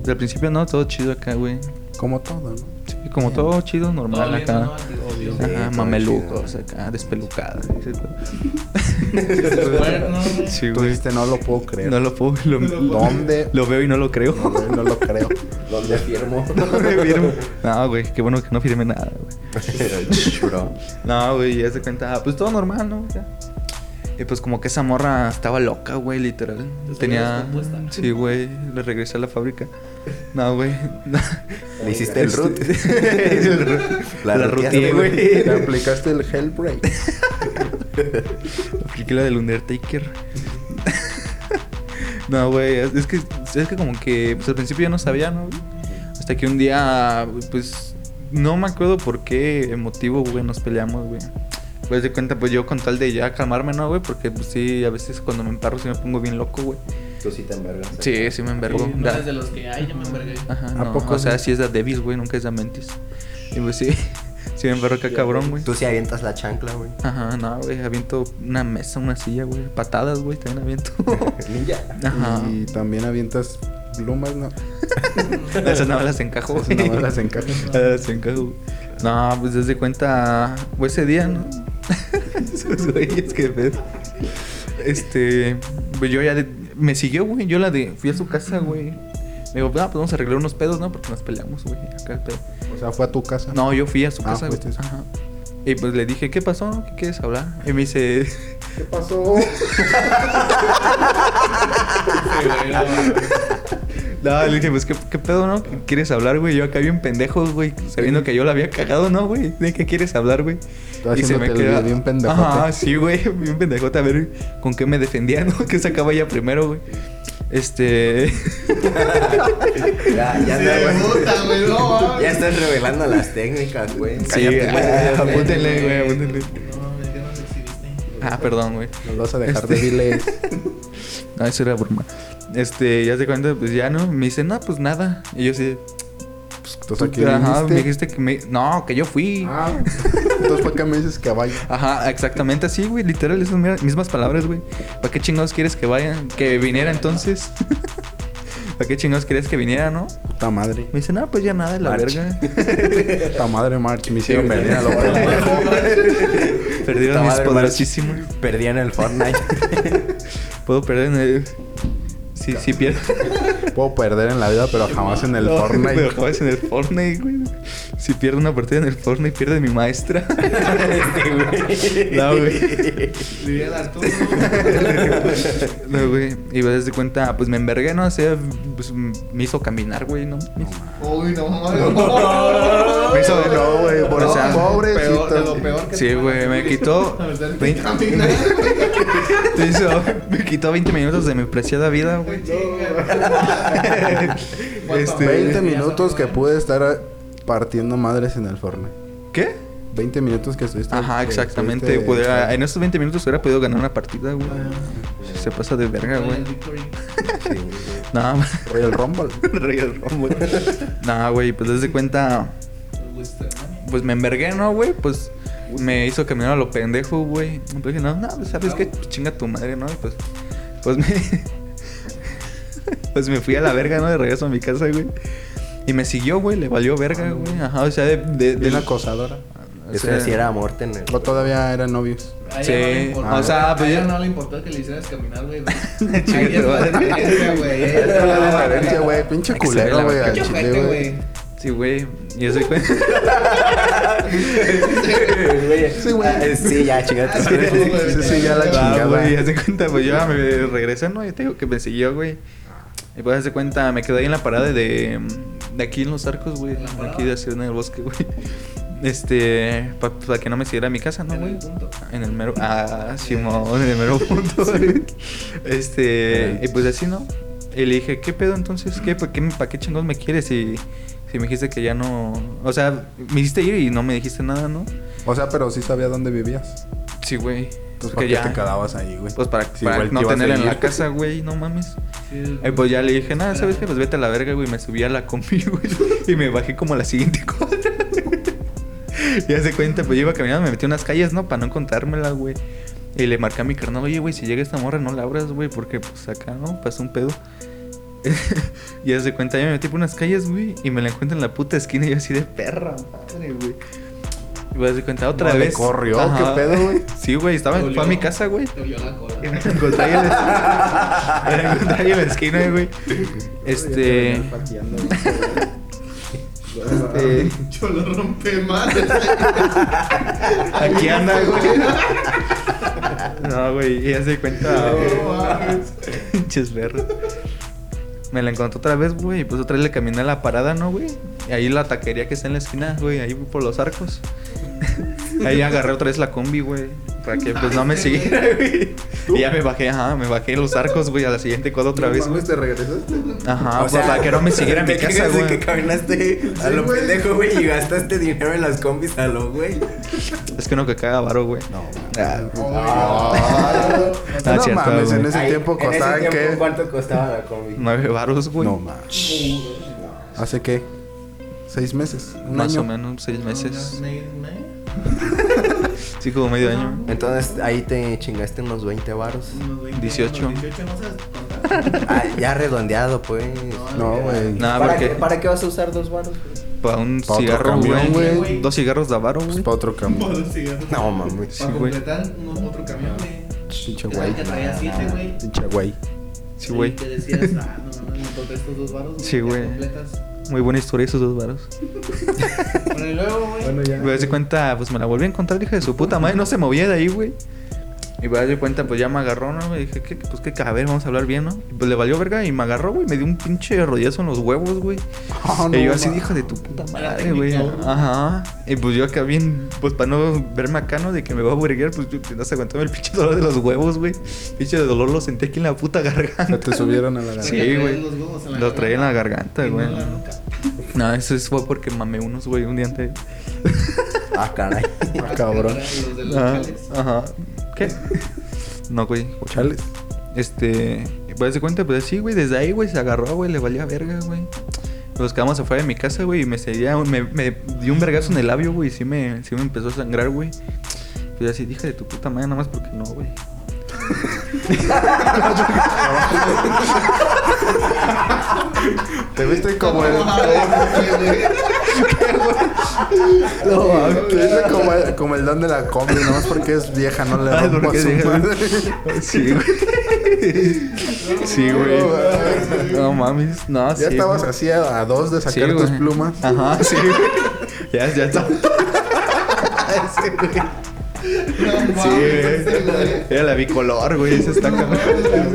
Speaker 3: Desde el principio no, todo chido acá, güey.
Speaker 6: hacen. Como todo, ¿no?
Speaker 3: Sí, como todo chido, normal
Speaker 5: Todo bien,
Speaker 3: acá.
Speaker 5: ¿no? Al-
Speaker 2: Sí,
Speaker 3: Ajá,
Speaker 2: todo
Speaker 3: mamelucos
Speaker 2: chido.
Speaker 3: acá, despelucada.
Speaker 5: Bueno, güey.
Speaker 3: Sí,
Speaker 6: Tú
Speaker 3: güey.
Speaker 6: dijiste, no lo puedo creer.
Speaker 3: No lo puedo, lo,
Speaker 6: ¿Dónde?
Speaker 3: lo veo y no lo creo.
Speaker 6: No, güey, no lo creo.
Speaker 2: ¿Dónde firmo?
Speaker 3: Me firmo. No, güey, qué bueno que no firme nada, güey.
Speaker 2: bro.
Speaker 3: No, güey, ya se cuenta, pues todo normal, ¿no? Ya. Y pues como que esa morra estaba loca, güey, literal.
Speaker 5: Estuvo
Speaker 3: Tenía...
Speaker 5: descompuesta.
Speaker 3: Sí, güey, le regresé a la fábrica. No, güey.
Speaker 2: Le hiciste el root.
Speaker 3: Este, El root.
Speaker 2: La,
Speaker 3: La
Speaker 2: ruteaste,
Speaker 3: ruteé, güey.
Speaker 6: Te aplicaste el Hellbreak.
Speaker 3: Apliqué la del Undertaker. no, güey, es es que, es que como que pues, al principio yo no sabía, ¿no? güey? Hasta que un día, pues, no me acuerdo por qué motivo, güey, nos peleamos, güey. Pues de cuenta, pues yo con tal de ya calmarme, ¿no, güey? Porque pues sí, a veces cuando me emparro sí me pongo bien loco, güey.
Speaker 2: Tú sí te envergas.
Speaker 3: Sí, sí me envergo.
Speaker 5: No
Speaker 3: Da-
Speaker 5: eres de los que, ay, yo me envergué.
Speaker 3: Ajá,
Speaker 6: ¿A
Speaker 3: no,
Speaker 6: poco
Speaker 3: o sea,
Speaker 6: sí?
Speaker 3: sí es da Davis, güey, nunca es da Mentis. Y pues sí, sí me embarro acá cabrón, güey.
Speaker 2: Tú sí avientas la chancla, güey.
Speaker 3: Ajá, no, güey, aviento una mesa, una silla, güey. Patadas, güey, también aviento.
Speaker 2: Ninja.
Speaker 3: Ajá.
Speaker 6: Y también avientas plumas, ¿no?
Speaker 3: No, Esas no me las encajo,
Speaker 6: Esas no me las encajo.
Speaker 3: Esas no me las encajo. No, pues desde cuenta, fue ese día, ¿no? Esos güeyes, qué pedo. Este, pues yo ya de- me siguió, güey. Yo la de. Fui a su casa, güey. Me dijo, ah, pues vamos a arreglar unos pedos, ¿no? Porque nos peleamos, güey. Acá el pedo.
Speaker 6: O sea, fue a tu casa.
Speaker 3: No, yo fui a su
Speaker 6: Ah,
Speaker 3: casa, güey.
Speaker 6: fuiste a su
Speaker 3: Ajá. Y pues le dije, ¿qué pasó? ¿Qué quieres hablar? Y me dice,
Speaker 6: ¿Qué pasó?
Speaker 3: no, le dije, pues, ¿qué, qué pedo, no? ¿Qué ¿Quieres hablar, güey? Yo acá bien pendejo, güey, sabiendo que yo la había cagado, ¿no, güey? ¿De qué quieres hablar, güey?
Speaker 6: Tú haciéndote el bien pendejote.
Speaker 3: Ajá, sí, güey, bien pendejote. A ver con qué me defendía, ¿no? Que sacaba ella primero, güey. Este...
Speaker 2: Ya, ya,
Speaker 5: Sí,
Speaker 2: está, güey.
Speaker 5: puta, güey, no, mames.
Speaker 2: ya estás revelando las técnicas, güey.
Speaker 3: Sí,
Speaker 2: Cállate,
Speaker 3: ah,
Speaker 2: güey.
Speaker 3: apúntenle, güey, apúntenle.
Speaker 5: Eh, No mames, ya nos exhibiste.
Speaker 3: Ah, perdón, güey.
Speaker 6: Nos vas a dejar
Speaker 3: Este-
Speaker 6: de Pues, diles.
Speaker 3: No, eso era broma. Este, ya se cuenta, pues ya no. Me dice, no, pues nada. Y yo sí.
Speaker 6: Pues tú aquí
Speaker 3: Ajá, me
Speaker 6: viniste.
Speaker 3: dijiste que me. No, que yo fui.
Speaker 6: Ah, entonces fue que me dices que vaya.
Speaker 3: Ajá, exactamente así, güey. Literal, esas mi- mismas palabras, güey. ¿Para qué chingados quieres que vaya? Que viniera entonces. ¿Para qué chingados querías que viniera, no?
Speaker 6: Puta madre.
Speaker 3: Me dice, no, pues ya nada, la
Speaker 2: March.
Speaker 3: verga.
Speaker 6: Puta madre, March. Me hicieron
Speaker 2: güey.
Speaker 6: venir a lo
Speaker 2: Puta
Speaker 3: Perdieron
Speaker 2: madre,
Speaker 3: mis
Speaker 2: March.
Speaker 3: poderosísimos.
Speaker 2: Perdí en el Fortnite.
Speaker 3: Puedo perder en el. Si, si pierdo.
Speaker 6: Puedo perder en la vida, pero jamás en el
Speaker 3: No,
Speaker 6: Fortnite.
Speaker 3: Pero jamás en el Fortnite, güey. Si pierdo una partida en el Fortnite, pierde mi maestra.
Speaker 2: Este,
Speaker 3: No, güey.
Speaker 5: Diría el Arturo.
Speaker 3: No, güey. Y vas a darte cuenta, pues me envergué, ¿no? O sea, pues me hizo caminar, güey, ¿no?
Speaker 5: Uy, no mames.
Speaker 3: Me hizo de nuevo, güey, por
Speaker 5: No,
Speaker 3: eso.
Speaker 5: peor, de
Speaker 6: Pobrecito.
Speaker 5: lo peor que
Speaker 3: Sí,
Speaker 5: te
Speaker 3: güey,
Speaker 5: van a
Speaker 3: me
Speaker 5: hacer.
Speaker 3: quitó
Speaker 5: A ver,
Speaker 3: 20.
Speaker 5: camina.
Speaker 3: Te hizo- me quitó 20 minutos de mi preciada vida, güey.
Speaker 5: Chinga.
Speaker 3: Este-
Speaker 6: 20 minutos que pude estar partiendo madres en el Fortnite.
Speaker 3: ¿Qué?
Speaker 6: 20 minutos que estuviste. este
Speaker 3: Ajá,
Speaker 6: que
Speaker 3: exactamente.
Speaker 6: estuviste-
Speaker 3: Pudiera- en esos 20 minutos hubiera podido ganar una partida, güey.
Speaker 5: Ah,
Speaker 3: Se pasa de verga, Ah, güey. Nada más.
Speaker 6: Royal Rumble.
Speaker 3: Royal Rumble. Nah, güey, pues desde cuenta. Pues me envergué, ¿no, güey? Pues me hizo caminar a lo pendejo, güey. Entonces dije, no, no, pues, sabes qué, Pues, chinga tu madre, ¿no? Y pues, pues me. pues me fui a la verga, ¿no? De regreso a mi casa, güey. Y me siguió, güey, le valió verga, güey. Ajá, o sea, de. de,
Speaker 6: De
Speaker 3: de
Speaker 6: una acosadora.
Speaker 3: o
Speaker 2: Eso
Speaker 3: sea,
Speaker 2: sí Este, era amor tener.
Speaker 6: O todavía eran novios.
Speaker 5: Sí.
Speaker 3: O sea, pues
Speaker 5: ya
Speaker 3: ya-
Speaker 5: no le importó que le hicieras caminar, güey.
Speaker 3: Chinga
Speaker 5: Ahí
Speaker 3: tu
Speaker 5: ya está
Speaker 3: madre.
Speaker 5: la diferencia, güey. Ahí ya está la
Speaker 6: Diferencia,
Speaker 5: diferencia.
Speaker 6: güey. Pinche
Speaker 3: Hay que saber la
Speaker 6: culero, güey. Al
Speaker 3: verga.
Speaker 5: Pinche
Speaker 6: chile,
Speaker 5: ojete,
Speaker 6: güey.
Speaker 3: Sí, güey. Y eso cuenta.
Speaker 2: Sí, güey. Sí, ya, chingate.
Speaker 5: Ah, sí, güey.
Speaker 6: Sí, sí, ya la
Speaker 5: Ah,
Speaker 3: Ah,
Speaker 6: chingada.
Speaker 3: güey, ya se cuenta, pues ya me regresé, ¿no? Y te digo que me siguió, güey. Y pues hace cuenta, me quedé ahí en la parada de, de aquí en los arcos, güey.
Speaker 5: ¿En la
Speaker 3: De
Speaker 5: parada?
Speaker 3: aquí de hacer en el bosque, güey. Este, para que no me siguiera a mi casa, ¿no,
Speaker 5: En
Speaker 3: güey?
Speaker 5: el punto.
Speaker 3: En el mero. Ah, Simón, en el mero punto, güey. Este, y pues así, ¿no? Y le dije, ¿qué pedo entonces? ¿Qué? ¿Para qué, pa' qué chingos me quieres? Y si me dijiste que ya no. O sea, me hiciste ir y no me dijiste nada, ¿no?
Speaker 6: O sea, pero sí sabía dónde vivías.
Speaker 3: Sí, güey.
Speaker 6: Entonces,
Speaker 3: Porque
Speaker 6: ¿para qué te quedabas ahí, güey?
Speaker 3: pues para,
Speaker 6: Sí,
Speaker 3: para
Speaker 6: igual te
Speaker 3: no
Speaker 6: ibas a
Speaker 3: tener en
Speaker 6: ir.
Speaker 3: la casa, güey, no mames.
Speaker 5: Sí,
Speaker 3: Eh, pues ya le dije, nada, ¿sabes qué? Pues vete a la verga, güey. Me subí a la combi, güey. Y me bajé como a la siguiente cuadra. ya se cuenta, pues yo iba caminando, me metí en unas calles, ¿no? Para no contármela, güey. Y le marqué a mi carnal, oye, güey, si llega esta morra, no la abras, güey, porque pues acá, ¿no? Pasó un pedo. y ya se cuenta, yo me metí por unas calles, güey, y me la encuentro en la puta esquina y yo así de perra, madre, güey. Y vas a cuenta otra
Speaker 6: No, le
Speaker 3: vez.
Speaker 6: corrió, ¿qué pedo, güey?
Speaker 3: Sí, güey, estaba,
Speaker 5: Te
Speaker 3: fue a mi
Speaker 5: olió.
Speaker 3: casa, güey.
Speaker 5: Te olió la cola.
Speaker 3: Y me la encontré ahí en la me la encontré ahí en la esquina, güey. Este. Este.
Speaker 5: Yo lo rompí mal.
Speaker 3: Aquí anda, güey. No, güey, ella se cuenta.
Speaker 5: No mames.
Speaker 3: Pinches perros. Me la encontré otra vez, güey. Y pues otra vez le caminé a la parada, ¿no, güey? Y ahí la taquería que está en la esquina, güey. Ahí por los arcos. Ahí agarré otra vez la combi, güey. Para que pues no me siguiera, güey. Y ya me bajé, ajá. Me bajé los arcos, güey. A la siguiente cuadra otra vez, güey.
Speaker 6: ¿Te regresaste?
Speaker 2: Ah,
Speaker 3: Ajá, pues, para que no me siguiera a mi
Speaker 2: te
Speaker 3: casa,
Speaker 2: quejas de
Speaker 3: güey.
Speaker 2: que caminaste a lo pendejo, güey, y gastaste dinero en las combis a lo güey.
Speaker 3: Es que uno que caga varo, güey. No.
Speaker 6: Ah,
Speaker 3: No es
Speaker 6: no
Speaker 3: cierto,
Speaker 6: mames, en
Speaker 3: güey.
Speaker 6: ese
Speaker 2: Ay,
Speaker 6: tiempo
Speaker 2: en ese
Speaker 6: costaba
Speaker 2: tiempo,
Speaker 6: que.
Speaker 2: ¿Cuánto costaba la combi?
Speaker 3: Nueve varos, güey.
Speaker 6: No mames. ¿Hace qué? ¿Seis meses? ¿Un
Speaker 3: Más
Speaker 6: año?
Speaker 3: o menos seis meses.
Speaker 5: Ne- ne-
Speaker 3: Sí, como medio año.
Speaker 2: Entonces ahí te chingaste unos 20 varos.
Speaker 5: unos 20,
Speaker 3: 18.
Speaker 5: unos 18, no sabes contar.
Speaker 2: Ah, ya redondeado, pues.
Speaker 6: No, güey.
Speaker 3: Nada,
Speaker 2: ¿Para,
Speaker 3: Ah, porque
Speaker 2: qué, ¿Para qué vas a usar dos varos?
Speaker 3: para un
Speaker 6: Pa' otro
Speaker 3: cigarro,
Speaker 6: camión,
Speaker 3: güey.
Speaker 5: güey.
Speaker 3: Dos cigarros de avaro, güey.
Speaker 6: Pues para otro cambio.
Speaker 5: Por cigarros.
Speaker 2: No, mames.
Speaker 3: Sí,
Speaker 5: Para
Speaker 3: güey.
Speaker 7: eh.
Speaker 5: completar un- otro camión, güey.
Speaker 6: Pinche
Speaker 5: Te
Speaker 6: güey.
Speaker 5: que traía siete, güey.
Speaker 6: Pinche güey.
Speaker 3: Sí, güey.
Speaker 7: que decías, ah, no mames, me encontré estos dos varos.
Speaker 3: Sí,
Speaker 7: ya
Speaker 3: güey.
Speaker 7: completas.
Speaker 3: Muy buena historia esos dos varos.
Speaker 7: Bueno, y luego, güey.
Speaker 6: Bueno, ya.
Speaker 3: Y pues de cuenta, pues me la volví a encontrar, hija de su puta madre, no se movía de ahí, güey. Y pues de cuenta, pues ya me agarró, ¿no? Y dije, ¿qué, pues qué, a ver, vamos a hablar bien, ¿no? Y pues le valió verga y me agarró, güey, me dio un pinche rodillazo en los huevos, güey.
Speaker 6: Ah, no,
Speaker 3: y yo así,
Speaker 6: ma-
Speaker 3: hija de tu puta
Speaker 7: Era
Speaker 3: madre, güey.
Speaker 7: técnica, güey.
Speaker 3: Ajá. Y pues yo acá bien, pues para no verme acá, ¿no? De que me va a burguear, pues yo no sé, aguantarme el pinche dolor de los huevos, güey. Pinche de dolor lo sentí aquí en la puta garganta.
Speaker 6: Se te subieron a la
Speaker 3: Sí,
Speaker 7: Porque traías
Speaker 3: güey.
Speaker 7: Los huevos en la
Speaker 3: Los traía en la garganta,
Speaker 7: y no
Speaker 3: güey.
Speaker 7: en la nuca.
Speaker 3: No, eso es- fue porque mamé unos, güey, un día antes.
Speaker 2: Ah, caray.
Speaker 6: Ah, cabrón.
Speaker 7: Los de los
Speaker 3: Ah,
Speaker 7: chales.
Speaker 3: Ajá. ¿Qué? No, güey.
Speaker 6: Chale.
Speaker 3: Este. Pues de cuenta, pues así, güey. Desde ahí, güey, se agarró, güey. Le valía verga, güey. Nos quedamos afuera de mi casa, güey. Y me seguía. Me, me dio un vergazo en el labio, güey. Y sí me, sí me empezó a sangrar, güey. Pues así, dije de tu puta madre, nada más porque no, güey. Ah.
Speaker 6: Te viste como el. No, mames, te viste como el, como el don de la combi, nomás porque es vieja, no le
Speaker 3: Ah,
Speaker 6: rompo a
Speaker 3: porque
Speaker 6: su
Speaker 3: dije, güey.
Speaker 6: madre.
Speaker 3: Sí, güey. Sí, güey. No mames. No, Ah, sí.
Speaker 6: Ya estabas
Speaker 3: güey.
Speaker 6: así a, a dos de
Speaker 3: Sí,
Speaker 6: sacar tus
Speaker 3: güey.
Speaker 6: plumas.
Speaker 3: Ajá, sí, güey. Ya, ya está. Sí, güey. Era la bicolor, güey. Esa está acá.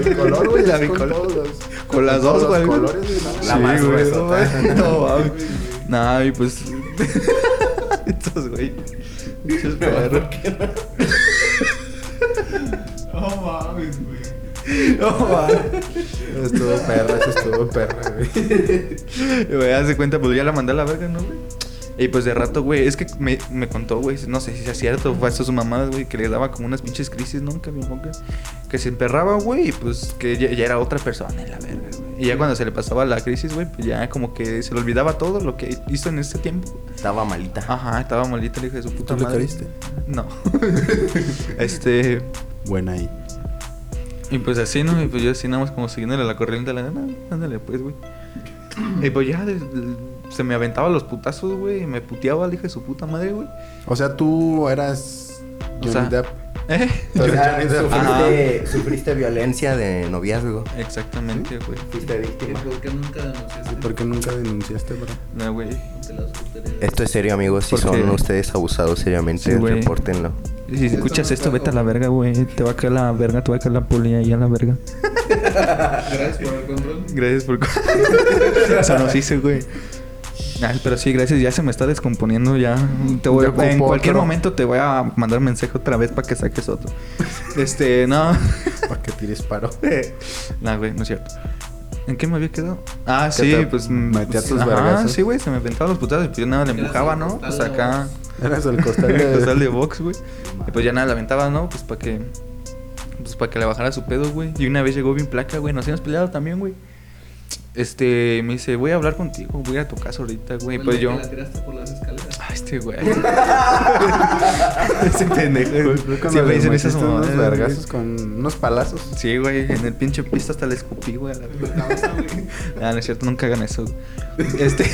Speaker 6: El color, güey,
Speaker 3: La
Speaker 6: es con
Speaker 3: bicolor.
Speaker 6: todos los-
Speaker 3: Con las
Speaker 6: todos
Speaker 3: dos,
Speaker 6: los
Speaker 3: güey.
Speaker 6: colores, güey, nada más.
Speaker 2: La más
Speaker 3: güey,
Speaker 2: gruesota.
Speaker 3: No, mames. Nah, y pues. Estos, güey. Muchos perros.
Speaker 7: No mames, güey.
Speaker 3: No, mames.
Speaker 6: Estuvo perra, eso estuvo perra, güey.
Speaker 3: Y, Güey, haz de cuenta, pues ya la mandé a la verga, ¿no, güey? Y pues de rato, güey, es que me, me contó, güey, no sé si sea cierto, fue eso su mamá, güey, que le daba como unas pinches crisis, ¿no? Que, mi moca, que se emperraba, güey, y pues que ya, ya era otra persona, en la verga, güey. Y ya cuando se le pasaba la crisis, güey, pues ya como que se le olvidaba todo lo que hizo en ese tiempo.
Speaker 2: Estaba malita.
Speaker 3: Ajá, estaba malita, le dije, su puta
Speaker 6: ¿Tú le
Speaker 3: madre.
Speaker 6: caíste?
Speaker 3: No. este.
Speaker 6: Buena ahí.
Speaker 3: Y pues así, ¿no? Y pues yo así nada más como siguiéndole la corriente a la gana. Ándale, pues, güey. Y pues ya de- se me aventaba los putazos, güey. Y me puteaba, le dije su puta madre, güey.
Speaker 6: O sea, tú eras
Speaker 3: O
Speaker 6: Johnny
Speaker 3: sea-
Speaker 6: Depp.
Speaker 3: ¿Eh?
Speaker 6: Tú
Speaker 2: O
Speaker 6: eres
Speaker 2: sea,
Speaker 6: Johnny Depp.
Speaker 2: sufriste, sufriste violencia de noviazgo.
Speaker 3: Exactamente, güey.
Speaker 2: Fuiste víctima.
Speaker 7: ¿Por qué nunca denunciaste?
Speaker 6: ¿Por qué nunca denunciaste, bro?
Speaker 3: No, güey.
Speaker 7: de las autoridades?
Speaker 3: Eh.
Speaker 2: Esto es serio, amigos. Si
Speaker 3: ¿Por
Speaker 2: son
Speaker 3: qué?
Speaker 2: ustedes abusados seriamente,
Speaker 3: Sí, güey.
Speaker 2: repórtenlo.
Speaker 3: Y Si escuchas esto, vete a la verga, güey. Te va a caer la verga, te va a caer la poli ahí a la verga.
Speaker 7: Gracias por el control.
Speaker 3: Gracias por... o sea, nos hizo, güey. Nah, pero sí, gracias. Ya se me está descomponiendo ya. Te voy
Speaker 6: Ya
Speaker 3: en
Speaker 6: ocupo
Speaker 3: cualquier
Speaker 6: otro.
Speaker 3: momento te voy a mandar mensaje otra vez para que saques otro. Este, no.
Speaker 6: Para que tires paro.
Speaker 3: Nah, güey, no es cierto. ¿En qué me había quedado? Ah,
Speaker 6: Que
Speaker 3: sí,
Speaker 6: te
Speaker 3: pues... mm,
Speaker 6: metía
Speaker 3: pues,
Speaker 6: tus
Speaker 3: ajá,
Speaker 6: vergazos.
Speaker 3: sí, güey. Se me aventaban los putados y pues yo nada le
Speaker 7: Eras
Speaker 3: empujaba,
Speaker 7: un
Speaker 3: ¿no?
Speaker 7: costal
Speaker 3: Pues
Speaker 7: de
Speaker 3: acá...
Speaker 6: Eras Pues el costal de...
Speaker 3: Costal de box, güey. Y pues ya nada, la aventaba, ¿no? Pues para que... Pues para que le bajara su pedo, güey. Y una vez llegó bien placa, güey. Nos habíamos peleado también, güey. Este... Me dice, voy a hablar contigo. Voy a tu casa ahorita, güey.
Speaker 7: Fue
Speaker 3: Pues
Speaker 7: el día
Speaker 3: yo...
Speaker 7: que La tiraste por las escaleras.
Speaker 3: Ah, este güey. Ese pendejo.
Speaker 6: Fue- fue cuando
Speaker 3: Sí,
Speaker 6: le
Speaker 3: güey, dicen esas
Speaker 6: metiste unos
Speaker 3: mamadas, güey.
Speaker 6: vergazos con unos palazos.
Speaker 3: Sí, güey, en el pinche pista hasta le escupí, güey. a la verga. Ah, no es cierto, nunca hagan eso. Este.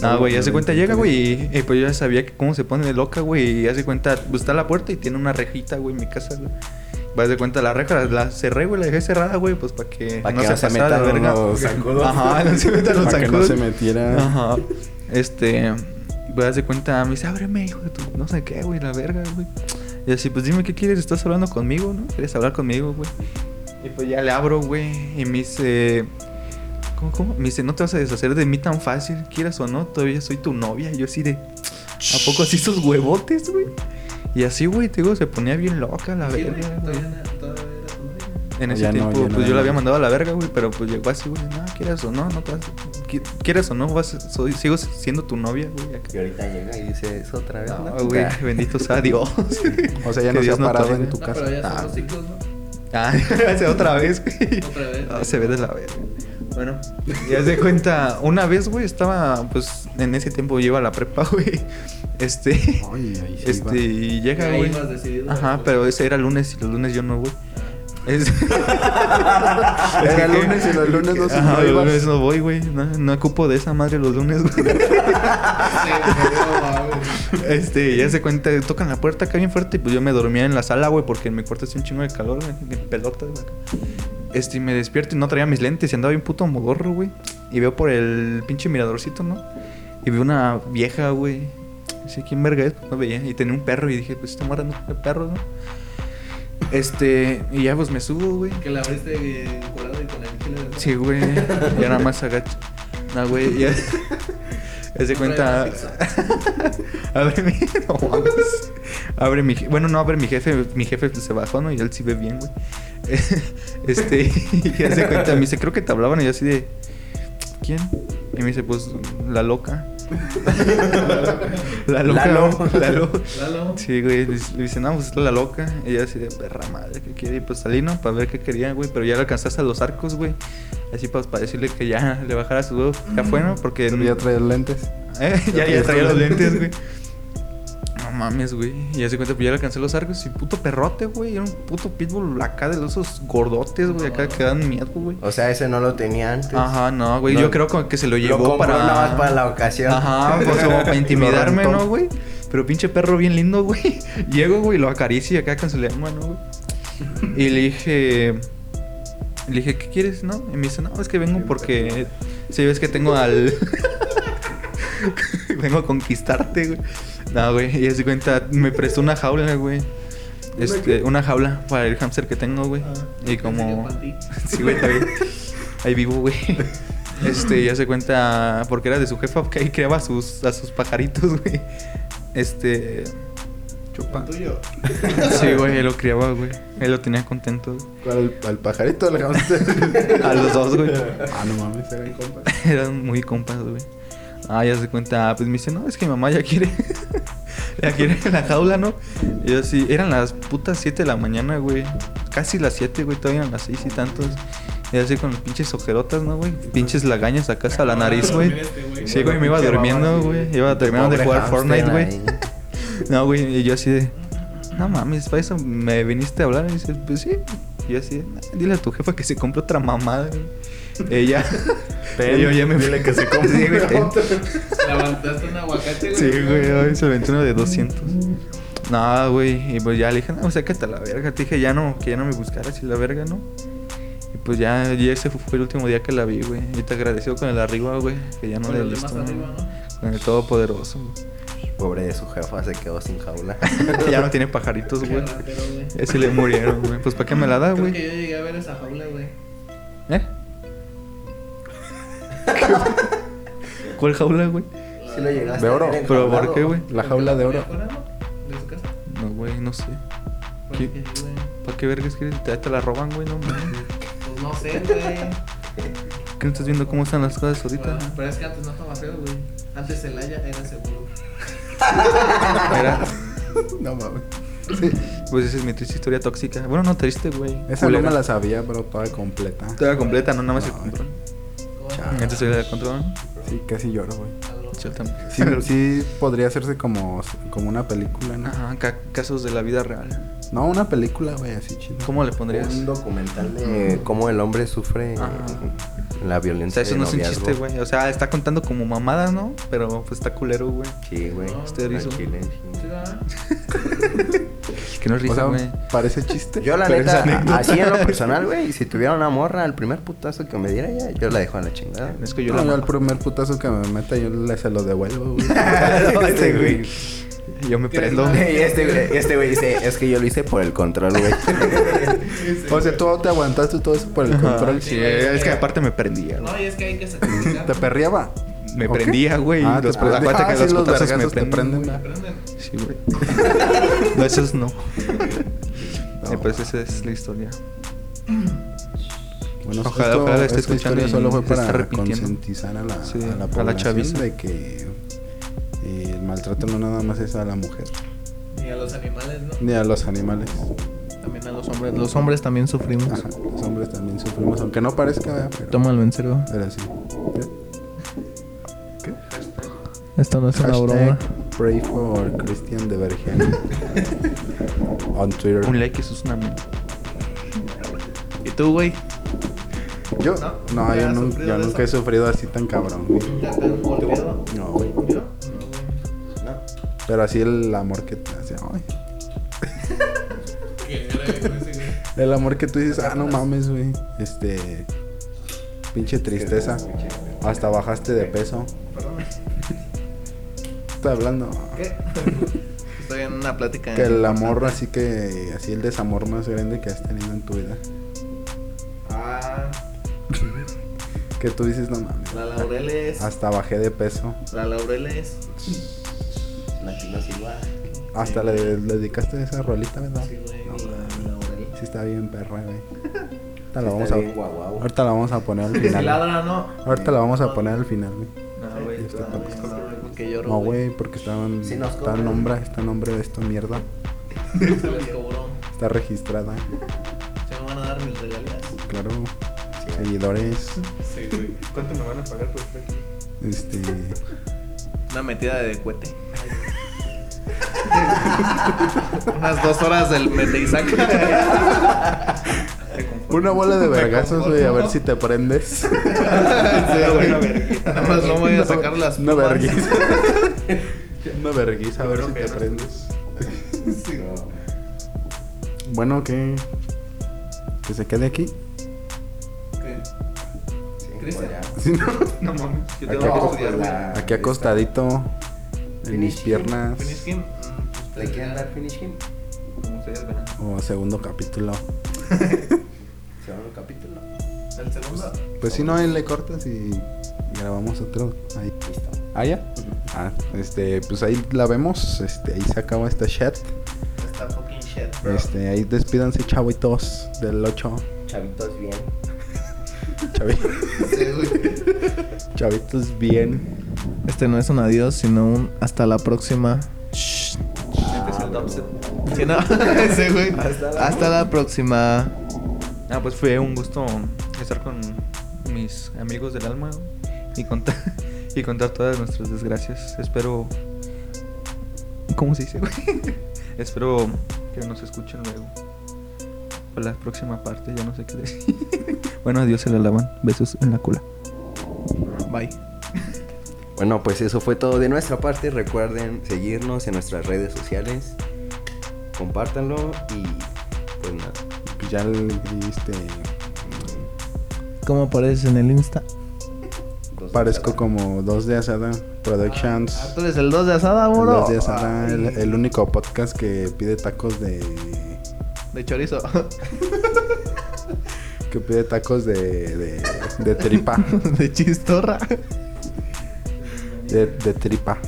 Speaker 3: no, güey, ya se cuenta, llega, güey. Y, y pues yo ya sabía que cómo se pone de loca, güey. Y hace cuenta, pues está la puerta y tiene una rejita, güey, en mi casa, güey. Vas de cuenta, la reja la, la cerré, güey, la dejé cerrada, güey, pues para que
Speaker 2: Pa' que no se
Speaker 3: pasara de
Speaker 2: metan
Speaker 3: verga.
Speaker 2: unos zancudos.
Speaker 3: Ajá, no se metan los
Speaker 6: Para que no
Speaker 3: zancudos.
Speaker 6: se metiera.
Speaker 3: Ajá. Este. Voy a darse cuenta, me dice, ábreme, hijo de tu. No sé qué, güey, la verga, güey. Y así, pues dime qué quieres, estás hablando conmigo, ¿no? ¿Quieres hablar conmigo, güey? Y pues ya le abro, güey. Y me dice. ¿Cómo, cómo? Me dice, no te vas a deshacer de mí tan fácil, quieras o no, todavía soy tu novia. Y yo así de. ¿A poco así esos huevotes, güey? Y así, güey, te digo, se ponía bien loca la
Speaker 7: Sí, güey,
Speaker 3: verga, güey.
Speaker 7: todavía no- todavía era tu novia.
Speaker 3: En ese
Speaker 6: Ya no,
Speaker 3: tiempo,
Speaker 6: ya no,
Speaker 3: pues
Speaker 6: ya
Speaker 3: yo
Speaker 6: no.
Speaker 3: la había mandado a la verga, güey, pero pues llegó así, güey, no, quieras o no, no te vas- qui- quieras o no, vas, soy- sigo siendo tu novia, güey. acá.
Speaker 2: Y ahorita llega y dice eso otra vez.
Speaker 3: No,
Speaker 2: ¿no?
Speaker 3: güey,
Speaker 2: Ah.
Speaker 3: bendito sea Dios.
Speaker 6: O sea, ya
Speaker 3: Que
Speaker 6: no se ha
Speaker 3: Dios
Speaker 6: parado
Speaker 3: tome.
Speaker 6: en tu
Speaker 7: No,
Speaker 6: casa.
Speaker 7: pero ya son
Speaker 3: Ah.
Speaker 7: los ciclos, ¿no?
Speaker 3: Ah, hace otra vez, güey.
Speaker 7: Otra vez.
Speaker 3: Ah, se ve de la verga. Bueno, ya se cuenta, una vez, güey, estaba, pues, en ese tiempo yo iba a la prepa, güey. Este,
Speaker 6: Ay, ahí sí
Speaker 3: este,
Speaker 6: va.
Speaker 3: y llega,
Speaker 7: Ahí
Speaker 3: güey.
Speaker 7: vas decidido.
Speaker 3: Ajá, pero ese era lunes y los lunes yo no, güey. Es...
Speaker 6: Era lunes y los lunes no se
Speaker 3: Ajá,
Speaker 6: no
Speaker 3: los
Speaker 6: ibas.
Speaker 3: lunes no voy, güey. No, no ocupo de esa madre los lunes, güey. Este, ya se cuenta, tocan la puerta acá bien fuerte y pues yo me dormía en la sala, güey, porque en mi cuarto hace un chingo de calor, güey, en pelotas, güey. Este, y me despierto y no traía mis lentes y andaba bien puto modorro, güey. Y veo por el pinche miradorcito, ¿no? Y veo una vieja, güey. No sé quién verga es, Pues no veía. Y tenía un perro y dije, pues esta morra no tiene perro, ¿no? Este, y ya pues me subo,
Speaker 7: Ah,
Speaker 3: güey.
Speaker 5: Que la abriste eh, encuadrada y con la mochila de
Speaker 3: Sí, güey. Ya nada más agacho. No, güey, ya. Ya se cuenta. abre mi. No, mames. abre mi. Bueno, no abre mi jefe. Mi jefe pues, se bajó, ¿no? Y él sí ve bien, güey. Este. Y ya se cuenta. Me dice, creo que te hablaban. Y yo así de. ¿Quién? Y me dice, pues, la loca. la
Speaker 7: Ah,
Speaker 3: loca.
Speaker 2: Lalo.
Speaker 3: La loca.
Speaker 5: Lalo.
Speaker 3: Sí, güey. Le le dice, no, pues es la loca. Y ella así de perra madre, ¿qué quiere? Y pues salí, ¿no? Para ver qué quería, güey. Pero ya le alcanzaste a los arcos, güey. Así pues para decirle que ya le bajara su huevo. Ya fue,
Speaker 2: Mm.
Speaker 3: ¿no? Porque.
Speaker 6: Pero ya traía lentes.
Speaker 3: ¿Eh? Ya, ya
Speaker 6: traía
Speaker 3: traía los
Speaker 6: los
Speaker 3: lentes, güey. No mames, güey. Y ya se cuenta, pues ya le alcancé los arcos. Y puto perrote, güey. Era un puto pitbull acá de los esos gordotes, güey. Acá que dan miedo, güey.
Speaker 2: O sea, ese no lo tenía antes.
Speaker 3: Ajá, no, güey.
Speaker 2: No,
Speaker 3: Yo creo como que se lo
Speaker 2: Lo
Speaker 3: llevó
Speaker 2: compró
Speaker 3: para.
Speaker 2: nada más para la ocasión.
Speaker 3: Ajá, pues como para intimidarme,
Speaker 2: Lo
Speaker 3: ¿no,
Speaker 2: rentó.
Speaker 3: güey? Pero pinche perro bien lindo, güey. Llego, güey, lo acaricio y acá cancelé la mano, güey. Y le dije. Le dije, ¿qué quieres, no? Y me dice, no, es que vengo porque. Si ves que tengo al. vengo a conquistarte, güey. No, güey. Y así cuenta, me prestó una jaula, güey. Este, una jaula para el hámster que tengo, güey.
Speaker 5: Ah,
Speaker 3: y como. Sí, güey, ahí, ahí vivo, güey. Este, ya se cuenta, porque era de su jefa, que ahí creaba a sus, a sus pajaritos, güey. Este. Chupa.
Speaker 5: tuyo.
Speaker 3: Sí, güey, él lo criaba, güey. Él lo tenía contento. güey.
Speaker 6: ¿Cuál? ¿Al pajarito? ¿Al hámster?
Speaker 3: A los dos, güey.
Speaker 6: ah, no mames, eran compas.
Speaker 3: Eran muy compas, güey. Ah, ya se cuenta, ah, pues me dice, no, es que mi mamá ya quiere. ya quiere la jaula, ¿no? Y yo así, eran las putas 7 de la mañana, güey. Casi las 7, güey, todavía eran las 6 y tantos. Y así con los pinches ojerotas, ¿no, güey? Pinches lagañas acá hasta
Speaker 2: Ah,
Speaker 3: la nariz, güey.
Speaker 2: este,
Speaker 3: Sí, güey, me iba durmiendo, güey. Iba terminando de
Speaker 2: Pobre
Speaker 3: jugar Fortnite,
Speaker 2: hámster
Speaker 3: güey.
Speaker 2: ahí.
Speaker 3: No, güey, y yo así de... No mames, para eso me viniste a hablar. Y dice, pues sí. Y yo así de... "Nah, Dile a tu jefa que se compre otra mamada, güey. Ella...
Speaker 2: Ten,
Speaker 3: yo ya me
Speaker 2: dile que se compre
Speaker 3: Sí, güey, ten.
Speaker 5: Levantaste un aguacate, güey.
Speaker 3: Sí, güey, hoy se aventó uno de 200. Nada, güey. Y pues ya le dije, no, sácate a la verga. Te dije, ya no, que ya no me buscaras y la verga, ¿no? Y pues ya, y ese fue el último día que la vi, güey. Y te agradeció con el arriba, güey. Que ya no
Speaker 5: Con
Speaker 3: le
Speaker 5: el de
Speaker 3: listo,
Speaker 5: más
Speaker 3: ¿no?
Speaker 5: arriba,
Speaker 3: Con el todopoderoso. güey.
Speaker 2: Pobre de su jefa, se quedó sin jaula.
Speaker 3: ya no tiene pajaritos,
Speaker 5: Qué
Speaker 3: güey.
Speaker 5: ratero, güey.
Speaker 3: Ya se le murieron, güey. Pues ¿para qué me la da,
Speaker 5: Creo
Speaker 3: güey?
Speaker 5: que yo llegué a ver esa jaula, güey.
Speaker 3: ¿Eh? ¿Cuál jaula, güey?
Speaker 2: Sí lo llegaste
Speaker 6: De
Speaker 2: a
Speaker 6: oro.
Speaker 2: tener
Speaker 3: ¿Pero
Speaker 2: enjaulado.
Speaker 3: por qué, güey?
Speaker 6: La jaula de oro.
Speaker 5: afuera, no? ¿De su casa?
Speaker 3: No, güey, no sé.
Speaker 5: Bueno,
Speaker 3: ¿Qué?
Speaker 5: que sí, güey.
Speaker 3: ¿Para qué vergas quieres? Te, te la roban, güey, no mames.
Speaker 5: Pues no sé, güey.
Speaker 3: ¿Qué no estás viendo cómo están las cosas ahorita?
Speaker 5: Bueno, pero es que antes no estaba feo, güey. Antes Celaya era seguro.
Speaker 3: Era-
Speaker 6: No mames.
Speaker 3: pues esa es mi triste historia tóxica. Bueno, no triste, güey.
Speaker 6: Esa no
Speaker 3: Culera.
Speaker 6: me la sabía, pero toda completa.
Speaker 3: Toda completa, no nada más el
Speaker 6: No,
Speaker 3: control.
Speaker 6: Ah.
Speaker 5: Bueno,
Speaker 3: Antes era el control.
Speaker 6: Sí, casi lloro, güey.
Speaker 5: a lo-
Speaker 3: Yo también.
Speaker 6: Sí, sí podría hacerse como, como una película, ¿no?
Speaker 3: Ajá, ca- casos de la vida real.
Speaker 6: No, una película, güey, así chido.
Speaker 3: ¿Cómo le pondrías?
Speaker 2: Un documental de cómo el hombre sufre
Speaker 3: Ajá.
Speaker 2: la
Speaker 3: O
Speaker 2: violencia.
Speaker 3: sea, eso
Speaker 2: de
Speaker 3: no es un
Speaker 2: noviazgo.
Speaker 3: chiste, güey. O sea, está contando como mamadas, ¿no? Pero pues está culero, güey.
Speaker 2: Sí, güey.
Speaker 3: Este erizo.
Speaker 2: Tranquilo,
Speaker 5: Sí,
Speaker 2: sí.
Speaker 5: ¿verdad?
Speaker 3: Que no es
Speaker 6: O
Speaker 3: risa,
Speaker 6: sea,
Speaker 3: güey.
Speaker 6: parece chiste.
Speaker 2: Yo, la
Speaker 6: pero es
Speaker 2: neta,
Speaker 6: anécdota.
Speaker 2: así en lo personal, güey. Si tuviera una morra, el primer putazo que me diera ya, yo la dejo a la chingada.
Speaker 3: Es que yo
Speaker 6: No,
Speaker 3: la
Speaker 6: yo al
Speaker 3: mamo.
Speaker 6: primer putazo que me meta, yo le se lo devuelvo, güey.
Speaker 2: Este güey.
Speaker 3: Yo me prendo.
Speaker 2: Y este güey este güey dice, es que yo lo hice por el control, güey.
Speaker 6: o sea, tú te aguantaste todo eso por el
Speaker 3: Control,
Speaker 6: control.
Speaker 3: sí, es que aparte me prendía, güey.
Speaker 5: No, y es que hay que sacrificar.
Speaker 6: ¿Te perreaba?
Speaker 3: Me
Speaker 6: ¿O qué?
Speaker 3: prendía, güey.
Speaker 6: Ah,
Speaker 3: los
Speaker 6: te prendía.
Speaker 3: acuérdate
Speaker 6: Ah,
Speaker 3: que
Speaker 6: sí,
Speaker 3: los este
Speaker 6: los
Speaker 3: putazos me
Speaker 6: vergazos te
Speaker 3: prenden.
Speaker 6: prenden,
Speaker 3: güey.
Speaker 6: güey.
Speaker 5: Aprenden.
Speaker 3: Sí, güey. no, esos no.
Speaker 6: No.
Speaker 3: Eh, pues esa es la historia.
Speaker 6: Bueno,
Speaker 3: Ojalá-
Speaker 6: esto-
Speaker 3: ojalá esté
Speaker 6: esta
Speaker 3: escuchando
Speaker 6: historia
Speaker 3: y
Speaker 6: solo fue
Speaker 3: se está
Speaker 6: para
Speaker 3: arrepintiendo.
Speaker 6: concientizar a la,
Speaker 3: Sí,
Speaker 6: a la
Speaker 3: a la
Speaker 6: población
Speaker 3: chaviza.
Speaker 6: de que eh, el maltrato no nada más es a la mujer,
Speaker 5: Y a los animales, ¿no?
Speaker 6: ni a los animales.
Speaker 5: También a los hombres. Los hombres también sufrimos.
Speaker 6: Ajá, los hombres también sufrimos, aunque no parezca, ¿verdad? pero,
Speaker 5: Tómalo en serio.
Speaker 6: pero sí.
Speaker 5: Esto no es una
Speaker 6: Hashtag
Speaker 5: broma.
Speaker 6: Pray for Christian de Vergen. On Twitter.
Speaker 3: Un like, eso es una mierda.
Speaker 5: ¿Y tú, güey?
Speaker 6: Yo,
Speaker 5: No,
Speaker 6: no,
Speaker 5: ¿nunca
Speaker 6: yo,
Speaker 5: has
Speaker 6: nun-
Speaker 5: sufrido
Speaker 6: yo
Speaker 5: de
Speaker 6: nunca he
Speaker 5: eso?
Speaker 6: sufrido así tan cabrón. güey.
Speaker 5: ¿Ya te han golpeado?
Speaker 6: No, güey.
Speaker 5: ¿Yo? No, güey.
Speaker 6: Pero así el amor que te hace. ay.
Speaker 5: Que era ese, güey.
Speaker 6: El amor que tú dices, ah, no mames, güey. Este. Pinche tristeza. Hasta bajaste de peso.
Speaker 5: Perdón.
Speaker 6: Estoy hablando.
Speaker 5: ¿Qué? Estoy en una plática.
Speaker 6: Que el amor, así que. Así el desamor más grande que has tenido en tu vida.
Speaker 5: Ah,
Speaker 6: Que tú dices, no mames.
Speaker 5: la Laureles.
Speaker 6: Hasta bajé de peso.
Speaker 5: La Laureles. Latino Silva.
Speaker 6: Hasta le, le dedicaste esa rolita, ¿verdad?
Speaker 5: Sí, güey.
Speaker 6: No,
Speaker 5: la Laureles.
Speaker 6: Sí, está bien, perra, güey. Ahorita la
Speaker 2: Está
Speaker 6: vamos a.
Speaker 2: bien guau, guau.
Speaker 6: Ahorita la vamos a poner al
Speaker 5: Que si
Speaker 6: final.
Speaker 5: ladra, ¿no?
Speaker 6: Ahorita la vamos a poner al final, güey.
Speaker 3: No, Ah, güey.
Speaker 6: Este
Speaker 3: no,
Speaker 6: podcast.
Speaker 3: no, no.
Speaker 5: Que lloro.
Speaker 6: No, güey, porque estaban,
Speaker 2: Sí nos
Speaker 6: está
Speaker 2: cobran.
Speaker 6: nombre, está nombre de esto mierda.
Speaker 5: Se les cobró.
Speaker 6: Está registrada,
Speaker 5: Se me van a dar mis regalías.
Speaker 6: claro. Seguidores,
Speaker 7: Sí, güey. ¿Cuánto me van a pagar por estar aquí?
Speaker 6: este,
Speaker 5: Una metida de cohete. Unas dos horas del mete y saca.
Speaker 6: una bola de
Speaker 7: Me
Speaker 6: vergazos, güey, a ver
Speaker 7: conformo.
Speaker 6: si te prendes.
Speaker 5: Sí, güey.
Speaker 7: Una vergüenza.
Speaker 5: Nada más no voy a sacar las
Speaker 6: Una
Speaker 5: plumas.
Speaker 6: vergüenza. Una vergüenza, a ver
Speaker 7: Creo
Speaker 6: si
Speaker 7: que
Speaker 6: te
Speaker 7: no.
Speaker 6: prendes.
Speaker 7: Sí, no.
Speaker 6: Bueno, que que se quede aquí.
Speaker 2: Sí,
Speaker 5: Cristian.
Speaker 2: pues ya.
Speaker 6: Si no,
Speaker 5: Ah,
Speaker 7: No mames. Yo
Speaker 6: Aquí
Speaker 7: tengo que
Speaker 6: aco-
Speaker 7: estudiar, güey.
Speaker 2: la-
Speaker 6: aquí acostadito en mis
Speaker 2: Finish him,
Speaker 6: piernas
Speaker 5: Finish him. Mm, pues,
Speaker 2: ¿Le quieren dar finish him?
Speaker 3: Como ustedes verán.
Speaker 6: o segundo capítulo.
Speaker 2: Se va un capítulo.
Speaker 5: El segundo.
Speaker 6: Pues si no, ahí le cortas y grabamos otro ahí.
Speaker 2: Listo.
Speaker 6: Ah, ya. Ah, este, pues ahí la vemos. Este, ahí se acaba esta chat.
Speaker 5: Está fucking shit, bro.
Speaker 6: Este, ahí despídanse, chavitos del 8.
Speaker 2: Chavitos bien.
Speaker 6: Chavi-
Speaker 5: Sí, güey.
Speaker 6: chavitos bien.
Speaker 5: Este no es un adiós, sino un hasta la próxima.
Speaker 3: Este es el dubstep.
Speaker 5: Sí, no. Sí, güey.
Speaker 2: Hasta la-
Speaker 5: Hasta la próxima.
Speaker 3: Ah, pues fue un gusto estar con mis amigos del alma y contar, y contar todas nuestras desgracias. Espero. ¿Cómo se dice, güey? Espero que nos escuchen luego. Para la próxima parte, ya no sé qué decir. Bueno, adiós, se la lavan. Besos en la cola.
Speaker 5: Bye.
Speaker 2: Bueno, pues eso fue todo de nuestra parte. Recuerden seguirnos en nuestras redes sociales. Compártanlo y pues nada.
Speaker 6: Pues Ya le dijiste,
Speaker 5: ¿Cómo apareces en el Insta?
Speaker 6: parezco como dos de asada productions.
Speaker 5: Ah, tú eres el 2 de asada, bro.
Speaker 6: Dos de asada,
Speaker 5: Ay.
Speaker 6: el, el único podcast que pide tacos de
Speaker 5: De chorizo.
Speaker 6: que pide tacos de de, de tripa,
Speaker 5: de chistorra.
Speaker 6: de, de tripa.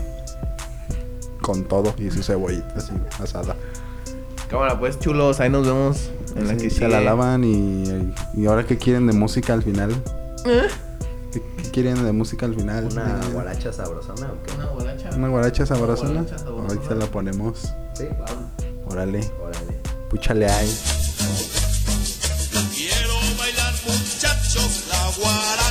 Speaker 6: Con todo y su cebollita así asada.
Speaker 5: Cámara, pues chulos, ahí nos vemos en la
Speaker 6: Sí,
Speaker 5: que
Speaker 6: se
Speaker 5: sigue.
Speaker 6: la lavan y, y ahora qué quieren de música al final.
Speaker 5: ¿Eh?
Speaker 6: ¿Qué, qué quieren de música al final?
Speaker 2: ¿Una
Speaker 6: Eh,
Speaker 2: guaracha sabrosona o qué?
Speaker 5: Una guaracha.
Speaker 6: Una guaracha sabrosona.
Speaker 5: guaracha sabrosona.
Speaker 6: Ahorita la ponemos.
Speaker 2: Sí, vamos.
Speaker 6: Órale,
Speaker 2: Órale.
Speaker 6: púchale ahí.
Speaker 8: Quiero bailar muchachos la guara.